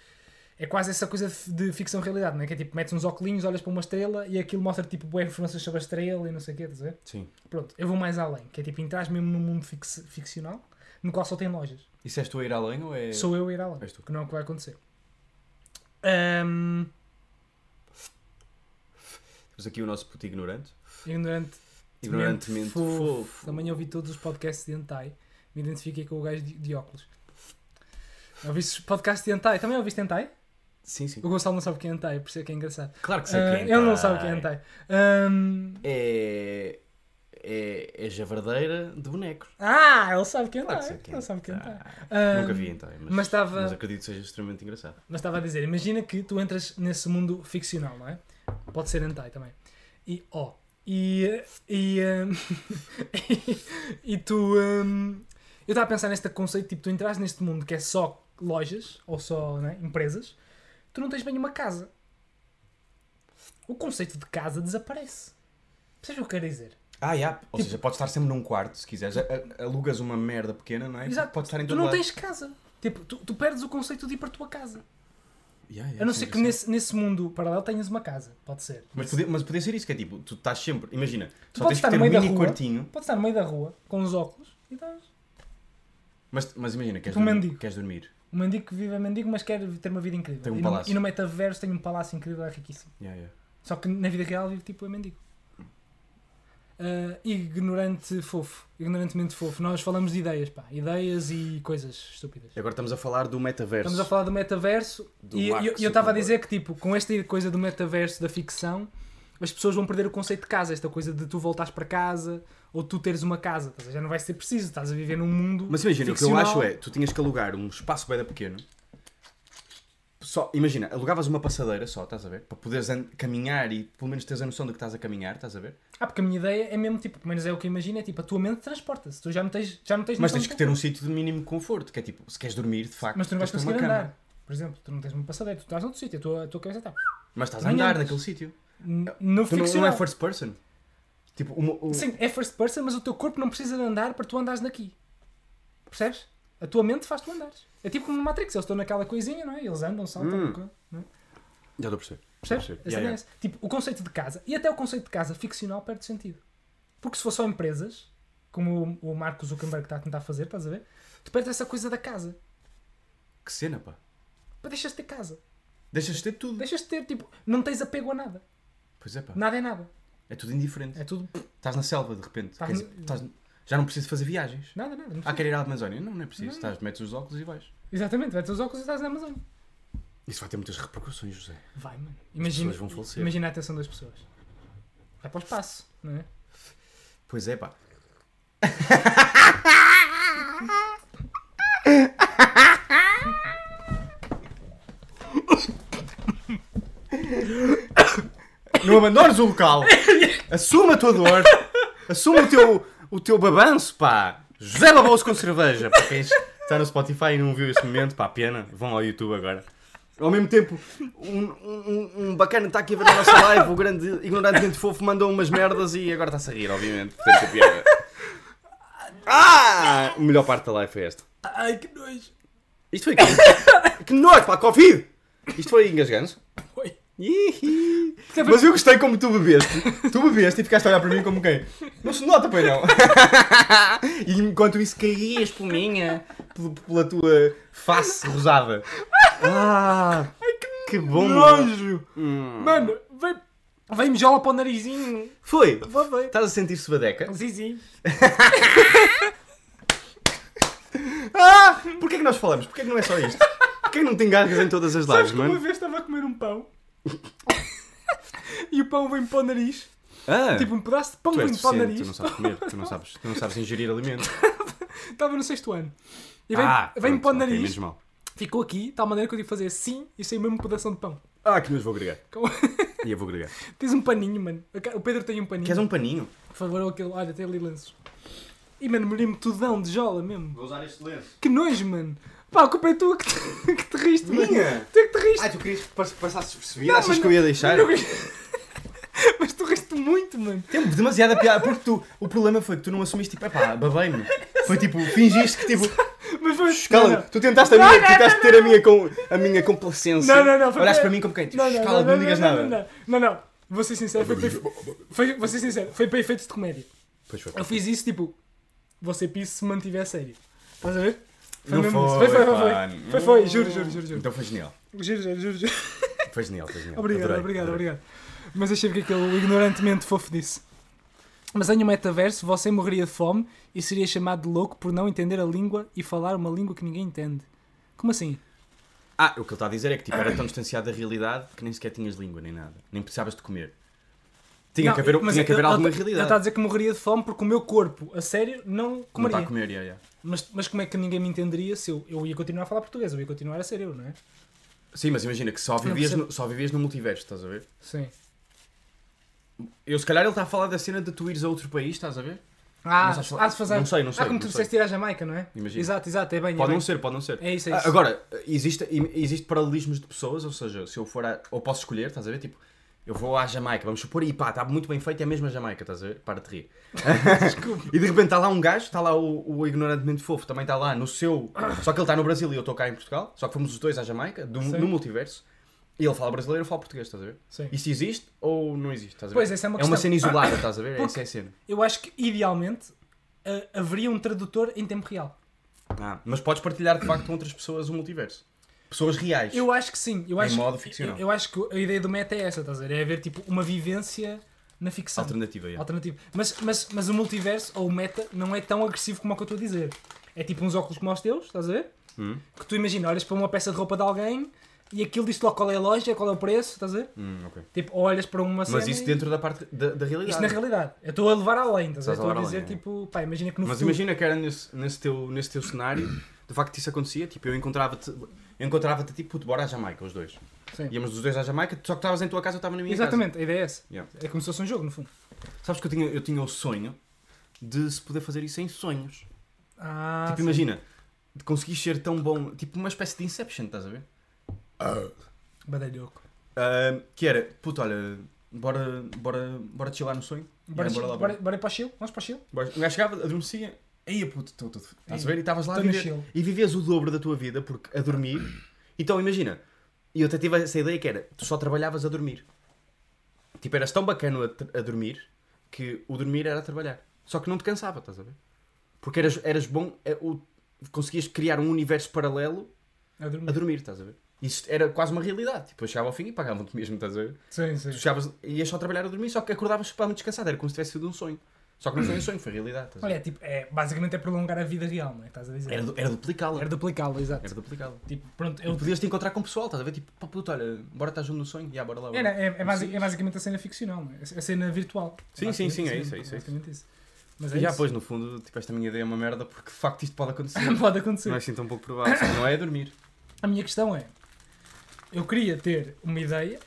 Speaker 1: é quase essa coisa de- de ficção realidade, não é? Que é tipo, metes uns óculos, olhas para uma estrela e aquilo mostra tipo boas informações sobre a estrela e não sei o quê, estás a ver?
Speaker 2: Sim.
Speaker 1: Pronto, eu vou mais além, que é tipo, entras mesmo num mundo fix- ficcional no qual só tem lojas.
Speaker 2: E se és tu a ir além ou é.
Speaker 1: Sou eu a ir além,
Speaker 2: És tu.
Speaker 1: que não é o que vai acontecer. Ahm,
Speaker 2: Temos aqui o nosso puto ignorante.
Speaker 1: ignorante
Speaker 2: Ignorantemente fofo.
Speaker 1: Também ouvi todos os podcasts de hentai. Me identifiquei com o gajo de, de óculos. Ouviste podcast de hentai? Também ouviste hentai?
Speaker 2: Sim, sim.
Speaker 1: O Gonçalo não sabe o que é hentai, por isso é que é engraçado.
Speaker 2: Claro que sei
Speaker 1: Ah,
Speaker 2: que é.
Speaker 1: ele não sabe o que é
Speaker 2: hentai.
Speaker 1: hentai. Ahm,
Speaker 2: É. É. É javardeira de bonecos.
Speaker 1: Ah, ele sabe o que é
Speaker 2: Claro que sei
Speaker 1: hentai.
Speaker 2: o que é
Speaker 1: Ele sabe o que é hentai.
Speaker 2: hentai. Nunca
Speaker 1: Ahm,
Speaker 2: vi hentai, mas.
Speaker 1: mas estava-
Speaker 2: Mas acredito que seja extremamente engraçado.
Speaker 1: Mas estava a dizer, imagina que tu entras nesse mundo ficcional, não é? Pode ser hentai também. E, ó, e, eh, e, eh, (laughs) e, tu, hum, eu estava a pensar neste conceito, tipo, tu entras neste mundo que é só lojas, ou só, né, empresas, tu não tens bem uma casa. O conceito de casa desaparece. Percebes o que eu quero dizer?
Speaker 2: Ah, yeah.
Speaker 1: Tipo-
Speaker 2: Ou seja, podes estar sempre num quarto se quiseres. A- a- Alugas uma merda pequena, não é?
Speaker 1: Exato.
Speaker 2: Podes estar em
Speaker 1: Tu
Speaker 2: todo
Speaker 1: não
Speaker 2: lado.
Speaker 1: tens casa. Tipo, tu, tu perdes o conceito de ir para a tua casa.
Speaker 2: Yeah, yeah,
Speaker 1: A não
Speaker 2: É, sim,
Speaker 1: ser que
Speaker 2: sim.
Speaker 1: nesse, nesse mundo paralelo tenhas uma casa. Pode ser.
Speaker 2: Mas podia, mas podia ser isso, que é tipo, tu estás sempre. Imagina,
Speaker 1: Tu
Speaker 2: só
Speaker 1: podes
Speaker 2: tens
Speaker 1: estar
Speaker 2: que
Speaker 1: no
Speaker 2: ter um
Speaker 1: meio da
Speaker 2: mini
Speaker 1: rua,
Speaker 2: quartinho.
Speaker 1: podes estar no meio da rua com os óculos e estás.
Speaker 2: Mas, mas imagina, queres
Speaker 1: Um
Speaker 2: dormir,
Speaker 1: mendigo.
Speaker 2: queres dormir.
Speaker 1: Um mendigo que vive a mendigo, mas quer ter uma vida incrível.
Speaker 2: Tem um
Speaker 1: e, no,
Speaker 2: palácio.
Speaker 1: e no metaverso tem um palácio incrível, é riquíssimo.
Speaker 2: Yeah, yeah.
Speaker 1: Só que na vida real vive tipo a mendigo. Ah, ignorante fofo. Ignorantemente fofo. Nós falamos de ideias, pá. Ideias e coisas estúpidas.
Speaker 2: Agora estamos a falar do metaverso.
Speaker 1: Estamos a falar do metaverso
Speaker 2: Do
Speaker 1: e
Speaker 2: Mark
Speaker 1: eu- eu estava a
Speaker 2: Zuckerberg.
Speaker 1: dizer que, tipo, com esta coisa do metaverso, da ficção, as pessoas vão perder o conceito de casa. Esta coisa de tu voltares para casa ou tu teres uma casa. Estás a ver? Já não vai ser preciso. Estás a viver num mundo.
Speaker 2: Mas imagina, o
Speaker 1: ficcional.
Speaker 2: que eu acho é, tu tinhas que alugar um espaço bem pequeno. Só, imagina, alugavas uma passadeira só, estás a ver? Para poderes an- caminhar e pelo menos teres a noção de que estás a caminhar, estás a ver?
Speaker 1: Ah, porque a minha ideia é mesmo, tipo, pelo menos é o que eu imagino, é tipo, a tua mente transporta-se. Tu já não tens, já então não tens
Speaker 2: Mas
Speaker 1: noção
Speaker 2: tens
Speaker 1: do
Speaker 2: que ter um
Speaker 1: conforto.
Speaker 2: sítio de mínimo conforto, que é tipo, se queres dormir, de facto,
Speaker 1: Mas tu não vais
Speaker 2: tens de ter
Speaker 1: conseguir
Speaker 2: uma cama.
Speaker 1: andar. Por exemplo, tu não tens uma passadeira, tu estás noutro sítio, a tua, a tua cabeça está.
Speaker 2: Mas estás a
Speaker 1: Nem
Speaker 2: andar
Speaker 1: andas.
Speaker 2: naquele sítio.
Speaker 1: N- No
Speaker 2: Tu não, não
Speaker 1: ficcional.
Speaker 2: é first person. Tipo, uma- o-
Speaker 1: Sim, é first person, mas o teu corpo não precisa de andar para tu andares daqui. Percebes? A tua mente faz-tu andares. É tipo como no Matrix, eles estão naquela coisinha, não é? Eles andam, saltam,
Speaker 2: Hum.
Speaker 1: co- não é?
Speaker 2: Já estou a perceber.
Speaker 1: Percebes?
Speaker 2: Sim,
Speaker 1: Essa
Speaker 2: yeah,
Speaker 1: é essa. Tipo, o conceito de casa, e até o conceito de casa ficcional perde sentido. Porque se for só empresas, como o o Mark Zuckerberg está a tentar fazer, estás a ver? Tu perdes essa coisa da casa.
Speaker 2: Que cena, pá.
Speaker 1: Pá, deixas de ter casa.
Speaker 2: Deixas de ter tudo.
Speaker 1: Deixas de ter, tipo, não tens apego a nada.
Speaker 2: Pois é, pá.
Speaker 1: Nada é nada.
Speaker 2: É tudo indiferente.
Speaker 1: É tudo. pff,
Speaker 2: Estás na selva, de repente.
Speaker 1: Estás
Speaker 2: Quer
Speaker 1: no-
Speaker 2: dizer, estás- Já não preciso fazer viagens.
Speaker 1: Nada, nada. não
Speaker 2: Ah,
Speaker 1: precisa.
Speaker 2: quero ir à Amazónia. Não, não é preciso. Estás, metes os óculos e vais.
Speaker 1: Exatamente, vai ter os óculos e estás na Amazônia.
Speaker 2: Isso vai ter muitas repercussões, José.
Speaker 1: Vai, mano. Imagina,
Speaker 2: pessoas vão falecer.
Speaker 1: imagina a atenção das pessoas. Vai para o espaço, não é?
Speaker 2: Pois é, pá. Não abandones o local. Assuma a tua dor. Assuma o teu, o teu babanço, pá. José babou-se com cerveja. Para quem está no Spotify e não viu este momento, pá, pena. Vão ao YouTube agora. Ao mesmo tempo, um, um, um bacana está aqui a ver a nossa live. O grande ignorante gente fofo mandou umas merdas e agora está-se a rir, obviamente. Portanto, é piada. Ah! A melhor parte da live foi esta.
Speaker 1: Ai, que nojo.
Speaker 2: Isto foi que, que nojo, pá, Covid! Isto foi engasgando
Speaker 1: Foi.
Speaker 2: Ihi. Mas eu gostei como tu bebeste. Tu bebeste e ficaste a olhar para mim como quem? Não se nota, pois não. (laughs) E enquanto isso caía a espuminha pela, pela tua face rosada. Ah, que, bom.
Speaker 1: Nojo!
Speaker 2: Hum.
Speaker 1: Mano, vem, vem mijola para o narizinho.
Speaker 2: Foi.
Speaker 1: Vai, vai.
Speaker 2: Estás a sentir-se badeca?
Speaker 1: Sim, sim.
Speaker 2: Ah, porquê é que nós falamos? Porquê é que não é só isto? Porquê é que não te engasgas em todas as lives,
Speaker 1: Uma
Speaker 2: mano?
Speaker 1: vez estava a comer um pão (laughs) e o pão vem para o nariz.
Speaker 2: Ah,
Speaker 1: Tipo, um pedaço de pão
Speaker 2: tu és
Speaker 1: vem para o
Speaker 2: deficiente, tu
Speaker 1: nariz.
Speaker 2: não sabes comer, tu não sabes, tu não sabes ingerir alimento.
Speaker 1: Estava no sexto ano. E vem,
Speaker 2: ah,
Speaker 1: vem
Speaker 2: pronto,
Speaker 1: para o
Speaker 2: ok,
Speaker 1: nariz,
Speaker 2: menos mal.
Speaker 1: ficou aqui, de tal maneira que eu tive que fazer assim e saiu mesmo um pedação de pão.
Speaker 2: Ah, que nos vou agregar.
Speaker 1: Com- (laughs)
Speaker 2: E eu vou agregar.
Speaker 1: Tens um paninho, mano. O Pedro tem um paninho.
Speaker 2: Queres um paninho?
Speaker 1: Por favor, é ou aquele. Olha, tem ali lenços. E, mano, me tudão de jola mesmo.
Speaker 2: Vou usar este lenço.
Speaker 1: Que nojo, mano. Pá, a culpa é tua que te, (laughs) que te riste, mano.
Speaker 2: Minha?
Speaker 1: Tu é que te riste.
Speaker 2: Ah, tu querias que pas- passasse despercebido?
Speaker 1: Não,
Speaker 2: Achas
Speaker 1: mas
Speaker 2: que eu ia deixar?
Speaker 1: Não queria- (laughs) Mas tu riste muito, mano.
Speaker 2: Tem demasiada piada, porque tu, o problema foi que tu não assumiste, tipo, epá, babei-me. Foi tipo, fingiste que tipo,
Speaker 1: Mas foi.
Speaker 2: cala tu tentaste a
Speaker 1: Não,
Speaker 2: minha,
Speaker 1: não,
Speaker 2: tentaste
Speaker 1: não,
Speaker 2: ter a minha, com, a minha complacência.
Speaker 1: Não, não, não. foi-
Speaker 2: Olhaste para mim como quem, tipo, cala não, digas
Speaker 1: não,
Speaker 2: nada.
Speaker 1: Não, não, não. não. Vou ser sincero, foi para, foi, vou ser sincero, foi para efeitos de comédia.
Speaker 2: Pois foi.
Speaker 1: Eu fiz isso tipo. Você pisse se mantiver sério. Estás a ver?
Speaker 2: Não
Speaker 1: mesmo isso.
Speaker 2: foi,
Speaker 1: foi, foi,
Speaker 2: pá.
Speaker 1: foi. Foi, foi. Juro, juro, juro, juro.
Speaker 2: Então foi genial.
Speaker 1: Juro, juro, juro. juro.
Speaker 2: Foi genial, foi genial.
Speaker 1: Obrigado,
Speaker 2: Adorei,
Speaker 1: obrigado,
Speaker 2: adorei.
Speaker 1: obrigado. Mas achei que aquele ignorantemente fofo disse. Mas em um metaverso você morreria de fome e seria chamado de louco por não entender a língua e falar uma língua que ninguém entende. Como assim?
Speaker 2: Ah, o que ele está a dizer é que tipo, era tão distanciado da realidade que nem sequer tinhas língua, nem nada. Nem precisavas de comer. Tinha
Speaker 1: Não,
Speaker 2: que haver, um-
Speaker 1: mas
Speaker 2: tinha que haver
Speaker 1: ele- tá-
Speaker 2: alguma
Speaker 1: ele- Ele
Speaker 2: realidade.
Speaker 1: está a dizer que morreria de fome porque o meu corpo, a sério, não
Speaker 2: Não está
Speaker 1: comeria.
Speaker 2: a comer, ia, ia.
Speaker 1: mas, mas como é que ninguém me entenderia se eu, eu ia continuar a falar português? Eu ia continuar a ser eu, não é?
Speaker 2: Sim, mas imagina que só vivias,
Speaker 1: percebo.
Speaker 2: no, só vivias no multiverso, estás a ver?
Speaker 1: Sim.
Speaker 2: Eu, se calhar ele está a falar da cena de tu ires a outro país, estás a ver?
Speaker 1: Ah,
Speaker 2: Não sabes falar-
Speaker 1: há de fazer.
Speaker 2: não sei, não sei,
Speaker 1: Ah, como
Speaker 2: não
Speaker 1: tu
Speaker 2: sei.
Speaker 1: disseste ir à Jamaica, não é?
Speaker 2: Imagina.
Speaker 1: Exato, exato, é bem. é
Speaker 2: Pode
Speaker 1: bem.
Speaker 2: não ser, pode não ser.
Speaker 1: É isso, é isso.
Speaker 2: Ah, Agora, existe, existe paralelismos de pessoas, ou seja, se eu for a, ou posso escolher, estás a ver? Tipo, eu vou à Jamaica, vamos supor, e pá, está muito bem feito, é mesmo a Jamaica, estás a ver? Para de rir.
Speaker 1: Desculpa.
Speaker 2: E de repente está lá um gajo, está lá o, o ignorantemente fofo, também está lá no seu. Só que ele está no Brasil e eu estou cá em Portugal, só que fomos os dois à Jamaica, do-
Speaker 1: Sim.
Speaker 2: no multiverso. E ele fala brasileiro, eu falo português, estás a ver?
Speaker 1: Sim.
Speaker 2: Isso existe ou não existe, estás a ver?
Speaker 1: Pois, essa é uma
Speaker 2: É uma
Speaker 1: questão.
Speaker 2: cena isolada, estás a ver?
Speaker 1: Porque-
Speaker 2: Essa é a cena.
Speaker 1: (laughs) Eu acho que idealmente ah, haveria um tradutor em tempo real.
Speaker 2: Ah, mas podes partilhar de facto com outras pessoas o multiverso. Pessoas reais.
Speaker 1: Eu acho que sim. Eu
Speaker 2: Em
Speaker 1: acho
Speaker 2: modo
Speaker 1: que,
Speaker 2: ficcional.
Speaker 1: Eu, eu acho que a ideia do meta é essa, estás a ver? É haver tipo uma vivência na ficção.
Speaker 2: Alternativa, yeah.
Speaker 1: Alternativa. Mas, mas, mas o multiverso ou o meta não é tão agressivo como é o que eu estou a dizer. É tipo uns óculos como os teus, estás a ver?
Speaker 2: Hum.
Speaker 1: Que tu imagina, olhas para uma peça de roupa de alguém e aquilo diz-te logo qual é a loja, qual é o preço, estás a ver?
Speaker 2: Hum, ok.
Speaker 1: Tipo, olhas para uma cena.
Speaker 2: Mas isso
Speaker 1: e-
Speaker 2: dentro da parte da, da realidade.
Speaker 1: Isto na realidade. Eu estou a levar além, estás a ver?
Speaker 2: Estás a
Speaker 1: Estou a
Speaker 2: levar
Speaker 1: dizer
Speaker 2: além, é.
Speaker 1: tipo, pá, imagina que no
Speaker 2: Mas
Speaker 1: futuro.
Speaker 2: imagina que era nesse, nesse, teu, nesse teu cenário, de facto isso acontecia, tipo, eu encontrava-te, eu encontrava-te tipo, puto, bora à Jamaica, os dois.
Speaker 1: Sim.
Speaker 2: Íamos os dois à Jamaica, só que estavas em tua casa, eu estava na minha
Speaker 1: Exatamente, a ideia é essa.
Speaker 2: casa. Yeah.
Speaker 1: É como se fosse um jogo, no fundo.
Speaker 2: Sabes que eu tinha, eu tinha o sonho de se poder fazer isso em sonhos.
Speaker 1: Ah,
Speaker 2: tipo,
Speaker 1: sim.
Speaker 2: imagina, de conseguir ser tão bom, tipo uma espécie de Inception, estás a ver?
Speaker 1: Badalhoco.
Speaker 2: Ah, que era, puto, olha, bora, bora, é, bora chillar no sonho.
Speaker 1: Bora,
Speaker 2: Yeah,
Speaker 1: bora,
Speaker 2: lá,
Speaker 1: bora, bora ir para o Chile? Vamos para o Chile?
Speaker 2: Bora. Um gajo chegava, adormecia, aí puto, estou todo.
Speaker 1: É.
Speaker 2: Estás a ver? E estavas lá a
Speaker 1: Tô no
Speaker 2: viver,
Speaker 1: chill.
Speaker 2: e vivias o dobro da tua vida porque a dormir. Então imagina, e eu até tive essa ideia que era, tu só trabalhavas a dormir. Tipo, eras tão bacana a, tr- a dormir que o dormir era a trabalhar. Só que não te cansava, estás a ver? Porque eras, eras bom, é, o- conseguias criar um universo paralelo
Speaker 1: A dormir.
Speaker 2: a dormir, estás a ver? Isso era quase uma realidade. Tipo, eu chegava ao fim e pagavam-te mesmo, estás a ver?
Speaker 1: Sim, sim.
Speaker 2: Tu chegavas, ias só trabalhar a dormir, só que acordavas super descansado, era como se tivesse sido um sonho. Só que não foi um sonho, foi realidade. Estás a ver?
Speaker 1: Olha, é tipo, é, basicamente é prolongar a vida real, não é? Estás a dizer?
Speaker 2: Era, du- era duplicá-la.
Speaker 1: Era duplicá-la, exato.
Speaker 2: Era duplicá-la.
Speaker 1: Tipo, pronto,
Speaker 2: Eu...
Speaker 1: eu...
Speaker 2: E podias te encontrar com o pessoal, estás a ver? Tipo, pá, puto, olha, bora estar junto no sonho, já, bora lá.
Speaker 1: Era, é, é, basi-
Speaker 2: Sim.
Speaker 1: é basicamente a cena ficcional, não é? A cena virtual.
Speaker 2: Sim,
Speaker 1: É
Speaker 2: sim, sim,
Speaker 1: basicamente
Speaker 2: é isso, é isso, é
Speaker 1: basicamente isso. Mas é
Speaker 2: E já,
Speaker 1: isso.
Speaker 2: pois, no fundo, tipo, esta minha ideia é uma merda porque de facto isto pode acontecer.
Speaker 1: (laughs) Pode acontecer.
Speaker 2: não é assim tão pouco provável. Só que Não é a dormir.
Speaker 1: A minha questão é: eu queria ter uma ideia,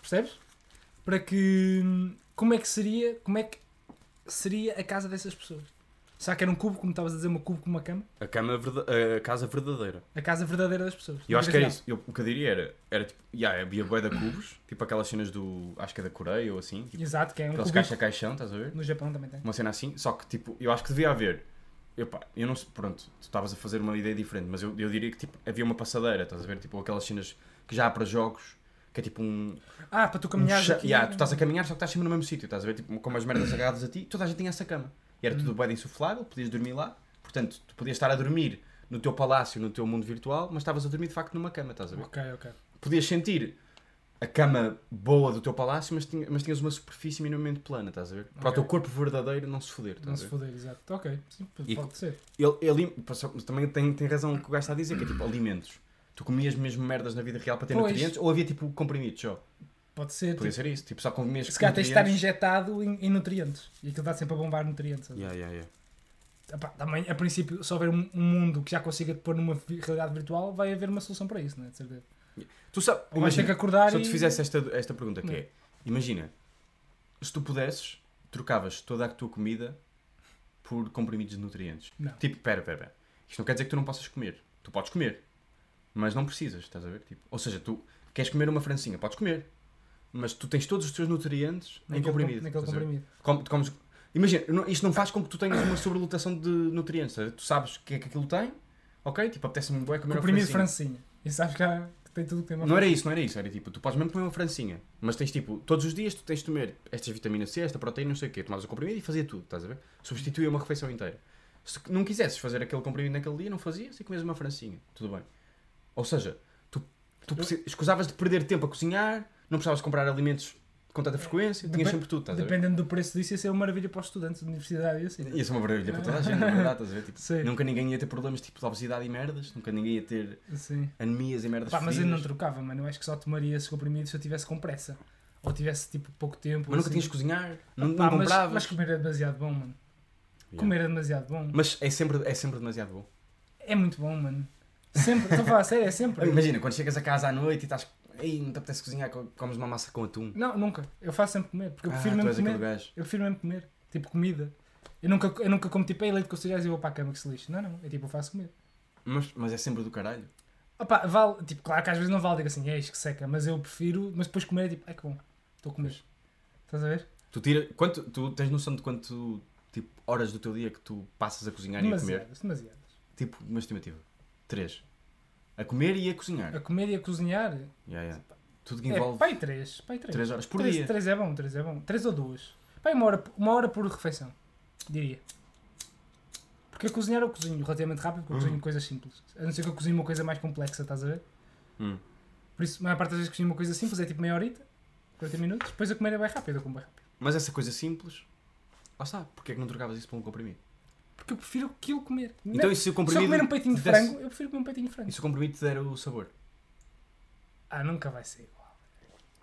Speaker 1: percebes? Para que. hum, Como é que seria. Como é que seria a casa dessas pessoas? Será que era um cubo, como estavas a dizer, um cubo com uma cama?
Speaker 2: A, cama verda- a casa verdadeira.
Speaker 1: A casa verdadeira das pessoas.
Speaker 2: E eu acho que era
Speaker 1: Real.
Speaker 2: isso. Eu- o que eu diria era, era tipo, já, havia bué da cubos, tipo aquelas cenas do, acho que é da Coreia ou assim, tipo,
Speaker 1: Exato, que é um
Speaker 2: aqueles
Speaker 1: cubo.
Speaker 2: caixa-caixão, estás a ver?
Speaker 1: No Japão também tem.
Speaker 2: Uma cena assim, só que tipo, eu acho que devia haver. Eu, pá, eu não sei, pronto, tu estavas a fazer uma ideia diferente, mas eu, eu diria que tipo, havia uma passadeira, estás a ver? Tipo, aquelas cenas que já há para jogos, que é tipo um.
Speaker 1: Ah, para tu
Speaker 2: um
Speaker 1: caminhares.
Speaker 2: cha-
Speaker 1: aqui,
Speaker 2: Yeah, tu estás a caminhar, só que estás sempre no mesmo sítio, estás a ver? Tipo, com umas merdas agarradas a ti, toda a gente tinha essa cama. E era
Speaker 1: Hum.
Speaker 2: tudo bem insuflável, podias dormir lá, portanto, tu podias estar a dormir no teu palácio, no teu mundo virtual, mas estavas a dormir de facto numa cama, estás a ver?
Speaker 1: Ok, Então ok.
Speaker 2: Podias sentir a cama boa do teu palácio, mas, tinha- mas tinhas uma superfície minimamente plana, estás a ver? Para o
Speaker 1: Ok.
Speaker 2: teu corpo verdadeiro não se foder, estás
Speaker 1: Não
Speaker 2: a
Speaker 1: se
Speaker 2: ver?
Speaker 1: foder, exato. Ok, sim,
Speaker 2: E-
Speaker 1: pode ser.
Speaker 2: Ele, ele passou- mas também tem, tem razão o que o gajo está a dizer, que é tipo alimentos. Tu comias mesmo merdas na vida real para ter
Speaker 1: Pois.
Speaker 2: nutrientes ou havia tipo comprimidos só?
Speaker 1: Pode ser.
Speaker 2: Podia
Speaker 1: tipo,
Speaker 2: ser isso, tipo, só com mesmo
Speaker 1: se calhar tens de estar injetado em, em nutrientes. E aquilo está sempre a bombar nutrientes.
Speaker 2: Yeah, yeah, yeah.
Speaker 1: Epá, também, a princípio, se houver um, um mundo que já consiga te pôr numa vi- realidade virtual, vai haver uma solução para isso, não é? De certeza.
Speaker 2: Tu sabes,
Speaker 1: Ou vais ter que acordar
Speaker 2: se eu te
Speaker 1: e-
Speaker 2: fizesse esta, esta pergunta, que é, imagina, se tu pudesses, trocavas toda a tua comida por comprimidos de nutrientes.
Speaker 1: Não.
Speaker 2: Tipo, pera, pera, pera. Isto não quer dizer que tu não possas comer. Tu podes comer, mas não precisas, estás a ver? Tipo, ou seja, tu queres comer uma francinha, podes comer, mas tu tens todos os teus nutrientes em
Speaker 1: Naquele
Speaker 2: comprimido.
Speaker 1: com- naquele
Speaker 2: estás a ver?
Speaker 1: comprimido.
Speaker 2: Como- tu comes- imagina, não- isto não faz com que tu tenhas uma sobrelotação de nutrientes. estás a ver? Tu sabes o que é que aquilo tem, ok? Tipo, apetece-me bué comer uma
Speaker 1: Comprimido
Speaker 2: francinha.
Speaker 1: francinha. E sabes que, há- que tem tudo que tem uma
Speaker 2: Não era isso, não era isso. Era tipo, tu podes mesmo comer uma francinha, mas tens tipo, todos os dias tu tens de comer estas vitaminas C, esta proteína, não sei o quê, tomavas o comprimido e fazia tudo, estás a ver? Substituía uma refeição inteira. Se não quisesses fazer aquele comprimido naquele dia, não fazias e comias uma francinha, tudo bem. Ou seja, tu, tu precis- escusavas de perder tempo a cozinhar, não precisavas comprar alimentos com tanta frequência, tinhas
Speaker 1: Depen-
Speaker 2: sempre tudo, estás a ver?
Speaker 1: Dependendo do preço disso, ia ser uma maravilha para os estudantes de universidade e assim.
Speaker 2: Ia ser uma maravilha para toda a gente, na verdade, estás a ver?
Speaker 1: (laughs)
Speaker 2: Tipo,
Speaker 1: Sim.
Speaker 2: nunca ninguém ia ter problemas tipo de obesidade e merdas, nunca ninguém ia ter
Speaker 1: Sim.
Speaker 2: anemias e merdas
Speaker 1: Pá, mas eu não
Speaker 2: fedidas.
Speaker 1: trocava, mano. Eu acho que só tomaria esses comprimidos se eu tivesse com pressa. Ou tivesse, tipo, pouco tempo.
Speaker 2: Mas nunca
Speaker 1: assim.
Speaker 2: tinhas de cozinhar, não, não
Speaker 1: Pá, mas,
Speaker 2: compravas.
Speaker 1: mas comer é demasiado bom, mano.
Speaker 2: Yeah.
Speaker 1: Comer é demasiado bom.
Speaker 2: Mas é sempre, é sempre demasiado bom.
Speaker 1: É muito bom, mano. Sempre, estou a falar a sério, é sempre.
Speaker 2: (laughs) Imagina, quando chegas a casa à noite e estás. Ei, não te apetece cozinhar, co- comes uma massa com atum.
Speaker 1: Não, nunca. Eu faço sempre comer, porque eu
Speaker 2: ah,
Speaker 1: prefiro
Speaker 2: tu
Speaker 1: mesmo
Speaker 2: és aquele
Speaker 1: comer.
Speaker 2: gajo.
Speaker 1: Eu prefiro mesmo comer. Tipo, comida. Eu nunca, eu nunca como tipo, ei, leite com cereais e vou para a cama que se lixe. Não, não. É tipo, eu faço comer.
Speaker 2: Mas, mas é sempre do caralho.
Speaker 1: Opa, vale. Tipo, claro que às vezes não vale, digo assim, é isto que seca, mas eu prefiro. Mas depois comer é tipo, ai que bom, estou a comer. Estás a ver?
Speaker 2: Tu, tira, quanto, tu tens noção de quanto tipo, horas do teu dia que tu passas a cozinhar e a comer?
Speaker 1: Demasiadas, demasiadas.
Speaker 2: Tipo, uma estimativa. Três. A comer e a cozinhar.
Speaker 1: A comer e a cozinhar
Speaker 2: Yeah, yeah. Tudo que
Speaker 1: é
Speaker 2: envolve
Speaker 1: pai três. Pai três.
Speaker 2: três horas por
Speaker 1: três,
Speaker 2: dia.
Speaker 1: três é bom, três é bom. Três ou duas. Pai, uma hora, uma hora por refeição, diria. Porque a cozinhar eu cozinho relativamente rápido, porque eu cozinho coisas simples. A não ser que eu cozinho uma coisa mais complexa, estás a ver?
Speaker 2: Hum.
Speaker 1: Por isso, a maior parte das vezes que cozinho uma coisa simples é tipo meia horita, 40 minutos, depois a comer é bem rápido, eu como bem rápido.
Speaker 2: Mas essa coisa simples. Lá está. Porquê é que não trocavas isso por um comprimido?
Speaker 1: Porque eu prefiro aquilo comer.
Speaker 2: Então,
Speaker 1: Não-
Speaker 2: e se o
Speaker 1: se eu
Speaker 2: comprimido.
Speaker 1: comer um peitinho de
Speaker 2: te desse-
Speaker 1: frango, eu prefiro comer um peitinho de frango.
Speaker 2: E se o comprimido te der o sabor?
Speaker 1: Ah, nunca vai ser igual.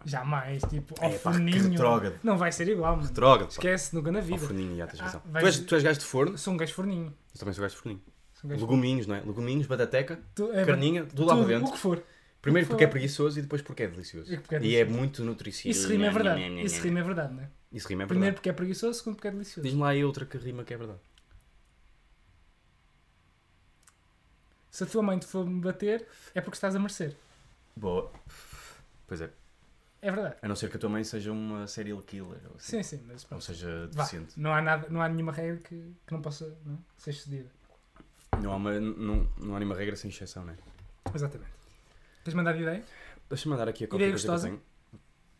Speaker 1: Jamais, tipo, ao
Speaker 2: É, pá, que
Speaker 1: forninho.
Speaker 2: retrógrado.
Speaker 1: Não vai ser igual, mano.
Speaker 2: Droga, pá.
Speaker 1: Esquece, nunca na
Speaker 2: Ao
Speaker 1: vida.
Speaker 2: forninho, já tens
Speaker 1: Ah,
Speaker 2: razão.
Speaker 1: vais-
Speaker 2: tu, és, tu és gajo de forno?
Speaker 1: Sou um gajo forninho.
Speaker 2: Eu também sou gajo de forninho.
Speaker 1: Sou um gajo
Speaker 2: Leguminhos, não é? Leguminhos, batateca,
Speaker 1: Tu- é,
Speaker 2: carninha, tudo lá
Speaker 1: tudo,
Speaker 2: para
Speaker 1: o
Speaker 2: dentro.
Speaker 1: que for.
Speaker 2: Primeiro
Speaker 1: que
Speaker 2: porque é
Speaker 1: for.
Speaker 2: preguiçoso e depois porque é delicioso.
Speaker 1: E porque é
Speaker 2: E é muito nutritivo.
Speaker 1: Isso rima é verdade.
Speaker 2: Nham, nham, nham,
Speaker 1: Isso rima é verdade, não é?
Speaker 2: nham. Isso rima é
Speaker 1: Primeiro
Speaker 2: verdade.
Speaker 1: porque é preguiçoso, segundo porque é delicioso.
Speaker 2: Diz-me lá aí outra que rima que é verdade.
Speaker 1: Se a tua mãe te for me bater, é porque estás a merecer.
Speaker 2: Boa. Pois é.
Speaker 1: É verdade.
Speaker 2: A não ser que a tua mãe seja uma serial killer. Ou, assim.
Speaker 1: Sim, sim, mas
Speaker 2: ou
Speaker 1: pronto.
Speaker 2: seja,
Speaker 1: Vá.
Speaker 2: deficiente.
Speaker 1: Não há, nada, não há nenhuma regra que, que não possa não é? ser cedida.
Speaker 2: Não há, uma, não, não há nenhuma regra sem exceção, não é?
Speaker 1: Exatamente. Tens mandado ideia?
Speaker 2: Deixa-me mandar aqui a qualquer coisa
Speaker 1: gostosa.
Speaker 2: que eu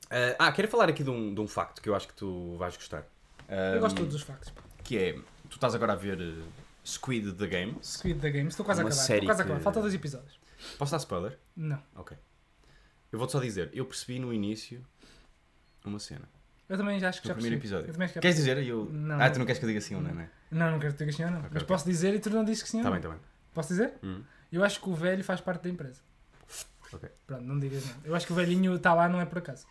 Speaker 2: tenho. Ah, ah, quero falar aqui de um, de um facto que eu acho que tu vais gostar.
Speaker 1: Eu gosto de
Speaker 2: Ah,
Speaker 1: todos os factos. pá.
Speaker 2: Que é, tu estás agora a ver eh, Squid The Game.
Speaker 1: Squid da Game, estou quase a
Speaker 2: Uma
Speaker 1: acabar.
Speaker 2: série
Speaker 1: Estou quase a
Speaker 2: que-
Speaker 1: acabar. Falta dois episódios.
Speaker 2: Posso dar spoiler?
Speaker 1: Não.
Speaker 2: Ok. Eu vou-te só dizer, eu percebi no início uma cena.
Speaker 1: Eu também já acho que
Speaker 2: No
Speaker 1: já
Speaker 2: primeiro
Speaker 1: percebi.
Speaker 2: episódio.
Speaker 1: Eu também acho que já
Speaker 2: Queres dizer? Eu...
Speaker 1: Não.
Speaker 2: Ah, tu não queres que eu diga sim ou não, não é?
Speaker 1: percebi. Não, não quero ter que sim ou não.
Speaker 2: Ok,
Speaker 1: mas
Speaker 2: ok.
Speaker 1: posso dizer e tu não dizes que sim ou
Speaker 2: Está
Speaker 1: não.
Speaker 2: bem, está bem.
Speaker 1: Posso dizer?
Speaker 2: Hum.
Speaker 1: Eu acho que o velho faz parte da empresa.
Speaker 2: Ok.
Speaker 1: Pronto, não digas nada. Eu acho que o velhinho está lá, não é por acaso.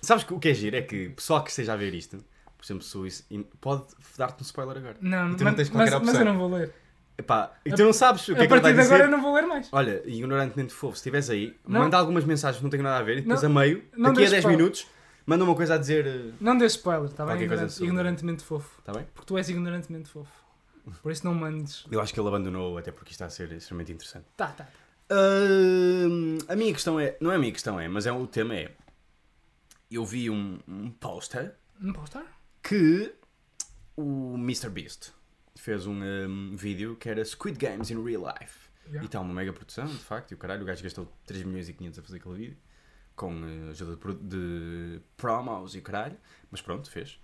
Speaker 2: Sabes que o que é giro é que o pessoal que esteja a ver isto, por exemplo, se o is- in- pode dar-te um spoiler agora.
Speaker 1: Não,
Speaker 2: E tu não
Speaker 1: mas, mas,
Speaker 2: tens qualquer
Speaker 1: mas
Speaker 2: opção.
Speaker 1: eu não vou ler.
Speaker 2: Epá, e tu não sabes o que
Speaker 1: a
Speaker 2: é que ele vai
Speaker 1: partir de
Speaker 2: dizer.
Speaker 1: agora eu não vou ler mais.
Speaker 2: Olha, ignorante nem de fofo, se estiveres aí,
Speaker 1: Não.
Speaker 2: manda algumas mensagens que não têm nada a ver e depois
Speaker 1: Não.
Speaker 2: a meio,
Speaker 1: Não
Speaker 2: daqui a
Speaker 1: deixes
Speaker 2: 10
Speaker 1: para-
Speaker 2: minutos, manda uma coisa a dizer. eh,
Speaker 1: Não dê spoiler, está bem?
Speaker 2: Qualquer coisa
Speaker 1: Ignorante-
Speaker 2: sobre-
Speaker 1: ignorantemente fofo.
Speaker 2: Está bem?
Speaker 1: Porque tu és ignorantemente fofo. Por isso não mandes.
Speaker 2: Eu acho que ele abandonou até porque isto está a ser extremamente interessante.
Speaker 1: Tá, tá.
Speaker 2: Hum, a minha questão é. Não é a minha questão, é, mas é, o tema é. Eu vi um, um poster
Speaker 1: Não posso estar?
Speaker 2: que o Mr. Beast fez um, hum, vídeo que era Squid Games in Real Life.
Speaker 1: Yeah.
Speaker 2: E está uma mega produção, de facto, e o caralho, o gajo gastou 3 milhões e 500 a fazer aquele vídeo, com eh, ajuda de, pro- de promos e o caralho, mas pronto, fez.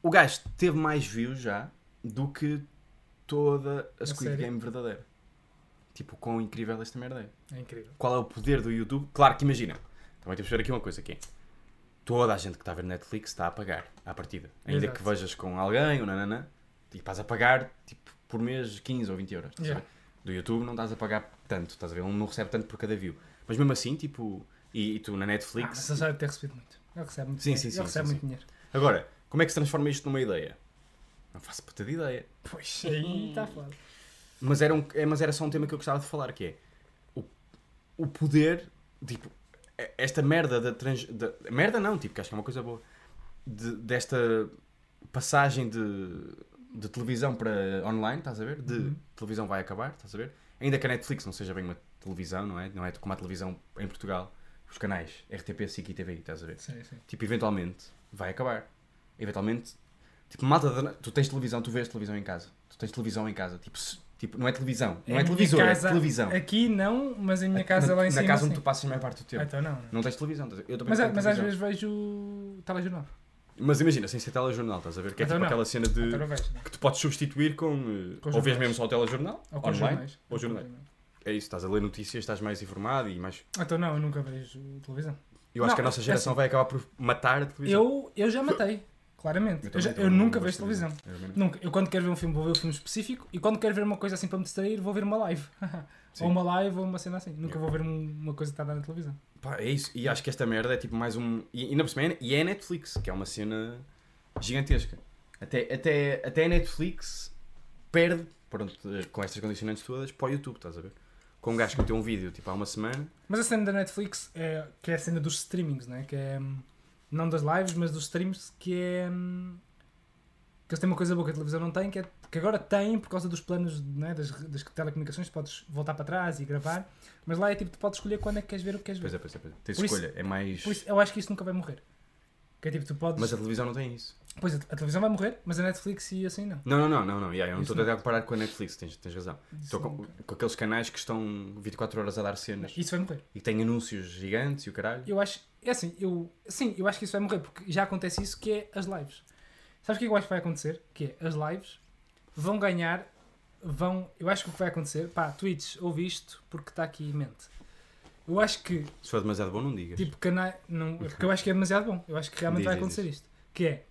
Speaker 2: O gajo teve mais views já do que toda a Squid
Speaker 1: sério?
Speaker 2: Game verdadeira. Tipo, quão incrível esta merda é
Speaker 1: É incrível.
Speaker 2: qual é o poder do YouTube. Claro que imagina, também temos que ver aqui uma coisa que é, toda a gente que está a ver Netflix está a pagar à partida. Ainda
Speaker 1: Exato.
Speaker 2: que vejas com alguém ou nananã, e estás a pagar tipo, por mês 15 ou 20 euros. estás a
Speaker 1: Yeah.
Speaker 2: ver? Do YouTube não estás a pagar tanto, estás a ver? Ele não recebe tanto por cada view. Mas mesmo assim, tipo, e, e tu na
Speaker 1: Ah,
Speaker 2: Netflix.
Speaker 1: mas ele já deve ter recebido muito. Ele recebe muito
Speaker 2: Sim,
Speaker 1: dinheiro.
Speaker 2: sim, sim,
Speaker 1: ele recebe
Speaker 2: sim,
Speaker 1: muito dinheiro.
Speaker 2: Agora, como é que se transforma isto numa ideia? Não faço puta de ideia.
Speaker 1: Pois, aí
Speaker 2: (laughs)
Speaker 1: está foda.
Speaker 2: Mas era, um, é, mas era só um tema que eu gostava de falar, que é o, o poder, tipo, e- esta merda da, trans, da- Merda não, tipo, que acho que é uma coisa boa. de- desta passagem de, de televisão para online, estás a ver? De televisão vai acabar, estás a ver? Ainda que a Netflix não seja bem uma televisão, não é? Não é como a televisão em Portugal. Os canais RTP, SIC e TVI, estás a ver?
Speaker 1: Sim, sim.
Speaker 2: tipo, eventualmente vai acabar. Eventualmente, tipo, malta, da- tu tens televisão, tu vês televisão em casa. Tu tens televisão em casa, tipo, se- tipo não é televisão, não
Speaker 1: Em
Speaker 2: é
Speaker 1: minha
Speaker 2: televisor,
Speaker 1: casa-
Speaker 2: é televisão.
Speaker 1: Aqui não, mas em minha casa
Speaker 2: na,
Speaker 1: lá em
Speaker 2: na
Speaker 1: cima.
Speaker 2: casa onde
Speaker 1: sim.
Speaker 2: tu passas a maior parte do
Speaker 1: Ah,
Speaker 2: tempo.
Speaker 1: então não. não.
Speaker 2: Não tens televisão, estás a ver? eu também
Speaker 1: Mas,
Speaker 2: não
Speaker 1: a-
Speaker 2: tenho
Speaker 1: mas às
Speaker 2: televisão.
Speaker 1: vezes vejo telejornal.
Speaker 2: Mas imagina, sem ser telejornal, estás a ver? Que é
Speaker 1: Então
Speaker 2: tipo
Speaker 1: não.
Speaker 2: aquela cena
Speaker 1: Então não
Speaker 2: de.
Speaker 1: vejo. Não.
Speaker 2: que tu podes substituir com. eh,
Speaker 1: Com
Speaker 2: ou vês
Speaker 1: jornais.
Speaker 2: mesmo só o telejornal,
Speaker 1: Ou com
Speaker 2: online,
Speaker 1: jornais.
Speaker 2: ou jornais. É isso, estás a ler notícias, estás mais informado e mais.
Speaker 1: Ah, Então não, eu nunca vejo televisão.
Speaker 2: Eu acho
Speaker 1: Não,
Speaker 2: que a nossa
Speaker 1: é
Speaker 2: geração vai acabar por matar a televisão.
Speaker 1: Eu, eu já matei, claramente. Eu,
Speaker 2: também,
Speaker 1: já-
Speaker 2: também
Speaker 1: eu
Speaker 2: não
Speaker 1: nunca
Speaker 2: gosto
Speaker 1: vejo
Speaker 2: de
Speaker 1: televisão.
Speaker 2: Eu também não.
Speaker 1: Nunca. Eu quando quero ver um filme vou ver um filme específico e quando quero ver uma coisa assim para me distrair vou ver uma live. (laughs)
Speaker 2: Sim.
Speaker 1: ou uma live ou uma cena assim. Nunca
Speaker 2: Yeah.
Speaker 1: vou ver um- uma coisa que está a dar na televisão.
Speaker 2: Pá, é isso. E acho que esta merda é tipo mais um. E ainda por cima é, e é a Netflix, que é uma cena gigantesca. Até, até, até a Netflix perde, pronto, eh, com estas condicionantes todas, para o YouTube, estás a ver? Com um gajo que meteu um vídeo tipo há uma semana.
Speaker 1: Mas a cena da Netflix é que é a cena dos streamings, né? que é hum, não das lives, mas dos streams, que é hum, que eles têm uma coisa boa que a televisão não tem, que, é, que agora tem por causa dos planos né, das, das telecomunicações, podes voltar para trás e gravar, mas lá é tipo, tu podes escolher quando é que queres ver o que queres ver.
Speaker 2: Pois é, pois é, pois é. Tens
Speaker 1: Por isso-
Speaker 2: escolha. é mais.
Speaker 1: Por isso, eu acho que isso nunca vai morrer. Que é tipo, tu podes.
Speaker 2: Mas a televisão não tem isso.
Speaker 1: Pois a, a televisão vai morrer, mas a Netflix e assim não.
Speaker 2: Não, não, não, não, não. Yeah, eu não
Speaker 1: Isso
Speaker 2: estou a tentar comparar com a Netflix, tens, tens razão. Estou com,
Speaker 1: nunca.
Speaker 2: com aqueles canais que estão 24 horas a dar cenas
Speaker 1: Isso vai morrer.
Speaker 2: e que têm anúncios gigantes e o caralho.
Speaker 1: Eu acho. É assim, eu. Sim, eu acho que isso vai morrer, porque já acontece isso, que é as lives. Sabes o que é que eu acho que vai acontecer? Que é as lives vão ganhar. Vão. Eu acho que o que vai acontecer. Pá, Twitch, ouve isto, porque está aqui em mente. Eu acho que,
Speaker 2: Se for demasiado bom, não digas.
Speaker 1: tipo, canais. Não, porque eu acho que é demasiado bom. Eu acho que realmente
Speaker 2: Diz,
Speaker 1: vai
Speaker 2: diz,
Speaker 1: acontecer isto. Que é.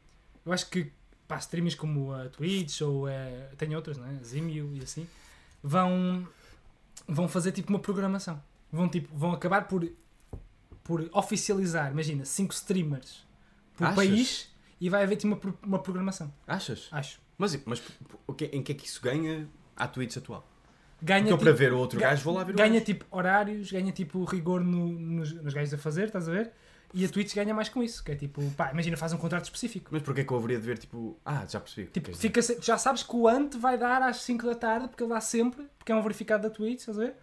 Speaker 1: Eu acho que, pá, streams como a Twitch ou a. Tem outras, não é? Vimeo e assim. Vão. Vão fazer tipo uma programação. Vão, tipo, vão acabar por por oficializar, imagina, 5 streamers por
Speaker 2: Achas?
Speaker 1: país e vai haver tipo, uma, pro- uma programação,
Speaker 2: Achas?
Speaker 1: acho.
Speaker 2: Mas, mas o que- em que é que isso ganha à Twitch atual?
Speaker 1: Ganha,
Speaker 2: Porque eu
Speaker 1: tipo,
Speaker 2: Então, para ver o outro
Speaker 1: ga-
Speaker 2: gajo vou lá ver o
Speaker 1: ganha
Speaker 2: gajo.
Speaker 1: tipo horários, ganha tipo rigor no- nos, nos gajos a fazer, estás a ver? E a Twitch ganha mais com isso, que é tipo, pá, imagina, faz um contrato específico.
Speaker 2: Mas porquê que eu haveria de ver tipo. Ah, já percebi. o que
Speaker 1: Tipo,
Speaker 2: queres dizer.
Speaker 1: fica, se- já sabes que o ante vai dar às 5 da tarde, porque ele dá sempre, porque é um verificado da Twitch, estás a ver?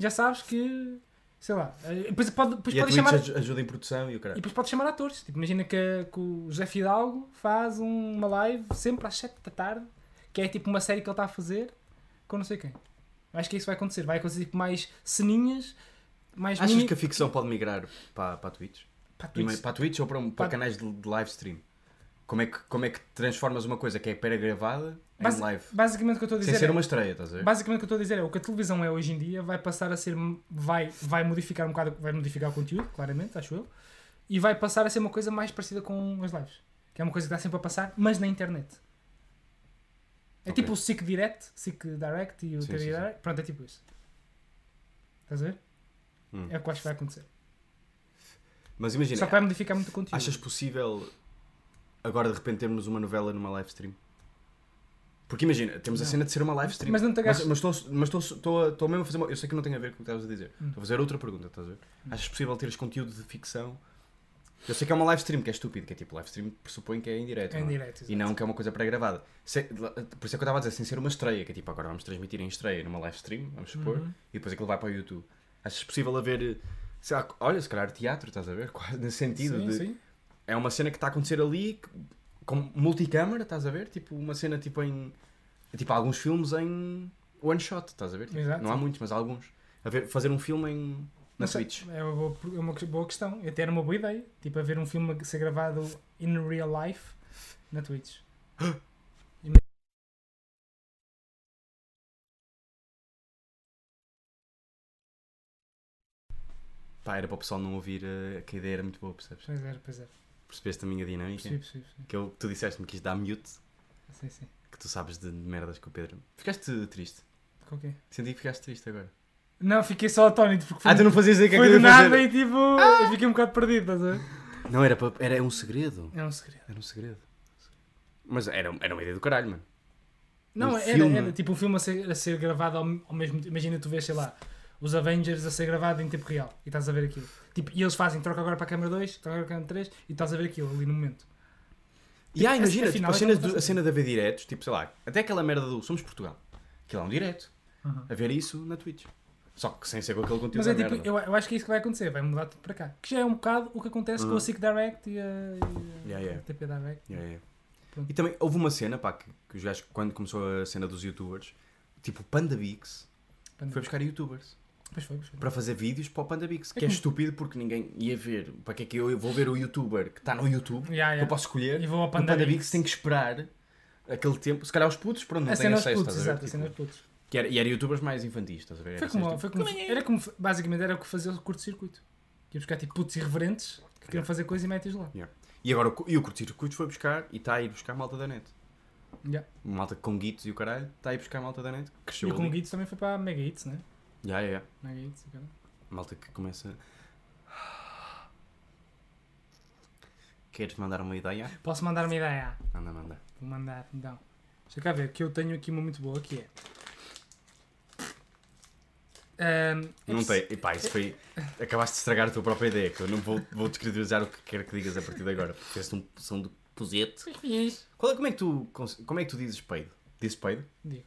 Speaker 1: Já sabes que, sei lá, eh, depois pode, depois
Speaker 2: E a
Speaker 1: pode
Speaker 2: Twitch
Speaker 1: chamar...
Speaker 2: aj- ajuda em produção e o
Speaker 1: E
Speaker 2: caralho.
Speaker 1: depois podes chamar atores. Tipo, imagina que, que o José Fidalgo faz um- uma live sempre às 7 da tarde, que é tipo uma série que ele está a fazer com não sei quem. Acho que isso vai acontecer. Vai acontecer tipo, mais ceninhas, mais
Speaker 2: Achas
Speaker 1: mini-
Speaker 2: que a ficção pode migrar para, para a Twitch?
Speaker 1: Pá, tu
Speaker 2: Primeiro
Speaker 1: isso-
Speaker 2: Para a Twitch ou para, um- para
Speaker 1: Pá.
Speaker 2: canais de, de live stream? Como é, que, como é que transformas uma coisa que é pré-gravada em
Speaker 1: Basi-
Speaker 2: live?
Speaker 1: Basicamente o que eu estou a
Speaker 2: Sem
Speaker 1: dizer. É,
Speaker 2: ser uma estreia, estás a ver?
Speaker 1: Basicamente o que eu estou a dizer é o que a televisão é hoje em dia vai passar a ser. Vai, vai modificar um bocado. Vai modificar o conteúdo, claramente, acho eu. E vai passar a ser uma coisa mais parecida com as lives. Que é uma coisa que está sempre a passar, mas na internet. É
Speaker 2: Ok.
Speaker 1: tipo o SIC Direct, SIC Direct e o
Speaker 2: Sim,
Speaker 1: TV
Speaker 2: sim, sim.
Speaker 1: Direct. Pronto, é tipo isso. Estás a ver?
Speaker 2: Hum.
Speaker 1: É o que eu acho que vai acontecer.
Speaker 2: Mas imagina,
Speaker 1: Só que vai modificar muito o conteúdo.
Speaker 2: achas possível agora de repente termos uma novela numa live stream? Porque imagina, temos a
Speaker 1: Não.
Speaker 2: cena de ser uma live stream.
Speaker 1: Mas não te
Speaker 2: Mas,
Speaker 1: agarres.
Speaker 2: mas estou, mas estou, estou, a- estou mesmo a fazer. uma- Eu sei que não tem a ver com o que estavas a dizer.
Speaker 1: Hum.
Speaker 2: Estou a fazer outra pergunta, estás a ver? Achas possível teres conteúdo de ficção? Eu sei que é uma live stream que é estúpido, que é tipo live stream pressupõe que é em direto.
Speaker 1: É em
Speaker 2: não é?
Speaker 1: direto.
Speaker 2: E não que é uma coisa pré-gravada. Se- Por isso é que eu estava a dizer, sem ser uma estreia, que é tipo agora vamos transmitir em estreia numa live stream, vamos supor,
Speaker 1: Uhum.
Speaker 2: e depois aquilo vai para o YouTube. Achas possível haver. Sei lá, olha, se calhar teatro, estás a ver? (laughs) Quase nesse sentido
Speaker 1: Sim,
Speaker 2: de.
Speaker 1: sim.
Speaker 2: É uma cena que está a acontecer ali que- com multicâmara, estás a ver? Tipo uma cena tipo em. Tipo alguns filmes em one shot, estás a ver? Tipo,
Speaker 1: Exato.
Speaker 2: Não há muitos, mas há alguns. A ver, fazer um filme em. na
Speaker 1: Não sei,
Speaker 2: Switch.
Speaker 1: É uma boa, é uma boa questão. Até era uma boa ideia. Tipo, haver um filme a ser gravado in real life na Twitch.
Speaker 2: Pá, era para o pessoal não ouvir eh, que a ideia era muito boa, percebes?
Speaker 1: Pois é, pois é.
Speaker 2: Percebeste a minha dinâmica?
Speaker 1: Percebi, percebi, percebi.
Speaker 2: Que eu, tu disseste-me que isto dá mute.
Speaker 1: Sim, sim.
Speaker 2: que tu sabes de merdas que o Pedro. Ficaste triste.
Speaker 1: Com o quê?
Speaker 2: Senti que ficaste triste agora.
Speaker 1: Não, fiquei só atónito porque foi,
Speaker 2: Ah, tu não fazias ideia que
Speaker 1: foi
Speaker 2: aquilo
Speaker 1: do
Speaker 2: ia
Speaker 1: nada
Speaker 2: fazer. Ah!
Speaker 1: e tipo, eu fiquei um bocado perdido, estás a ver?
Speaker 2: Não, era, para... era um segredo.
Speaker 1: É um segredo.
Speaker 2: Era um segredo. Mas era, era uma ideia do caralho, mano.
Speaker 1: Não,
Speaker 2: Um
Speaker 1: era,
Speaker 2: filme.
Speaker 1: era tipo um filme a ser, a ser gravado ao, ao mesmo tempo. Imagina tu vês, sei lá, os Avengers a ser gravado em tempo real e estás a ver aquilo. Tipo, e eles fazem, troca agora para a câmera 2, troca agora para a câmera 3 e estás a ver aquilo ali no momento.
Speaker 2: E ah,
Speaker 1: Tipo,
Speaker 2: imagina,
Speaker 1: afinal, então
Speaker 2: tipo, a, cena
Speaker 1: não faz
Speaker 2: do- a cena de haver diretos, tipo, sei lá, até aquela merda do Somos Portugal. Aquilo é um direto.
Speaker 1: Uhum.
Speaker 2: A ver isso na Twitch. Só que sem ser com aquele conteúdo
Speaker 1: Mas
Speaker 2: da
Speaker 1: é tipo,
Speaker 2: merda.
Speaker 1: eu, eu acho que é isso que vai acontecer, vai mudar tudo para cá. Que já é um bocado o que acontece com o Sick Direct e a, e a
Speaker 2: Yeah, yeah.
Speaker 1: TP Direct.
Speaker 2: Hum. Ah, É, é.
Speaker 1: Pronto.
Speaker 2: E também houve uma cena, pá, que, que os gajos, quando começou a cena dos youtubers, tipo, o Pandabix foi buscar youtubers
Speaker 1: Pois foi, pois foi.
Speaker 2: para fazer vídeos para o Pandabix, que é estúpido porque ninguém ia ver. Para que é que eu vou ver o youtuber que está no YouTube?
Speaker 1: Yeah,
Speaker 2: que
Speaker 1: yeah.
Speaker 2: Eu posso escolher.
Speaker 1: E vou ao
Speaker 2: O
Speaker 1: Pandabix.
Speaker 2: Pandabix tem que esperar aquele tempo. Se calhar os putos, pronto, não
Speaker 1: a
Speaker 2: têm
Speaker 1: cena aos
Speaker 2: acesso.
Speaker 1: putos,
Speaker 2: estás a
Speaker 1: exato,
Speaker 2: ver?
Speaker 1: a
Speaker 2: Tipo,
Speaker 1: cena aos putos.
Speaker 2: que era- e era youtubers mais infantis, estás a ver?
Speaker 1: Foi
Speaker 2: Era assim,
Speaker 1: como,
Speaker 2: cenas
Speaker 1: foi como,
Speaker 2: é.
Speaker 1: era como, basicamente era o que fazia o curto-circuito. Ia buscar tipo putos irreverentes que queriam fazer coisa e metes lá.
Speaker 2: tipo. Yeah. E agora o cu- e o curto-circuito foi buscar e está a ir buscar malta da net.
Speaker 1: Yeah.
Speaker 2: Malta com guitos e o caralho, está a ir buscar malta da net. que
Speaker 1: E
Speaker 2: Cresceu.
Speaker 1: o
Speaker 2: ali.
Speaker 1: Kung Hits também foi para a Mega Hits, né?
Speaker 2: Yeah, yeah, yeah.
Speaker 1: Mega Hits, cara.
Speaker 2: Malta que começa. Queres mandar uma ideia?
Speaker 1: Posso mandar uma ideia?
Speaker 2: Manda, manda.
Speaker 1: Vou mandar então. Deixa cá ver, que eu tenho aqui uma muito boa que é. Ahm, é
Speaker 2: não
Speaker 1: possi-
Speaker 2: tem. Epá, isso foi. Acabaste de estragar a tua própria ideia, que eu não vou, vou descredibilizar o que quer que digas a partir de agora. Porque és um são de posete. Qual é, como, é que tu, cons- como é que tu dizes peido? Dizes peido?
Speaker 1: Digo.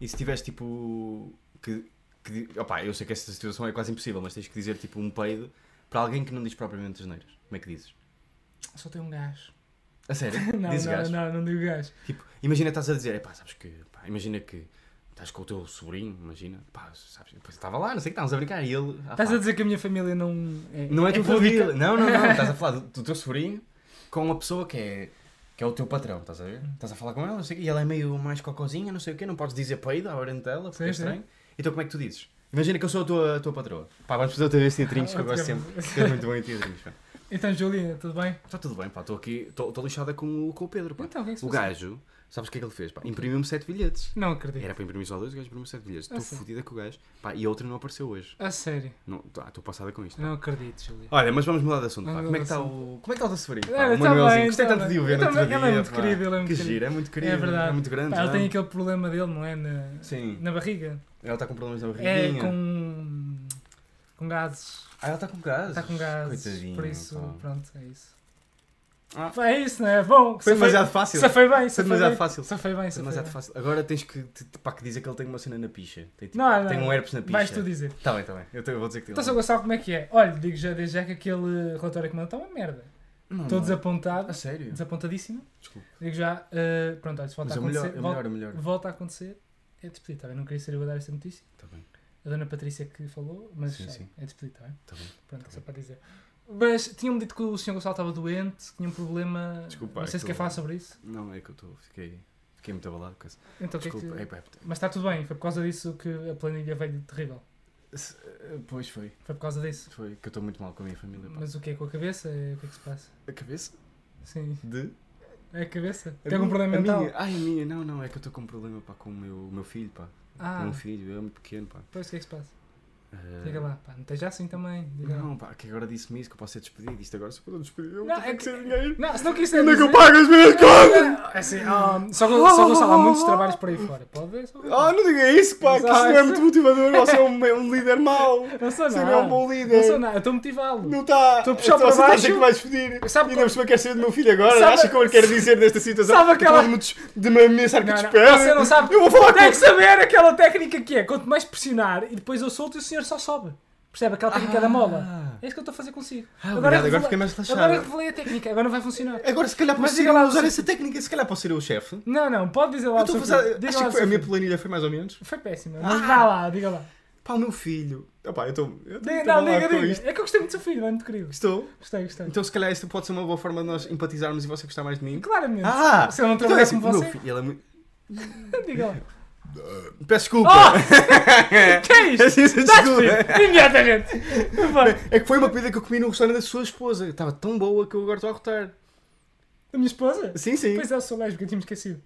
Speaker 2: E se tiveres tipo. Que, que, di- opá, eu sei que esta situação é quase impossível, mas tens que dizer tipo um peido para alguém que não diz propriamente as neiras. Como é que dizes?
Speaker 1: Só tem um gajo.
Speaker 2: A sério?
Speaker 1: (laughs) Não,
Speaker 2: dizes
Speaker 1: não,
Speaker 2: gajo?
Speaker 1: não, não digo gajo.
Speaker 2: Tipo, imagina estás a dizer, pá, sabes que, pá, imagina que estás com o teu sobrinho, imagina, pá, sabes, depois estava lá, não sei o que, estávamos a brincar, e ele, ah,
Speaker 1: Estás
Speaker 2: pá,
Speaker 1: a dizer que a minha família não.
Speaker 2: não é tua
Speaker 1: pública?
Speaker 2: família, não, não, não, (laughs) estás a falar do, do teu sobrinho com uma pessoa que é, que é o teu patrão, estás a ver? Estás a falar com ela, não sei o quê, e ela é meio mais cocozinha, não sei o quê, não podes dizer peido à hora dela, porque
Speaker 1: Sim,
Speaker 2: é
Speaker 1: sim.
Speaker 2: estranho, então como é que tu dizes? Imagina que eu sou a tua, a tua patroa. Ah, Pá, vamos fazer outra vez teatrinhos, que eu
Speaker 1: Outra
Speaker 2: gosto
Speaker 1: vez.
Speaker 2: sempre. que és muito bom em teatrinhos, pá.
Speaker 1: Então, Julinha, tudo bem?
Speaker 2: Está Tá tudo bem, pá, estou aqui, estou estou lixada com, o- com o Pedro, pá.
Speaker 1: Então, o que é que se
Speaker 2: o
Speaker 1: passa?
Speaker 2: gajo, sabes o que é que ele fez, pá? Imprimiu-me sete bilhetes.
Speaker 1: Não acredito.
Speaker 2: Era para imprimir só dois, o gajo imprimiu sete bilhetes.
Speaker 1: Ah,
Speaker 2: Estou
Speaker 1: sim.
Speaker 2: fodida com o gajo. Pá, e a outra não apareceu hoje.
Speaker 1: A sério.
Speaker 2: Não, tá, Estou passada com isto.
Speaker 1: Não acredito, Julinha.
Speaker 2: Olha, mas vamos mudar de assunto. Pá.
Speaker 1: Vamos
Speaker 2: Como é que
Speaker 1: mudar
Speaker 2: está
Speaker 1: de
Speaker 2: o. Como é que está o da Sobrinho?
Speaker 1: Ah,
Speaker 2: Pá, o
Speaker 1: tá
Speaker 2: Manuelzinho.
Speaker 1: bem,
Speaker 2: Gostei
Speaker 1: tá
Speaker 2: tanto
Speaker 1: bem.
Speaker 2: de o ver
Speaker 1: Eu
Speaker 2: no outro
Speaker 1: também,
Speaker 2: dia.
Speaker 1: ele é muito
Speaker 2: pá.
Speaker 1: querido, ele é muito
Speaker 2: Que
Speaker 1: querido.
Speaker 2: giro, é muito querido.
Speaker 1: É verdade.
Speaker 2: É muito grande.
Speaker 1: Pá, ele
Speaker 2: já.
Speaker 1: tem aquele problema dele, não é? Na,
Speaker 2: Sim.
Speaker 1: na barriga.
Speaker 2: Ela está com problemas na
Speaker 1: É
Speaker 2: barriguinha.
Speaker 1: com. com gases.
Speaker 2: Ah, ela está com gás.
Speaker 1: Está com gases.
Speaker 2: Coitadinho.
Speaker 1: por isso,
Speaker 2: pá.
Speaker 1: pronto, é isso.
Speaker 2: Ah.
Speaker 1: Pá, É isso, não é? Bom,
Speaker 2: Foi
Speaker 1: safei-
Speaker 2: demasiado fácil.
Speaker 1: Safei bem,
Speaker 2: Foi
Speaker 1: safei
Speaker 2: demasiado
Speaker 1: bem.
Speaker 2: fácil.
Speaker 1: Safei bem,
Speaker 2: Foi
Speaker 1: safei
Speaker 2: demasiado
Speaker 1: bem.
Speaker 2: fácil. Agora tens que. te- te- Pá, que dizer que ele tem uma cena na picha. Tem, tipo,
Speaker 1: Não, não.
Speaker 2: tem um herpes na picha.
Speaker 1: Vais tu dizer.
Speaker 2: Está bem, está bem. Eu, te- eu vou dizer que tem.
Speaker 1: Então, seu Gonçalo, como é que é? Olha, digo já desde já que aquele relatório que mandou está uma merda.
Speaker 2: Não,
Speaker 1: Estou
Speaker 2: não.
Speaker 1: desapontado,
Speaker 2: A sério?
Speaker 1: desapontadíssimo.
Speaker 2: Hum. Ah, Desculpa.
Speaker 1: Digo já, eh, pronto, olha, se volta
Speaker 2: Mas
Speaker 1: a
Speaker 2: é o melhor,
Speaker 1: acontecer,
Speaker 2: é o
Speaker 1: vol-
Speaker 2: melhor, é o melhor.
Speaker 1: volta a acontecer, é despedido, está bem? Não queria ser eu a dar esta notícia.
Speaker 2: Está bem,
Speaker 1: A dona Patrícia que falou, mas
Speaker 2: Sim,
Speaker 1: é,
Speaker 2: sim.
Speaker 1: é despedido, está bem?
Speaker 2: está bem.
Speaker 1: Pronto, só para dizer. Mas tinham-me dito que o Sr. Gonçalo estava doente, tinha um problema.
Speaker 2: Desculpa,
Speaker 1: não
Speaker 2: é
Speaker 1: sei se
Speaker 2: que
Speaker 1: quer
Speaker 2: eu-
Speaker 1: falar sobre isso.
Speaker 2: Não, é que eu estou. Fiquei, fiquei muito abalado com isso.
Speaker 1: Então, o que é que
Speaker 2: Desculpa.
Speaker 1: tu-
Speaker 2: é, pá,
Speaker 1: Mas está tudo bem, foi por causa disso que a planilha veio de terrível.
Speaker 2: se- eh, pois foi.
Speaker 1: Foi por causa disso.
Speaker 2: Foi que eu estou muito mal com a minha família. Pá.
Speaker 1: Mas o que é com a cabeça? O que é que se passa?
Speaker 2: A cabeça?
Speaker 1: Sim,
Speaker 2: De?
Speaker 1: é a cabeça.
Speaker 2: A
Speaker 1: Tem algum
Speaker 2: minha-
Speaker 1: problema
Speaker 2: a
Speaker 1: mental?
Speaker 2: Minha, ai, a minha, não, não. É que eu estou com um problema pá, com o meu, o meu filho. Pá.
Speaker 1: Ah,
Speaker 2: É um filho, é muito pequeno. Pá.
Speaker 1: pois o que é que se passa?
Speaker 2: Eh,
Speaker 1: Diga lá, pá, não esteja assim também. Diga lá.
Speaker 2: Ah, Não, pá, que agora disse-me isso, que eu posso ser despedido. Isto agora, se eu for despedido, eu
Speaker 1: Não,
Speaker 2: não,
Speaker 1: é
Speaker 2: tenho
Speaker 1: que-
Speaker 2: que ser dinheiro.
Speaker 1: Não, se não quiser.
Speaker 2: Onde é que
Speaker 1: dizer-
Speaker 2: eu pago as minhas contas?
Speaker 1: É assim, ah, só, Gon- só Gonçalo, há muitos trabalhos por aí fora. Pode ver? Só Gonçalo.
Speaker 2: Ah, não diga isso, pá, que isso não é
Speaker 1: Exato.
Speaker 2: muito motivador. Você é um, é um líder mau.
Speaker 1: Não sou
Speaker 2: Você
Speaker 1: nada.
Speaker 2: não é um bom
Speaker 1: Não sou
Speaker 2: líder.
Speaker 1: nada, eu estou motivado.
Speaker 2: Não está.
Speaker 1: Estou a puxar para
Speaker 2: Você está a
Speaker 1: baixo.
Speaker 2: dizer que vais pedir.
Speaker 1: Sabe
Speaker 2: e
Speaker 1: qual-
Speaker 2: não percebo o que é ser do meu filho agora.
Speaker 1: Sabe-
Speaker 2: Acha que eu lhe
Speaker 1: (laughs)
Speaker 2: quero dizer nesta situação?
Speaker 1: Sabe aquela-
Speaker 2: Pode-me des- de me ameaçar que
Speaker 1: Não,
Speaker 2: te
Speaker 1: não,
Speaker 2: espera.
Speaker 1: você não sabe-
Speaker 2: Tipo, é, Eu vou falar
Speaker 1: Tem que
Speaker 2: com
Speaker 1: saber aquela técnica que é, quanto mais pressionar e depois eu solto e o senhor só sobe. Percebe? Aquela técnica da mola. É isso que eu estou a fazer consigo.
Speaker 2: Ah. obrigado, agora
Speaker 1: revela-
Speaker 2: fiquei mais relaxado.
Speaker 1: Agora eu revelei a técnica, agora não vai funcionar.
Speaker 2: Agora, se calhar,
Speaker 1: Mas
Speaker 2: posso
Speaker 1: diga
Speaker 2: ir
Speaker 1: lá,
Speaker 2: usar
Speaker 1: você-
Speaker 2: essa técnica. Se calhar, posso ser eu o chefe. Eu
Speaker 1: Não, não, pode dizer lá o
Speaker 2: estou a
Speaker 1: seu
Speaker 2: fazer.
Speaker 1: filho. Diga lá o
Speaker 2: Acho que foi- a
Speaker 1: seu
Speaker 2: minha Ah!
Speaker 1: filho.
Speaker 2: planilha foi mais ou menos.
Speaker 1: Foi péssima, mas vá lá, diga lá.
Speaker 2: Pá, o meu filho. Opá, eu estou. eu estou
Speaker 1: Diga,
Speaker 2: muito
Speaker 1: não,
Speaker 2: abalado
Speaker 1: diga,
Speaker 2: com
Speaker 1: diga.
Speaker 2: isto.
Speaker 1: É que eu gostei muito do seu filho, é muito querido.
Speaker 2: Estou.
Speaker 1: Gostei, gostei.
Speaker 2: Então, se calhar, isto pode ser uma boa forma de nós empatizarmos e você gostar mais de mim.
Speaker 1: Claramente.
Speaker 2: Ah!
Speaker 1: Se eu não
Speaker 2: então
Speaker 1: trabalhar
Speaker 2: é assim, Então
Speaker 1: como
Speaker 2: o meu
Speaker 1: você,
Speaker 2: filho, ele é muito-
Speaker 1: (laughs) diga
Speaker 2: (laughs)
Speaker 1: lá. Oh!
Speaker 2: Peço desculpa.
Speaker 1: (laughs)
Speaker 2: (laughs)
Speaker 1: Que é
Speaker 2: assim,
Speaker 1: isto? Estás despedido, imediatamente. Vai.
Speaker 2: É que foi uma comida que eu comi no restaurante da sua esposa. Estava tão boa que eu agora estou a rotar.
Speaker 1: Da minha esposa?
Speaker 2: Sim, sim.
Speaker 1: Pois é, eu sou lésbica, eu tinha
Speaker 2: (laughs)
Speaker 1: esquecido.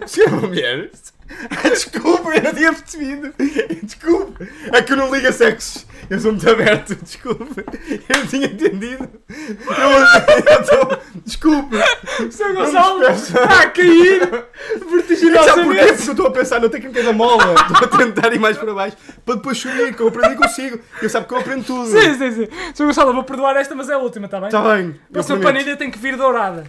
Speaker 2: Você é uma mulher? Ah, desculpa, eu não tinha percebido. Desculpa. É que eu não ligo a sexos. Eu sou muito aberto. Desculpa. Eu não tinha entendido. Eu, eu tô... Desculpa.
Speaker 1: São Gonçalo está a cair
Speaker 2: Sabe porquê?
Speaker 1: vertiginosamente.
Speaker 2: Porque eu estou a pensar na técnica da mola. Estou a tentar ir mais para baixo para depois subir, que eu aprendi consigo. Eu sabe que eu aprendo tudo.
Speaker 1: Sim, sim, sim. São Gonçalo, eu vou perdoar esta, mas é a última, está bem?
Speaker 2: Está bem.
Speaker 1: A sua panilha tem que vir dourada.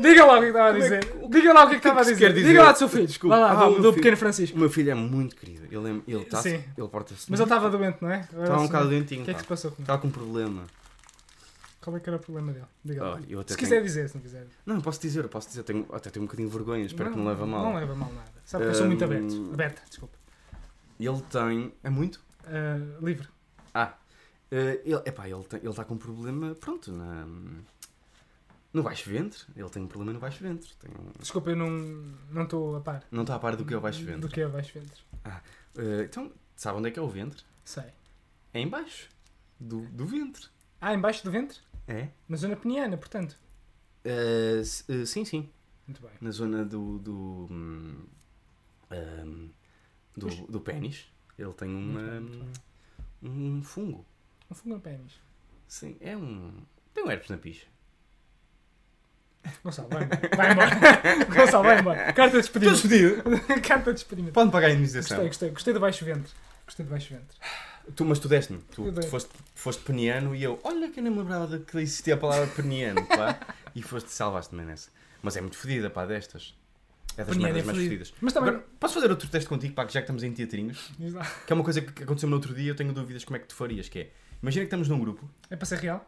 Speaker 1: Diga lá o que estava a dizer. Diga lá o que estava a
Speaker 2: é que se
Speaker 1: dizer.
Speaker 2: quer dizer?
Speaker 1: Diga lá do seu filho.
Speaker 2: Desculpa.
Speaker 1: Vai lá,
Speaker 2: Ah, o
Speaker 1: do,
Speaker 2: meu
Speaker 1: do
Speaker 2: filho.
Speaker 1: pequeno Francisco.
Speaker 2: O meu filho é muito querido. Ele, é- ele, tá,
Speaker 1: Sim.
Speaker 2: ele porta-se.
Speaker 1: Mas ele estava doente, não é?
Speaker 2: Estava um bocado
Speaker 1: O
Speaker 2: dentinho.
Speaker 1: que é que se passou com ele?
Speaker 2: Estava com um problema.
Speaker 1: Qual é que era o problema dele? Diga lá.
Speaker 2: Olha, Tá, eu até
Speaker 1: Se
Speaker 2: tenho-
Speaker 1: quiser dizer, se não quiser.
Speaker 2: Não, eu posso dizer, eu posso dizer. Tenho, até tenho um bocadinho de vergonha, espero que não leva a mal.
Speaker 1: Não leva mal nada. Sabe que eu sou muito
Speaker 2: Hum.
Speaker 1: aberto. Aberta, desculpa.
Speaker 2: Ele tem. É muito?
Speaker 1: Ah, livre.
Speaker 2: Ah. eh, ele, epá, ele tem- ele está com um problema, pronto, na, no baixo ventre. Ele tem um problema no baixo ventre. Tem um-
Speaker 1: Desculpa, eu não não estou a par.
Speaker 2: não está a par do que é o baixo
Speaker 1: Do
Speaker 2: ventre.
Speaker 1: que é baixo ventre.
Speaker 2: Eh, então, sabe onde é que é o ventre?
Speaker 1: Sei.
Speaker 2: É em baixo do, do ventre.
Speaker 1: Ah, embaixo do ventre?
Speaker 2: É?
Speaker 1: Na zona peniana, portanto.
Speaker 2: Eh, sim, sim.
Speaker 1: Muito bem.
Speaker 2: Na zona do. do. hum, hum, do, do pênis. Ele tem uma,
Speaker 1: Muito bem, muito
Speaker 2: um fungo.
Speaker 1: Um fungo no pênis.
Speaker 2: Sim, é um. Tem um herpes na picha.
Speaker 1: Gonçalo, vai embora. Vai
Speaker 2: (laughs)
Speaker 1: embora. Gonçalo, vai embora. Carta de despedimento. (laughs)
Speaker 2: despedido.
Speaker 1: Carta de despedimento.
Speaker 2: Podem pagar a
Speaker 1: Gostei,
Speaker 2: indenização.
Speaker 1: gostei. Gostei do baixo ventre. Gostei do baixo ventre.
Speaker 2: Tu, mas tu deste-me. Tu,
Speaker 1: Eu dei.
Speaker 2: tu foste, foste peniano e eu. Olha que eu nem me lembrava de que existia a palavra peniano, pá. E foste, salvaste-me nessa. Mas é muito fodida, pá, destas. É das
Speaker 1: Peniano é
Speaker 2: merdas mais
Speaker 1: fodido.
Speaker 2: fodidas.
Speaker 1: Mas também-
Speaker 2: Agora, posso fazer outro teste contigo, pá, que já que estamos em teatrinhos?
Speaker 1: Diz lá.
Speaker 2: Que é uma coisa que aconteceu no outro dia e eu tenho dúvidas como é que tu farias, que é... Imagina que estamos num grupo.
Speaker 1: É para ser real?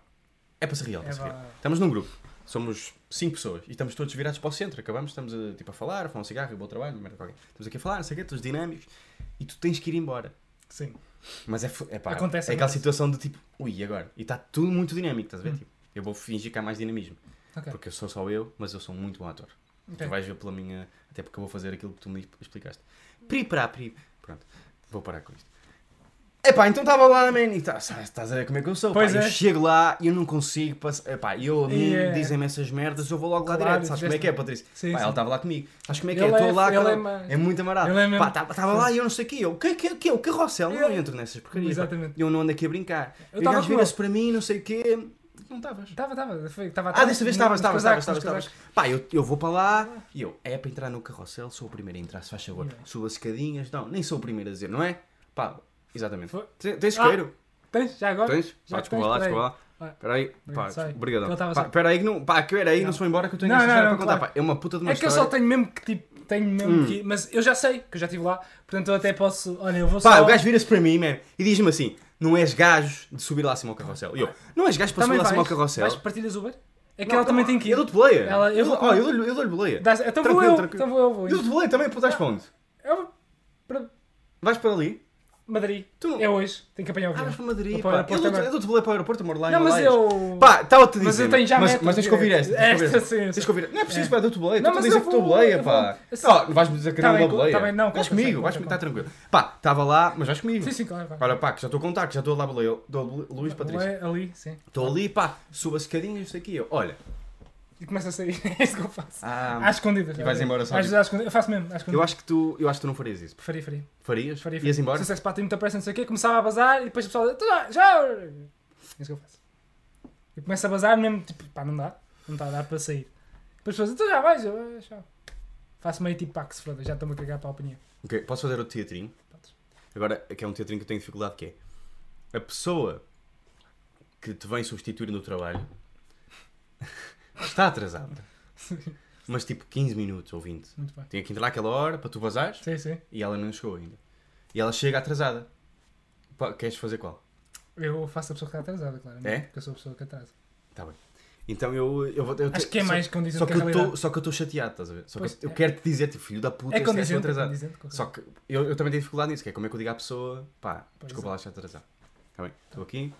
Speaker 2: É para ser real, para
Speaker 1: É
Speaker 2: ser
Speaker 1: vá.
Speaker 2: real. Estamos num grupo. Somos cinco pessoas e estamos todos virados para o centro. Acabamos, estamos a, tipo, a falar, a fumar um cigarro, bom trabalho, merda qualquer. Estamos aqui a falar, não sei o quê, todos dinâmicos. E tu tens que ir embora.
Speaker 1: Sim.
Speaker 2: Mas é, fo- é pá,
Speaker 1: Acontece,
Speaker 2: é aquela
Speaker 1: acontece. Hum.
Speaker 2: situação de tipo, ui, e agora? E está tudo muito dinâmico, estás a ver? Tipo, eu vou fingir que há mais dinamismo.
Speaker 1: Ok.
Speaker 2: Porque eu sou só eu, mas eu sou muito bom ator.
Speaker 1: Ok.
Speaker 2: Tu vais ver pela minha. Até porque eu vou fazer aquilo que tu me explicaste. Pri, pra, pri. Pronto, vou parar com isto. Epá, então estava lá na man e tá- estás a ver como é que eu sou.
Speaker 1: Pois
Speaker 2: pá,
Speaker 1: é.
Speaker 2: Eu chego lá e eu não consigo passar. Epá, eu a mim
Speaker 1: Yeah.
Speaker 2: dizem-me essas merdas, eu vou logo lá
Speaker 1: Claro,
Speaker 2: direto. Sabes como é que é,
Speaker 1: fizeste-
Speaker 2: Patrícia?
Speaker 1: Sim,
Speaker 2: pá,
Speaker 1: sim.
Speaker 2: ela estava lá comigo. Sabes como é que
Speaker 1: Ele
Speaker 2: é? Eu
Speaker 1: é-
Speaker 2: Estou lá
Speaker 1: ele
Speaker 2: com
Speaker 1: é
Speaker 2: ela.
Speaker 1: ma-
Speaker 2: É muito amarado.
Speaker 1: Ele é mesmo-
Speaker 2: Estava lá e eu não sei o que. Eu, o que é que é? O que é? O carrossel? Eu não entro nessas porcarias. pá.
Speaker 1: Exatamente.
Speaker 2: Eu não ando aqui a brincar.
Speaker 1: Eu
Speaker 2: E o
Speaker 1: tava
Speaker 2: gajo
Speaker 1: com
Speaker 2: vira-se para mim, não sei o quê. Não estavas.
Speaker 1: Estava, estava. Foi- estava
Speaker 2: Ah,
Speaker 1: atrás,
Speaker 2: desta
Speaker 1: nos-
Speaker 2: vez estavas,
Speaker 1: nos
Speaker 2: estavas,
Speaker 1: casacos,
Speaker 2: estavas,
Speaker 1: nos
Speaker 2: estavas, estavas.
Speaker 1: casacos.
Speaker 2: Pá, eu, eu vou para lá e eu, é para entrar no carrossel, sou o primeiro a entrar, se faz favor.
Speaker 1: Yeah.
Speaker 2: Subo as escadinhas, não, nem sou o primeiro a dizer, não é? Pá, exatamente.
Speaker 1: Foi-
Speaker 2: Te- Tens isqueiro?
Speaker 1: Tens? Já agora?
Speaker 2: Tens?
Speaker 1: Já
Speaker 2: Pá, desculpa
Speaker 1: tens,
Speaker 2: lá,
Speaker 1: peraí.
Speaker 2: desculpa lá.
Speaker 1: Vai.
Speaker 2: Espera aí, pá,
Speaker 1: Obrigado, sai.
Speaker 2: obrigado.
Speaker 1: Ele tava
Speaker 2: Pá,
Speaker 1: só-
Speaker 2: Espera aí que não, pá, que era aí, não
Speaker 1: Não.
Speaker 2: sou embora que eu tenho
Speaker 1: Não,
Speaker 2: esta
Speaker 1: não,
Speaker 2: história
Speaker 1: não,
Speaker 2: para contar,
Speaker 1: claro.
Speaker 2: pá. É uma puta de uma
Speaker 1: É que eu só
Speaker 2: história.
Speaker 1: tenho mesmo que tipo. Tenho mesmo que. Mas eu já sei, que eu já estive lá, portanto eu até posso. Olha, eu vou
Speaker 2: Pá,
Speaker 1: só.
Speaker 2: o gajo vira-se para mim, man, e diz-me assim, não és gajo de subir lá acima ao carrossel. E eu, não és gajo para subir lá acima ao carrossel?
Speaker 1: Vais partilhas Uber? É que
Speaker 2: Não,
Speaker 1: ela também
Speaker 2: não,
Speaker 1: tem que ir.
Speaker 2: Eu dou-te boleia.
Speaker 1: Ela- eu
Speaker 2: Eu
Speaker 1: vou-
Speaker 2: dou- ó, eu dou-lhe eu dou-lhe boleia.
Speaker 1: Dás- Então vou
Speaker 2: Tranquilo,
Speaker 1: eu.
Speaker 2: tranquilo.
Speaker 1: Então vou eu. Vou.
Speaker 2: Eu dou-te boleia também, puto, estás para onde?
Speaker 1: Eu- para
Speaker 2: Vais para ali?
Speaker 1: Madrid.
Speaker 2: Tu não-
Speaker 1: É hoje. Tenho que apanhar o
Speaker 2: Ah,
Speaker 1: avião.
Speaker 2: mas para Madrid,
Speaker 1: Vou
Speaker 2: pá.
Speaker 1: para o aeroporto
Speaker 2: Eu dou-
Speaker 1: agora.
Speaker 2: eu dou-te boleia para o aeroporto, eu moro lá em
Speaker 1: Não, mas
Speaker 2: Malaias.
Speaker 1: eu.
Speaker 2: Pá, estava-te a dizer.
Speaker 1: Mas eu tenho já
Speaker 2: mas,
Speaker 1: meta
Speaker 2: mas tens
Speaker 1: de-
Speaker 2: que ouvir esta. tens que ouvir
Speaker 1: esta,
Speaker 2: esta.
Speaker 1: sim,
Speaker 2: Tens
Speaker 1: sim.
Speaker 2: que ouvir. Não é preciso,
Speaker 1: É.
Speaker 2: pá, eu dou-te boleia.
Speaker 1: Não,
Speaker 2: Não, tu
Speaker 1: mas
Speaker 2: dizes
Speaker 1: eu
Speaker 2: que dou
Speaker 1: vou-
Speaker 2: boleia,
Speaker 1: eu
Speaker 2: pá.
Speaker 1: vou- Assim-
Speaker 2: Não, vais-me dizer que eu
Speaker 1: Tá
Speaker 2: não
Speaker 1: bem,
Speaker 2: dou
Speaker 1: co-
Speaker 2: boleia.
Speaker 1: tá bem, não,
Speaker 2: Vais
Speaker 1: conta, sim,
Speaker 2: comigo,
Speaker 1: conta,
Speaker 2: vais comigo,
Speaker 1: conta.
Speaker 2: está tranquilo. Pá, estava lá, mas vais comigo.
Speaker 1: Sim, sim, claro. Tá é. claro.
Speaker 2: Olha, pá, que já estou a contar, que já estou a dar boleia. Eu Dou Luís Patrício.
Speaker 1: Ué, Ali, sim.
Speaker 2: Estou ali, pá, subo as escadinhas, isto aqui. eu, Olha.
Speaker 1: E começa a sair. (laughs) É isso que eu faço.
Speaker 2: Ah,
Speaker 1: Às escondidas.
Speaker 2: E vais embora só. tipo-
Speaker 1: Às vezes às escondidas. Eu faço mesmo. Às escondidas.
Speaker 2: Eu acho que tu, eu acho que tu não farias isso.
Speaker 1: Faria, faria.
Speaker 2: Farias?
Speaker 1: faria
Speaker 2: Ias embora?
Speaker 1: Se dissesse, pá, tem muita pressa, não sei o quê, começava a bazar e depois o pessoal dizia, "Tá, já! É isso que eu faço. E começa a bazar mesmo, tipo, pá, não dá, não está a dar para sair. Depois as pessoas dizem, tu já vais, eu, "Ah, tchau." Faço meio tipo, pá, que se foda, já estou-me a cagar para a opinião.
Speaker 2: Ok, posso fazer outro teatrinho?
Speaker 1: Podes.
Speaker 2: Agora, que é um teatrinho que eu tenho dificuldade, que é... A pessoa que te vem substituir no trabalho (laughs) está atrasada. Mas tipo 15 minutos ou 20.
Speaker 1: Muito bem.
Speaker 2: Tinha que entrar àquela hora para tu vazares
Speaker 1: Sim, sim.
Speaker 2: e ela não chegou ainda. E ela chega atrasada. Pá, queres fazer qual?
Speaker 1: Eu faço a pessoa que está atrasada, claramente.
Speaker 2: É?
Speaker 1: Porque eu sou a pessoa que atrasa.
Speaker 2: Está bem. Então eu, eu vou... eu
Speaker 1: Acho
Speaker 2: te-
Speaker 1: que é
Speaker 2: só-
Speaker 1: mais condizente
Speaker 2: só
Speaker 1: com
Speaker 2: que,
Speaker 1: a
Speaker 2: eu tô,
Speaker 1: realidade.
Speaker 2: só que eu estou chateado, estás a ver? Só que
Speaker 1: Pois,
Speaker 2: eu
Speaker 1: é.
Speaker 2: quero te dizer, tipo, filho da puta,
Speaker 1: É
Speaker 2: este gajo está
Speaker 1: condizente, é
Speaker 2: atrasado.
Speaker 1: condizente. com a
Speaker 2: Só que eu, eu também tenho dificuldade nisso, que é como é que eu digo à pessoa, pá,
Speaker 1: Pois
Speaker 2: desculpa
Speaker 1: é.
Speaker 2: lá estar atrasado. Está bem, estou aqui,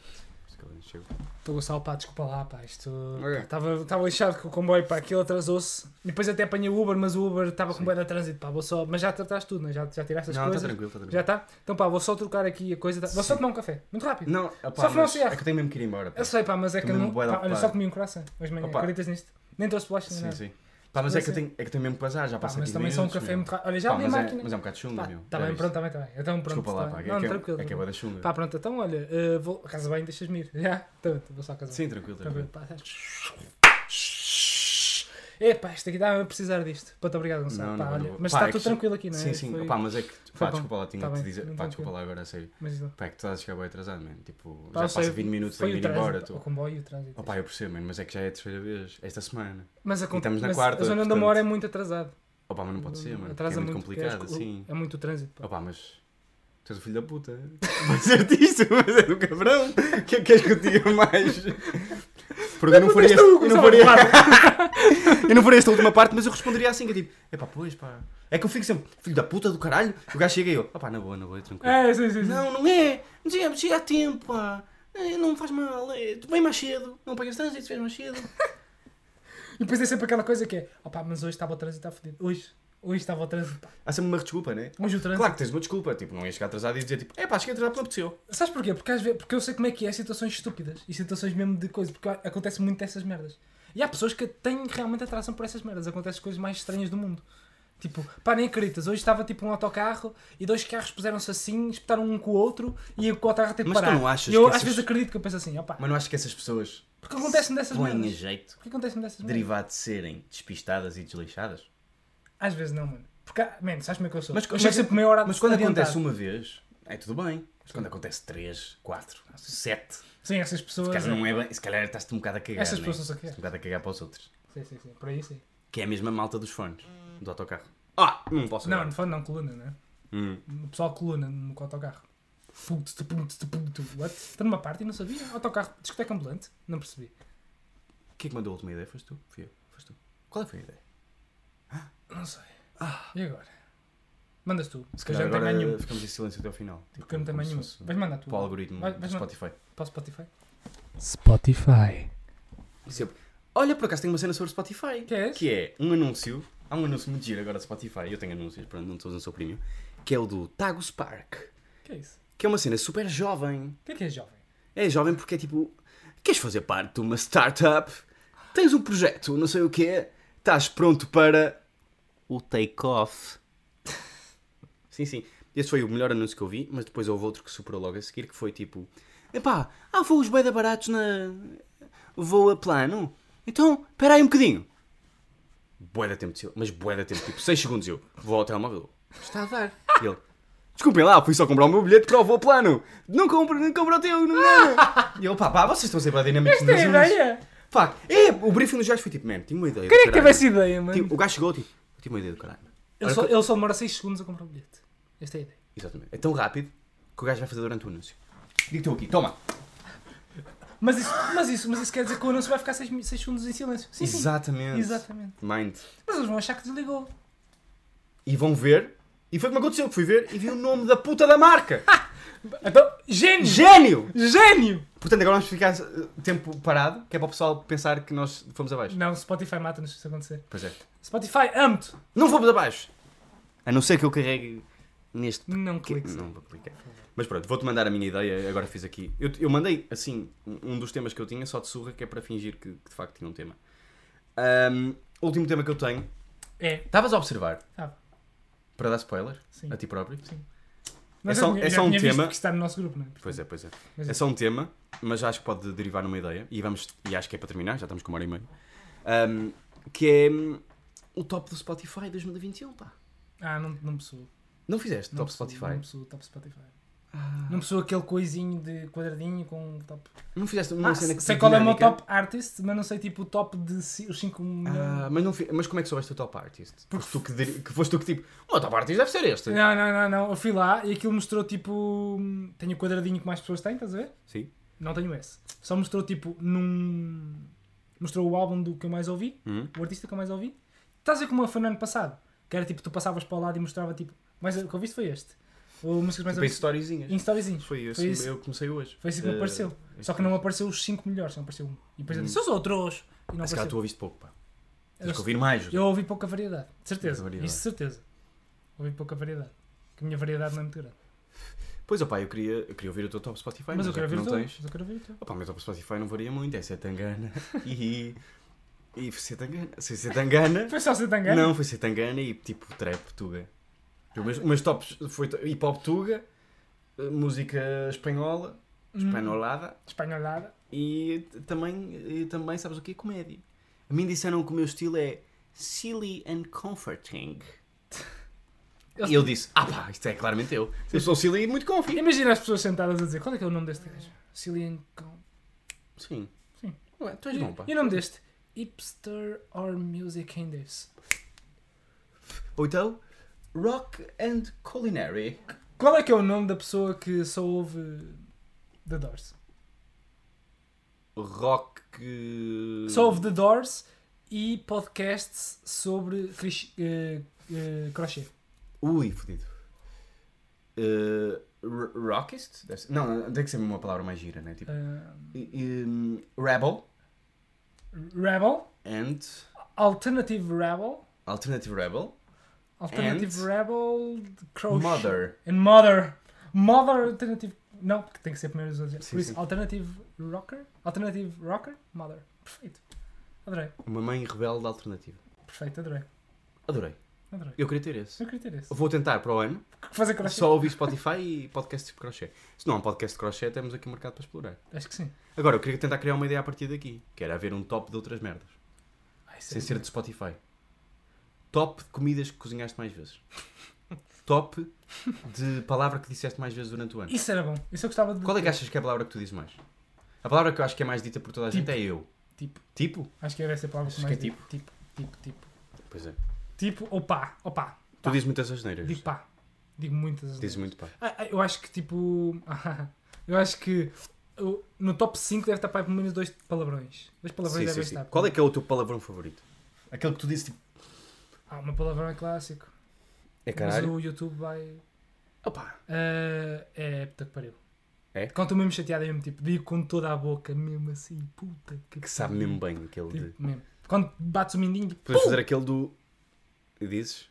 Speaker 2: que ele encheu.
Speaker 1: Estou a salpar, desculpa lá, pá. Isto.
Speaker 2: Ok.
Speaker 1: pá, Estava estava lixado com o comboio, pá. Aquilo atrasou-se. E Depois até apanhei o Uber, mas o Uber estava com bem de trânsito, pá. Vou só. Mas já trataste tudo, né? já, já tiraste as
Speaker 2: Não, tá
Speaker 1: coisas.
Speaker 2: tranquilo, tá tranquilo.
Speaker 1: Já está? Então, pá, vou só trocar aqui a coisa. tá- Vou só tomar um café. Muito rápido.
Speaker 2: Não,
Speaker 1: Só
Speaker 2: opá,
Speaker 1: fumar um
Speaker 2: mas
Speaker 1: cigarro.
Speaker 2: é que eu tenho mesmo que ir embora. Pá.
Speaker 1: Eu sei, pá, mas é que eu
Speaker 2: Também
Speaker 1: não.
Speaker 2: me bué de
Speaker 1: Pá, olha,
Speaker 2: ocupado.
Speaker 1: só comi um coração hoje de manhã.
Speaker 2: Opa.
Speaker 1: Acreditas nisto? Nem trouxe bolachas nem
Speaker 2: Sim,
Speaker 1: nada.
Speaker 2: sim. Pá, mas é que, eu
Speaker 1: Sim.
Speaker 2: tenho, é que tenho mesmo que passar, já
Speaker 1: né? Pá,
Speaker 2: passei
Speaker 1: mas
Speaker 2: 20
Speaker 1: também só um
Speaker 2: minutos,
Speaker 1: café
Speaker 2: meu.
Speaker 1: muito rápido. Olha, já
Speaker 2: Pá,
Speaker 1: abri a
Speaker 2: mas,
Speaker 1: máquina.
Speaker 2: é, mas é um bocado chunga, meu.
Speaker 1: Está
Speaker 2: Já
Speaker 1: tá bem,
Speaker 2: viste?
Speaker 1: pronto, está bem, está bem. Então, pronto.
Speaker 2: Desculpa
Speaker 1: tá
Speaker 2: lá,
Speaker 1: bem.
Speaker 2: pá.
Speaker 1: Não,
Speaker 2: é, que
Speaker 1: tranquilo.
Speaker 2: é, é que é bué da chunga.
Speaker 1: Pá, pronto, então, olha, eh, vou a casa bem, deixas me ir. Já? Então, vou só a casa bem.
Speaker 2: Sim, tranquilo,
Speaker 1: Tranquilo,
Speaker 2: tranquilo.
Speaker 1: pá. tá. Epá, isto aqui estava a precisar disto. Muito obrigado, Gonçalo.
Speaker 2: Não,
Speaker 1: Pá,
Speaker 2: não,
Speaker 1: olha,
Speaker 2: não.
Speaker 1: mas
Speaker 2: Pá,
Speaker 1: está
Speaker 2: é que
Speaker 1: tudo
Speaker 2: se-
Speaker 1: tranquilo aqui, não é?
Speaker 2: Sim, sim.
Speaker 1: Foi-
Speaker 2: Pá, mas é que,
Speaker 1: foi
Speaker 2: pá,
Speaker 1: bom.
Speaker 2: desculpa lá, tinha
Speaker 1: Tá
Speaker 2: que
Speaker 1: bem,
Speaker 2: te dizer.
Speaker 1: não
Speaker 2: Pá,
Speaker 1: tem
Speaker 2: desculpa
Speaker 1: que-
Speaker 2: lá agora, a sério.
Speaker 1: Mas não.
Speaker 2: Pá, é que tu estás a chegar bem atrasado, mano. Tipo,
Speaker 1: Pá,
Speaker 2: já
Speaker 1: eu sei,
Speaker 2: passa 20 minutos,
Speaker 1: foi
Speaker 2: tenho
Speaker 1: o
Speaker 2: que ir
Speaker 1: trânsito,
Speaker 2: embora.
Speaker 1: O
Speaker 2: Tu.
Speaker 1: comboio e o trânsito.
Speaker 2: Opá, eu percebo, mano, mas é que já é a terceira vez, esta semana.
Speaker 1: Mas a, con-
Speaker 2: estamos na
Speaker 1: mas
Speaker 2: quarta,
Speaker 1: a zona onde eu
Speaker 2: portanto.
Speaker 1: moro é muito atrasada.
Speaker 2: Opá, mas não pode ser, mano. porque
Speaker 1: Atrasa
Speaker 2: é muito
Speaker 1: porque
Speaker 2: complicado,
Speaker 1: esco-
Speaker 2: assim.
Speaker 1: É muito trânsito. pá.
Speaker 2: Opá, mas. Tu és o filho da puta. (laughs) Vai ser disso, mas é do cabrão. O que é que queres que eu te diga (laughs) mais? Porque eu não
Speaker 1: Conteste
Speaker 2: faria.
Speaker 1: tu,
Speaker 2: Eu não
Speaker 1: Gonçalo,
Speaker 2: faria.
Speaker 1: claro.
Speaker 2: (laughs) Eu não faria esta última parte, mas eu responderia assim, que é tipo, é pá, pois pá. É que eu fico sempre, filho da puta do caralho, o gajo chega e eu, opá, na boa, na boa, tranquilo.
Speaker 1: É, sim, sim, sim.
Speaker 2: Não, não é, Mas é, chega a tempo, pá. É, Não faz mal, é, tu vem mais cedo, não pagas trânsito, vem mais cedo.
Speaker 1: E depois é sempre aquela coisa que é, opá, mas hoje estava o trânsito a fodido. Hoje, hoje estava o trânsito. pá.
Speaker 2: Há sempre uma desculpa, né?
Speaker 1: Hoje o trânsito.
Speaker 2: Claro que tens uma desculpa, tipo, não ia chegar atrasado e dizer tipo, é pá, cheguei atrasado porque não apeteceu.
Speaker 1: Sabes porquê? Porque, às vezes, porque eu sei como é que é situações estúpidas e situações mesmo de coisa, porque acontece muito dessas merdas. E há pessoas que têm realmente atração por essas merdas, acontecem as coisas mais estranhas do mundo. Tipo, pá, nem acreditas, hoje estava tipo um autocarro e dois carros puseram-se assim, espetaram um com o outro e o autocarro teve que
Speaker 2: Mas tu
Speaker 1: parar.
Speaker 2: não achas
Speaker 1: E eu
Speaker 2: que
Speaker 1: às
Speaker 2: essas-
Speaker 1: vezes acredito que eu penso assim, opá,
Speaker 2: Mas não acho que essas pessoas
Speaker 1: porque acontece-me dessas
Speaker 2: põem a
Speaker 1: merdas?
Speaker 2: jeito,
Speaker 1: Porque acontece-me dessas merdas?
Speaker 2: derivado de serem despistadas e desleixadas.
Speaker 1: Às vezes não, mano. Porque, há- mano, sabes como é que eu sou?
Speaker 2: Mas-
Speaker 1: eu
Speaker 2: mas-
Speaker 1: chego sempre meia hora
Speaker 2: Mas quando
Speaker 1: adiantado.
Speaker 2: acontece uma vez, é tudo bem. Mas quando acontece três, quatro, sete,
Speaker 1: Sim, essas pessoas...
Speaker 2: Se calhar não é bem, se calhar estás-te um bocado a cagar.
Speaker 1: Essas
Speaker 2: né?
Speaker 1: pessoas não sei o que é.
Speaker 2: Estás-te um bocado a cagar para os outros.
Speaker 1: Sim, sim, sim, por aí sim.
Speaker 2: Que é a mesma malta dos fones, do autocarro. Ah, não posso
Speaker 1: Não,
Speaker 2: agora.
Speaker 1: no fundo não, coluna, né?
Speaker 2: Hum.
Speaker 1: O pessoal coluna no autocarro. Puto, tu, puto, tu, puto, tu. What? Estou numa parte e não sabia. Autocarro, discoteca ambulante. Não percebi.
Speaker 2: Quem é que mandou a última ideia? Foste tu? Fui eu. Foste tu. Qual é que foi a ideia?
Speaker 1: Não sei. E agora? Mandas tu.
Speaker 2: Ah. Se
Speaker 1: Porque eu
Speaker 2: calhar
Speaker 1: já não tenho
Speaker 2: agora
Speaker 1: mais nenhum.
Speaker 2: ficamos em silêncio até ao final. Tipo,
Speaker 1: Porque eu não tenho
Speaker 2: como
Speaker 1: mais
Speaker 2: se
Speaker 1: nenhum.
Speaker 2: fosse
Speaker 1: Vais mandar tu.
Speaker 2: Para o algoritmo
Speaker 1: Vai-
Speaker 2: do
Speaker 1: vais mandar-
Speaker 2: Spotify.
Speaker 1: Para o Spotify. Spotify.
Speaker 2: Sempre. Olha, por acaso tenho uma cena sobre o Spotify.
Speaker 1: Que é esse?
Speaker 2: Que é um anúncio. Há um anúncio muito giro agora do Spotify. Eu tenho anúncios, pronto, não estou usando o seu premium. Que é o do Tago Spark.
Speaker 1: Que é isso?
Speaker 2: Que é uma cena super jovem.
Speaker 1: O que é que é jovem?
Speaker 2: É jovem porque é tipo, queres fazer parte de uma startup? Tens um projeto, não sei o quê, estás pronto para o take-off. (laughs) sim, sim. Esse foi o melhor anúncio que eu vi, mas depois houve outro que superou logo a seguir, que foi tipo, epá, há voos bué da baratos na voa plano. Então, espera aí um bocadinho. Bué da tempo, de sil- mas bué da tempo, tipo 6 segundos eu, vou ao telemóvel. Está a dar. E ele, Desculpem lá, fui só comprar o meu bilhete para o voo plano. Não compro, não compro o teu, não é? (laughs) E eu, pá, pá, vocês estão sempre a dinâmica
Speaker 1: Tem é ideia?
Speaker 2: Pá, é, o briefing dos gajos foi tipo, man, tinha uma ideia. do
Speaker 1: Quem é que teve
Speaker 2: caralho.
Speaker 1: essa ideia, mano?
Speaker 2: Tipo, o gajo chegou, tipo, eu tinha uma ideia do caralho.
Speaker 1: ele,
Speaker 2: Olha
Speaker 1: só,
Speaker 2: que-
Speaker 1: ele só demora 6 segundos a comprar o bilhete. Esta é a ideia.
Speaker 2: Exatamente. É tão rápido que o gajo vai fazer durante o anúncio. Digo-te eu aqui, toma.
Speaker 1: Mas isso, mas isso, mas isso quer dizer que o anúncio vai ficar 6 segundos em silêncio. Sim, sim.
Speaker 2: Exatamente.
Speaker 1: Exatamente.
Speaker 2: Mind.
Speaker 1: Mas eles vão achar que desligou.
Speaker 2: E vão ver, e foi como aconteceu, que fui ver e vi o nome da puta
Speaker 1: (laughs)
Speaker 2: da marca.
Speaker 1: Então, gênio!
Speaker 2: Gênio!
Speaker 1: Gênio!
Speaker 2: Portanto, agora vamos ficar eh, tempo parado, que é para o pessoal pensar que nós fomos abaixo.
Speaker 1: Não, Spotify mata-nos se isso acontecer.
Speaker 2: Pois é.
Speaker 1: Spotify, amo-te!
Speaker 2: Não vamos abaixo. A não ser que eu carregue neste.
Speaker 1: Não
Speaker 2: Que...
Speaker 1: cliques.
Speaker 2: Não vou clicar. Mas pronto, vou-te mandar a minha ideia. Agora fiz aqui. Eu, eu mandei, assim, um um dos temas que eu tinha, só de surra, que é para fingir que, que de facto tinha um tema. Ahm, último tema que eu tenho.
Speaker 1: É,
Speaker 2: Estavas a observar,
Speaker 1: tá.
Speaker 2: para dar spoiler
Speaker 1: Sim.
Speaker 2: a ti próprio?
Speaker 1: Sim. Mas
Speaker 2: só-
Speaker 1: eu tinha-
Speaker 2: é
Speaker 1: já
Speaker 2: só um
Speaker 1: tinha visto
Speaker 2: tema.
Speaker 1: que está no nosso grupo, não é?
Speaker 2: Pois é, pois é.
Speaker 1: Mas
Speaker 2: É
Speaker 1: é.
Speaker 2: só um tema, mas acho que pode derivar numa ideia. E, vamos, e acho que é para terminar, já estamos com uma hora e meia. Ahm, que é hum, o top do Spotify 2021, pá.
Speaker 1: Ah, não, não pessoa.
Speaker 2: Não fizeste
Speaker 1: Não
Speaker 2: é. top
Speaker 1: pessoa,
Speaker 2: Spotify? Ah.
Speaker 1: Não pessoa, top Spotify. Não pessoa aquele coisinho de quadradinho com um top.
Speaker 2: Não fizeste uma
Speaker 1: Ah,
Speaker 2: cena que
Speaker 1: sei
Speaker 2: tens
Speaker 1: qual é o meu
Speaker 2: dinâmica?
Speaker 1: top artist, mas não sei tipo o top de ci- os 5
Speaker 2: Ah, mas, não fi- mas como é que soubeste o top artist? Porque tu que, diri- que foste tu que tipo, o top artist deve ser este.
Speaker 1: Não, não, não, não. Eu fui lá e aquilo mostrou tipo. Tenho o quadradinho que mais pessoas têm, estás a ver?
Speaker 2: Sim.
Speaker 1: Não tenho esse. Só mostrou tipo num. Mostrou o álbum do que eu mais ouvi,
Speaker 2: Uhum.
Speaker 1: o artista que eu mais ouvi. Estás a ver como foi no ano passado? Que era tipo, tu passavas para o lado e mostrava tipo. Mas o que eu viste foi este. Ou músicas mais
Speaker 2: Tipo, em storyzinhas.
Speaker 1: Em storyzinhas.
Speaker 2: Foi isso.
Speaker 1: Foi isso.
Speaker 2: Eu comecei hoje.
Speaker 1: Foi assim que me
Speaker 2: Eh,
Speaker 1: apareceu. Só que não apareceu os 5 melhores, não apareceu um. E depois eu
Speaker 2: Hum.
Speaker 1: disse, os outros! E não
Speaker 2: Ah, Se calhar
Speaker 1: apareceu.
Speaker 2: tu ouviste pouco, pá. Tens
Speaker 1: Eu-
Speaker 2: que ouvir mais. é?
Speaker 1: Eu ouvi pouca variedade, de certeza.
Speaker 2: Pouca variedade.
Speaker 1: Isso de certeza. Ouvi pouca variedade. Que a minha variedade não é muito grande.
Speaker 2: Pois, opá, eu queria, eu queria ouvir o teu top Spotify,
Speaker 1: mas eu
Speaker 2: já
Speaker 1: quero
Speaker 2: é que
Speaker 1: ver o
Speaker 2: não
Speaker 1: teu.
Speaker 2: tens.
Speaker 1: Mas eu quero ver o teu.
Speaker 2: Opa, meu top Spotify não varia muito, é Setangana. (laughs) e. E foi Setangana. Foi Setangana.
Speaker 1: Foi só ser tangana?
Speaker 2: não, foi Setangana e tipo trap tuga. Os meus, os meus tops foi t- hip hop tuga, eh, música espanhola,
Speaker 1: Hum.
Speaker 2: espanholada
Speaker 1: Espanholada.
Speaker 2: e t- também, e também, sabes o que? é Comédia. A mim disseram que o meu estilo é silly and comforting. E eu disse, ah pá, isto é claramente eu. Eu sou silly e muito comfy.
Speaker 1: Imagina as pessoas sentadas a dizer, qual é que é o nome deste gajo? Cillian Com...
Speaker 2: Sim.
Speaker 1: Sim.
Speaker 2: Ué, tu és bom, pá.
Speaker 1: E, e o nome deste? Hipster or Music Indies.
Speaker 2: Ou então, rock and culinary.
Speaker 1: Qual é que é o nome da pessoa que só ouve The Doors?
Speaker 2: rock.
Speaker 1: Só ouve The Doors e podcasts sobre crich- eh, eh, crochê.
Speaker 2: Ui, fodido. Uh, r- rockist? Deve ser- Não, não, tem que ser uma palavra mais gira, né? Tipo,
Speaker 1: Ah,
Speaker 2: e- um, rebel
Speaker 1: Rebel.
Speaker 2: and.
Speaker 1: Alternative Rebel.
Speaker 2: Alternative Rebel.
Speaker 1: Alternative
Speaker 2: And?
Speaker 1: Rebel Crochet.
Speaker 2: Mother.
Speaker 1: And Mother. Mother Alternative. Não, porque tem que ser primeiro os outros.
Speaker 2: Sim,
Speaker 1: Por isso,
Speaker 2: sim.
Speaker 1: Alternative Rocker. Alternative Rocker. Mother. Perfeito. Adorei.
Speaker 2: Uma mãe rebelde alternativa.
Speaker 1: Perfeito, adorei.
Speaker 2: Adorei.
Speaker 1: Adorei.
Speaker 2: Eu queria ter esse.
Speaker 1: Eu queria ter esse.
Speaker 2: Vou tentar para o ano.
Speaker 1: Fazer crochê?
Speaker 2: Só ouvir Spotify e podcast de crochê. Se não há um podcast de crochê, temos aqui um mercado para explorar.
Speaker 1: Acho que sim.
Speaker 2: Agora, eu queria tentar criar uma ideia a partir daqui. Que era haver um top de outras merdas.
Speaker 1: Ai, é
Speaker 2: Sem
Speaker 1: sério.
Speaker 2: ser de Spotify. Top de comidas que cozinhaste mais vezes. Top de palavra que disseste mais vezes durante o ano.
Speaker 1: Isso era bom. Isso eu gostava de.
Speaker 2: Qual é que achas que é a palavra que tu dizes mais? A palavra que eu acho que é mais dita por toda a gente
Speaker 1: Tipo.
Speaker 2: é eu.
Speaker 1: Tipo.
Speaker 2: Tipo?
Speaker 1: Acho que era essa a palavra
Speaker 2: Achas
Speaker 1: mais.
Speaker 2: que é tipo?
Speaker 1: Tipo, tipo, tipo.
Speaker 2: Pois é.
Speaker 1: Tipo, ou pá. Ou pá.
Speaker 2: Tu dizes muitas asneiras.
Speaker 1: Digo pá. Digo muitas
Speaker 2: Dizes muito pá.
Speaker 1: Ah, ah, Eu acho que tipo. (laughs) eu acho que eu- no top 5 deve estar para aí pelo menos dois palavrões. Dois palavrões
Speaker 2: Sim, sim,
Speaker 1: devem
Speaker 2: sim.
Speaker 1: estar.
Speaker 2: Qual é que é o teu palavrão favorito? Aquele que tu dizes tipo.
Speaker 1: Ah, uma palavrão é clássico.
Speaker 2: É
Speaker 1: Mas
Speaker 2: caralho.
Speaker 1: o YouTube vai.
Speaker 2: Opa!
Speaker 1: Ah, é puta que pariu.
Speaker 2: É?
Speaker 1: Quando estou mesmo chateado, é mesmo tipo, digo com toda a boca, mesmo assim, puta que.
Speaker 2: Que sabe mesmo bem aquele
Speaker 1: pariu.
Speaker 2: de.
Speaker 1: Tipo, mesmo. Quando bates o mindinho, tipo,
Speaker 2: Podes fazer aquele do. Dizes?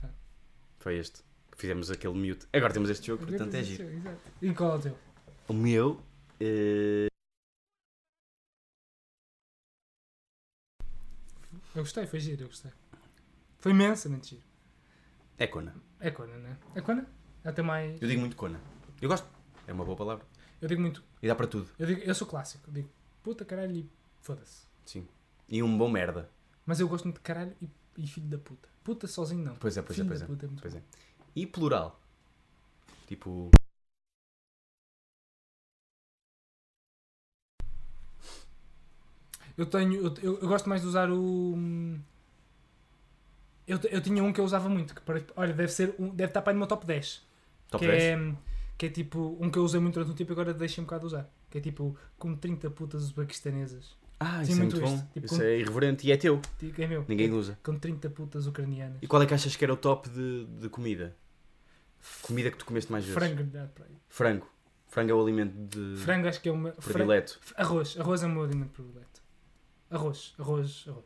Speaker 1: Tá.
Speaker 2: Foi este. Fizemos aquele mute. Agora temos este jogo, portanto é giro.
Speaker 1: Exato. E qual é o teu?
Speaker 2: O meu. eh,
Speaker 1: Eu gostei, foi giro, eu gostei. Foi imensamente giro.
Speaker 2: É cona.
Speaker 1: É cona, não é? É cona? Até mais.
Speaker 2: Eu digo muito cona. Eu gosto. É uma boa palavra.
Speaker 1: Eu digo muito.
Speaker 2: E dá para tudo.
Speaker 1: Eu, digo, eu sou clássico. Eu digo puta caralho e foda-se.
Speaker 2: Sim. E um bom merda.
Speaker 1: Mas eu gosto muito de caralho e, e filho da puta. Puta sozinho não.
Speaker 2: Pois é, pois é,
Speaker 1: filho
Speaker 2: pois
Speaker 1: da
Speaker 2: é.
Speaker 1: puta é muito
Speaker 2: Pois
Speaker 1: bom.
Speaker 2: é. E plural. Tipo.
Speaker 1: Eu tenho. Eu, eu- eu gosto mais de usar o. hum, Eu, te- eu tinha um que eu usava muito. Que para, olha, deve ser. um- deve estar para aí no meu top 10.
Speaker 2: Top
Speaker 1: que
Speaker 2: 10.
Speaker 1: É, que é tipo. Um que eu usei muito durante um tempo e agora deixei um bocado de usar. Que é tipo. Com 30 putas uzbequistanesas.
Speaker 2: Ah,
Speaker 1: Sim,
Speaker 2: isso é
Speaker 1: muito
Speaker 2: muito bom.
Speaker 1: isto. Tipo,
Speaker 2: isso
Speaker 1: com-
Speaker 2: é irreverente e é teu.
Speaker 1: Tipo, É meu.
Speaker 2: Ninguém usa.
Speaker 1: Com 30 putas ucranianas.
Speaker 2: E qual é que achas que era o top de, de comida? Comida que tu comeste mais vezes?
Speaker 1: Frango, dá para aí.
Speaker 2: Frango. Frango é o alimento de
Speaker 1: Frango acho que é uma. frango-
Speaker 2: predileto.
Speaker 1: Arroz, arroz é o meu alimento predileto. Arroz, arroz, arroz.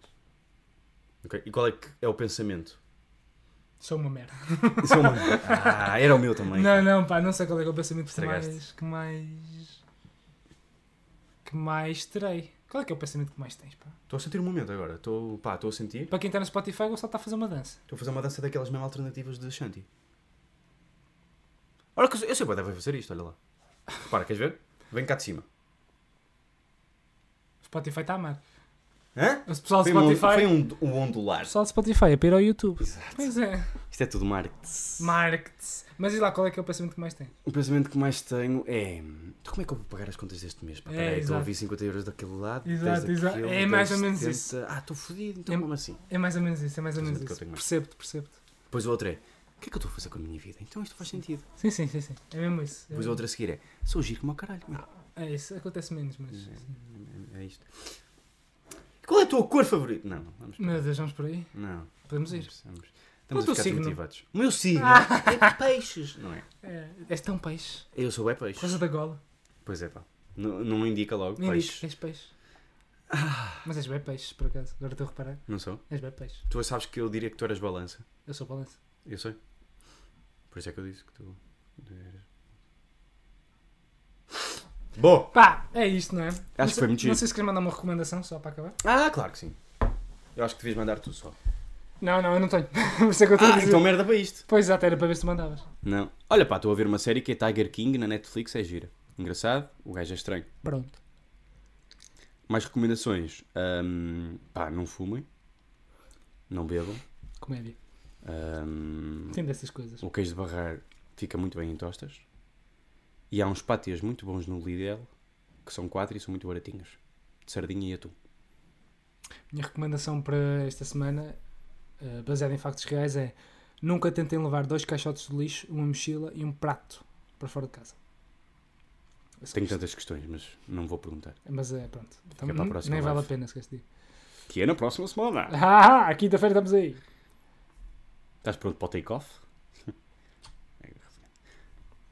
Speaker 2: Ok. E qual é que é
Speaker 1: (laughs)
Speaker 2: o pensamento?
Speaker 1: Sou uma merda.
Speaker 2: Isso é uma- Ah, era o meu também.
Speaker 1: Não, não, pá, não sei qual é, que é o pensamento que
Speaker 2: Estragaste.
Speaker 1: mais, que mais. que mais terei. Qual é que é o pensamento que mais tens, pá?
Speaker 2: Estou a sentir um momento agora. Estou pá, estou a sentir.
Speaker 1: Para quem está no Spotify, o Gonçalo está a fazer uma dança.
Speaker 2: Estou a fazer uma dança daquelas mesmas alternativas de Shanti. Olha que eu, eu sei que vai fazer isto, olha lá. Repara, queres ver? Vem cá de cima.
Speaker 1: O Spotify está a amar.
Speaker 2: Hã?
Speaker 1: O pessoal do
Speaker 2: Foi, um,
Speaker 1: Spotify.
Speaker 2: foi
Speaker 1: O
Speaker 2: um, um ondular.
Speaker 1: pessoal do Spotify é para ir ao YouTube.
Speaker 2: Exato.
Speaker 1: Pois é.
Speaker 2: Isto é tudo marketing.
Speaker 1: Markets. Mas e lá, qual é que é o pensamento que mais tem?
Speaker 2: O pensamento que mais tenho é... Então como é que eu vou pagar as contas deste mês? Pá,
Speaker 1: É,
Speaker 2: peraí, estou a
Speaker 1: exato.
Speaker 2: ouvir 50 euros daquele lado,
Speaker 1: Exato,
Speaker 2: 10
Speaker 1: exato.
Speaker 2: daquele,
Speaker 1: É mais ou
Speaker 2: 10,
Speaker 1: menos
Speaker 2: 70.
Speaker 1: isso.
Speaker 2: Ah, estou fodido, então
Speaker 1: É-
Speaker 2: como assim?
Speaker 1: É mais ou menos isso, é mais ou menos
Speaker 2: Pensamento que eu
Speaker 1: isso.
Speaker 2: tenho mais.
Speaker 1: Percebo-te, percebo-te.
Speaker 2: Depois o outro é... O que é que eu estou a fazer com a minha vida? Então isto faz sentido.
Speaker 1: Sim, sim, sim, sim. É mesmo isso. É,
Speaker 2: Depois o outro a seguir é... Sou giro como ao caralho. meu.
Speaker 1: é isso, acontece menos, mas. sim.
Speaker 2: É isto. Qual é a tua cor favorita? Não, vamos...
Speaker 1: Meu Deus, vamos por aí?
Speaker 2: Não.
Speaker 1: Podemos ir. é
Speaker 2: Precisamos. Estamos
Speaker 1: O teu
Speaker 2: a ficar
Speaker 1: signo? Ah.
Speaker 2: desmotivados. O meu signo é peixes, não é?
Speaker 1: É, és tão peixe.
Speaker 2: Eu sou é
Speaker 1: Por
Speaker 2: peixe.
Speaker 1: causa da gola.
Speaker 2: Pois é, pá. Não, não indica logo
Speaker 1: Nem digo que
Speaker 2: peixe.
Speaker 1: és peixe. Mas és bem peixe, por acaso. Agora estou a reparar.
Speaker 2: Não sou?
Speaker 1: És bem peixe.
Speaker 2: Tu sabes que eu diria que tu eras balança.
Speaker 1: Eu sou balança.
Speaker 2: Eu sei. Por isso é que eu disse que tu eras. Bom!
Speaker 1: Pá, é isto, não é? Acho
Speaker 2: que foi muito
Speaker 1: Não
Speaker 2: giro.
Speaker 1: sei se queres mandar uma recomendação só para acabar.
Speaker 2: Ah, claro que sim. Eu acho que devias mandar tu só.
Speaker 1: Não, não, eu não tenho. (laughs) Por isso é que eu estou a
Speaker 2: Ah,
Speaker 1: dizer.
Speaker 2: então merda para isto.
Speaker 1: Pois exato, era para ver se tu mandavas.
Speaker 2: Não. Olha pá, estou a ver uma série que é Tiger King na Netflix, é gira. Engraçado, o gajo é estranho.
Speaker 1: Pronto.
Speaker 2: Mais recomendações? Ahm, pá, não fumem. Não bebam.
Speaker 1: Comédia.
Speaker 2: Ahm,
Speaker 1: Tem dessas coisas.
Speaker 2: o queijo de barrar fica muito bem em tostas. E há uns pátios muito bons no Lidl, que são quatro e são muito baratinhos. De sardinha e atum.
Speaker 1: Minha recomendação para esta semana, eh, baseada em factos reais, é nunca tentem levar dois caixotes de lixo, uma mochila e um prato para fora de casa. É só
Speaker 2: Tenho
Speaker 1: isto.
Speaker 2: tantas questões, mas não vou perguntar.
Speaker 1: Mas é, pronto. Então,
Speaker 2: para a
Speaker 1: hum,
Speaker 2: próxima
Speaker 1: nem vale a
Speaker 2: live.
Speaker 1: pena, esquece de
Speaker 2: Que é na próxima semana.
Speaker 1: (laughs) Ah, à quinta-feira estamos aí.
Speaker 2: Estás pronto para o (laughs) take-off?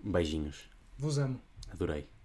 Speaker 2: Beijinhos.
Speaker 1: Vos amo.
Speaker 2: Adorei.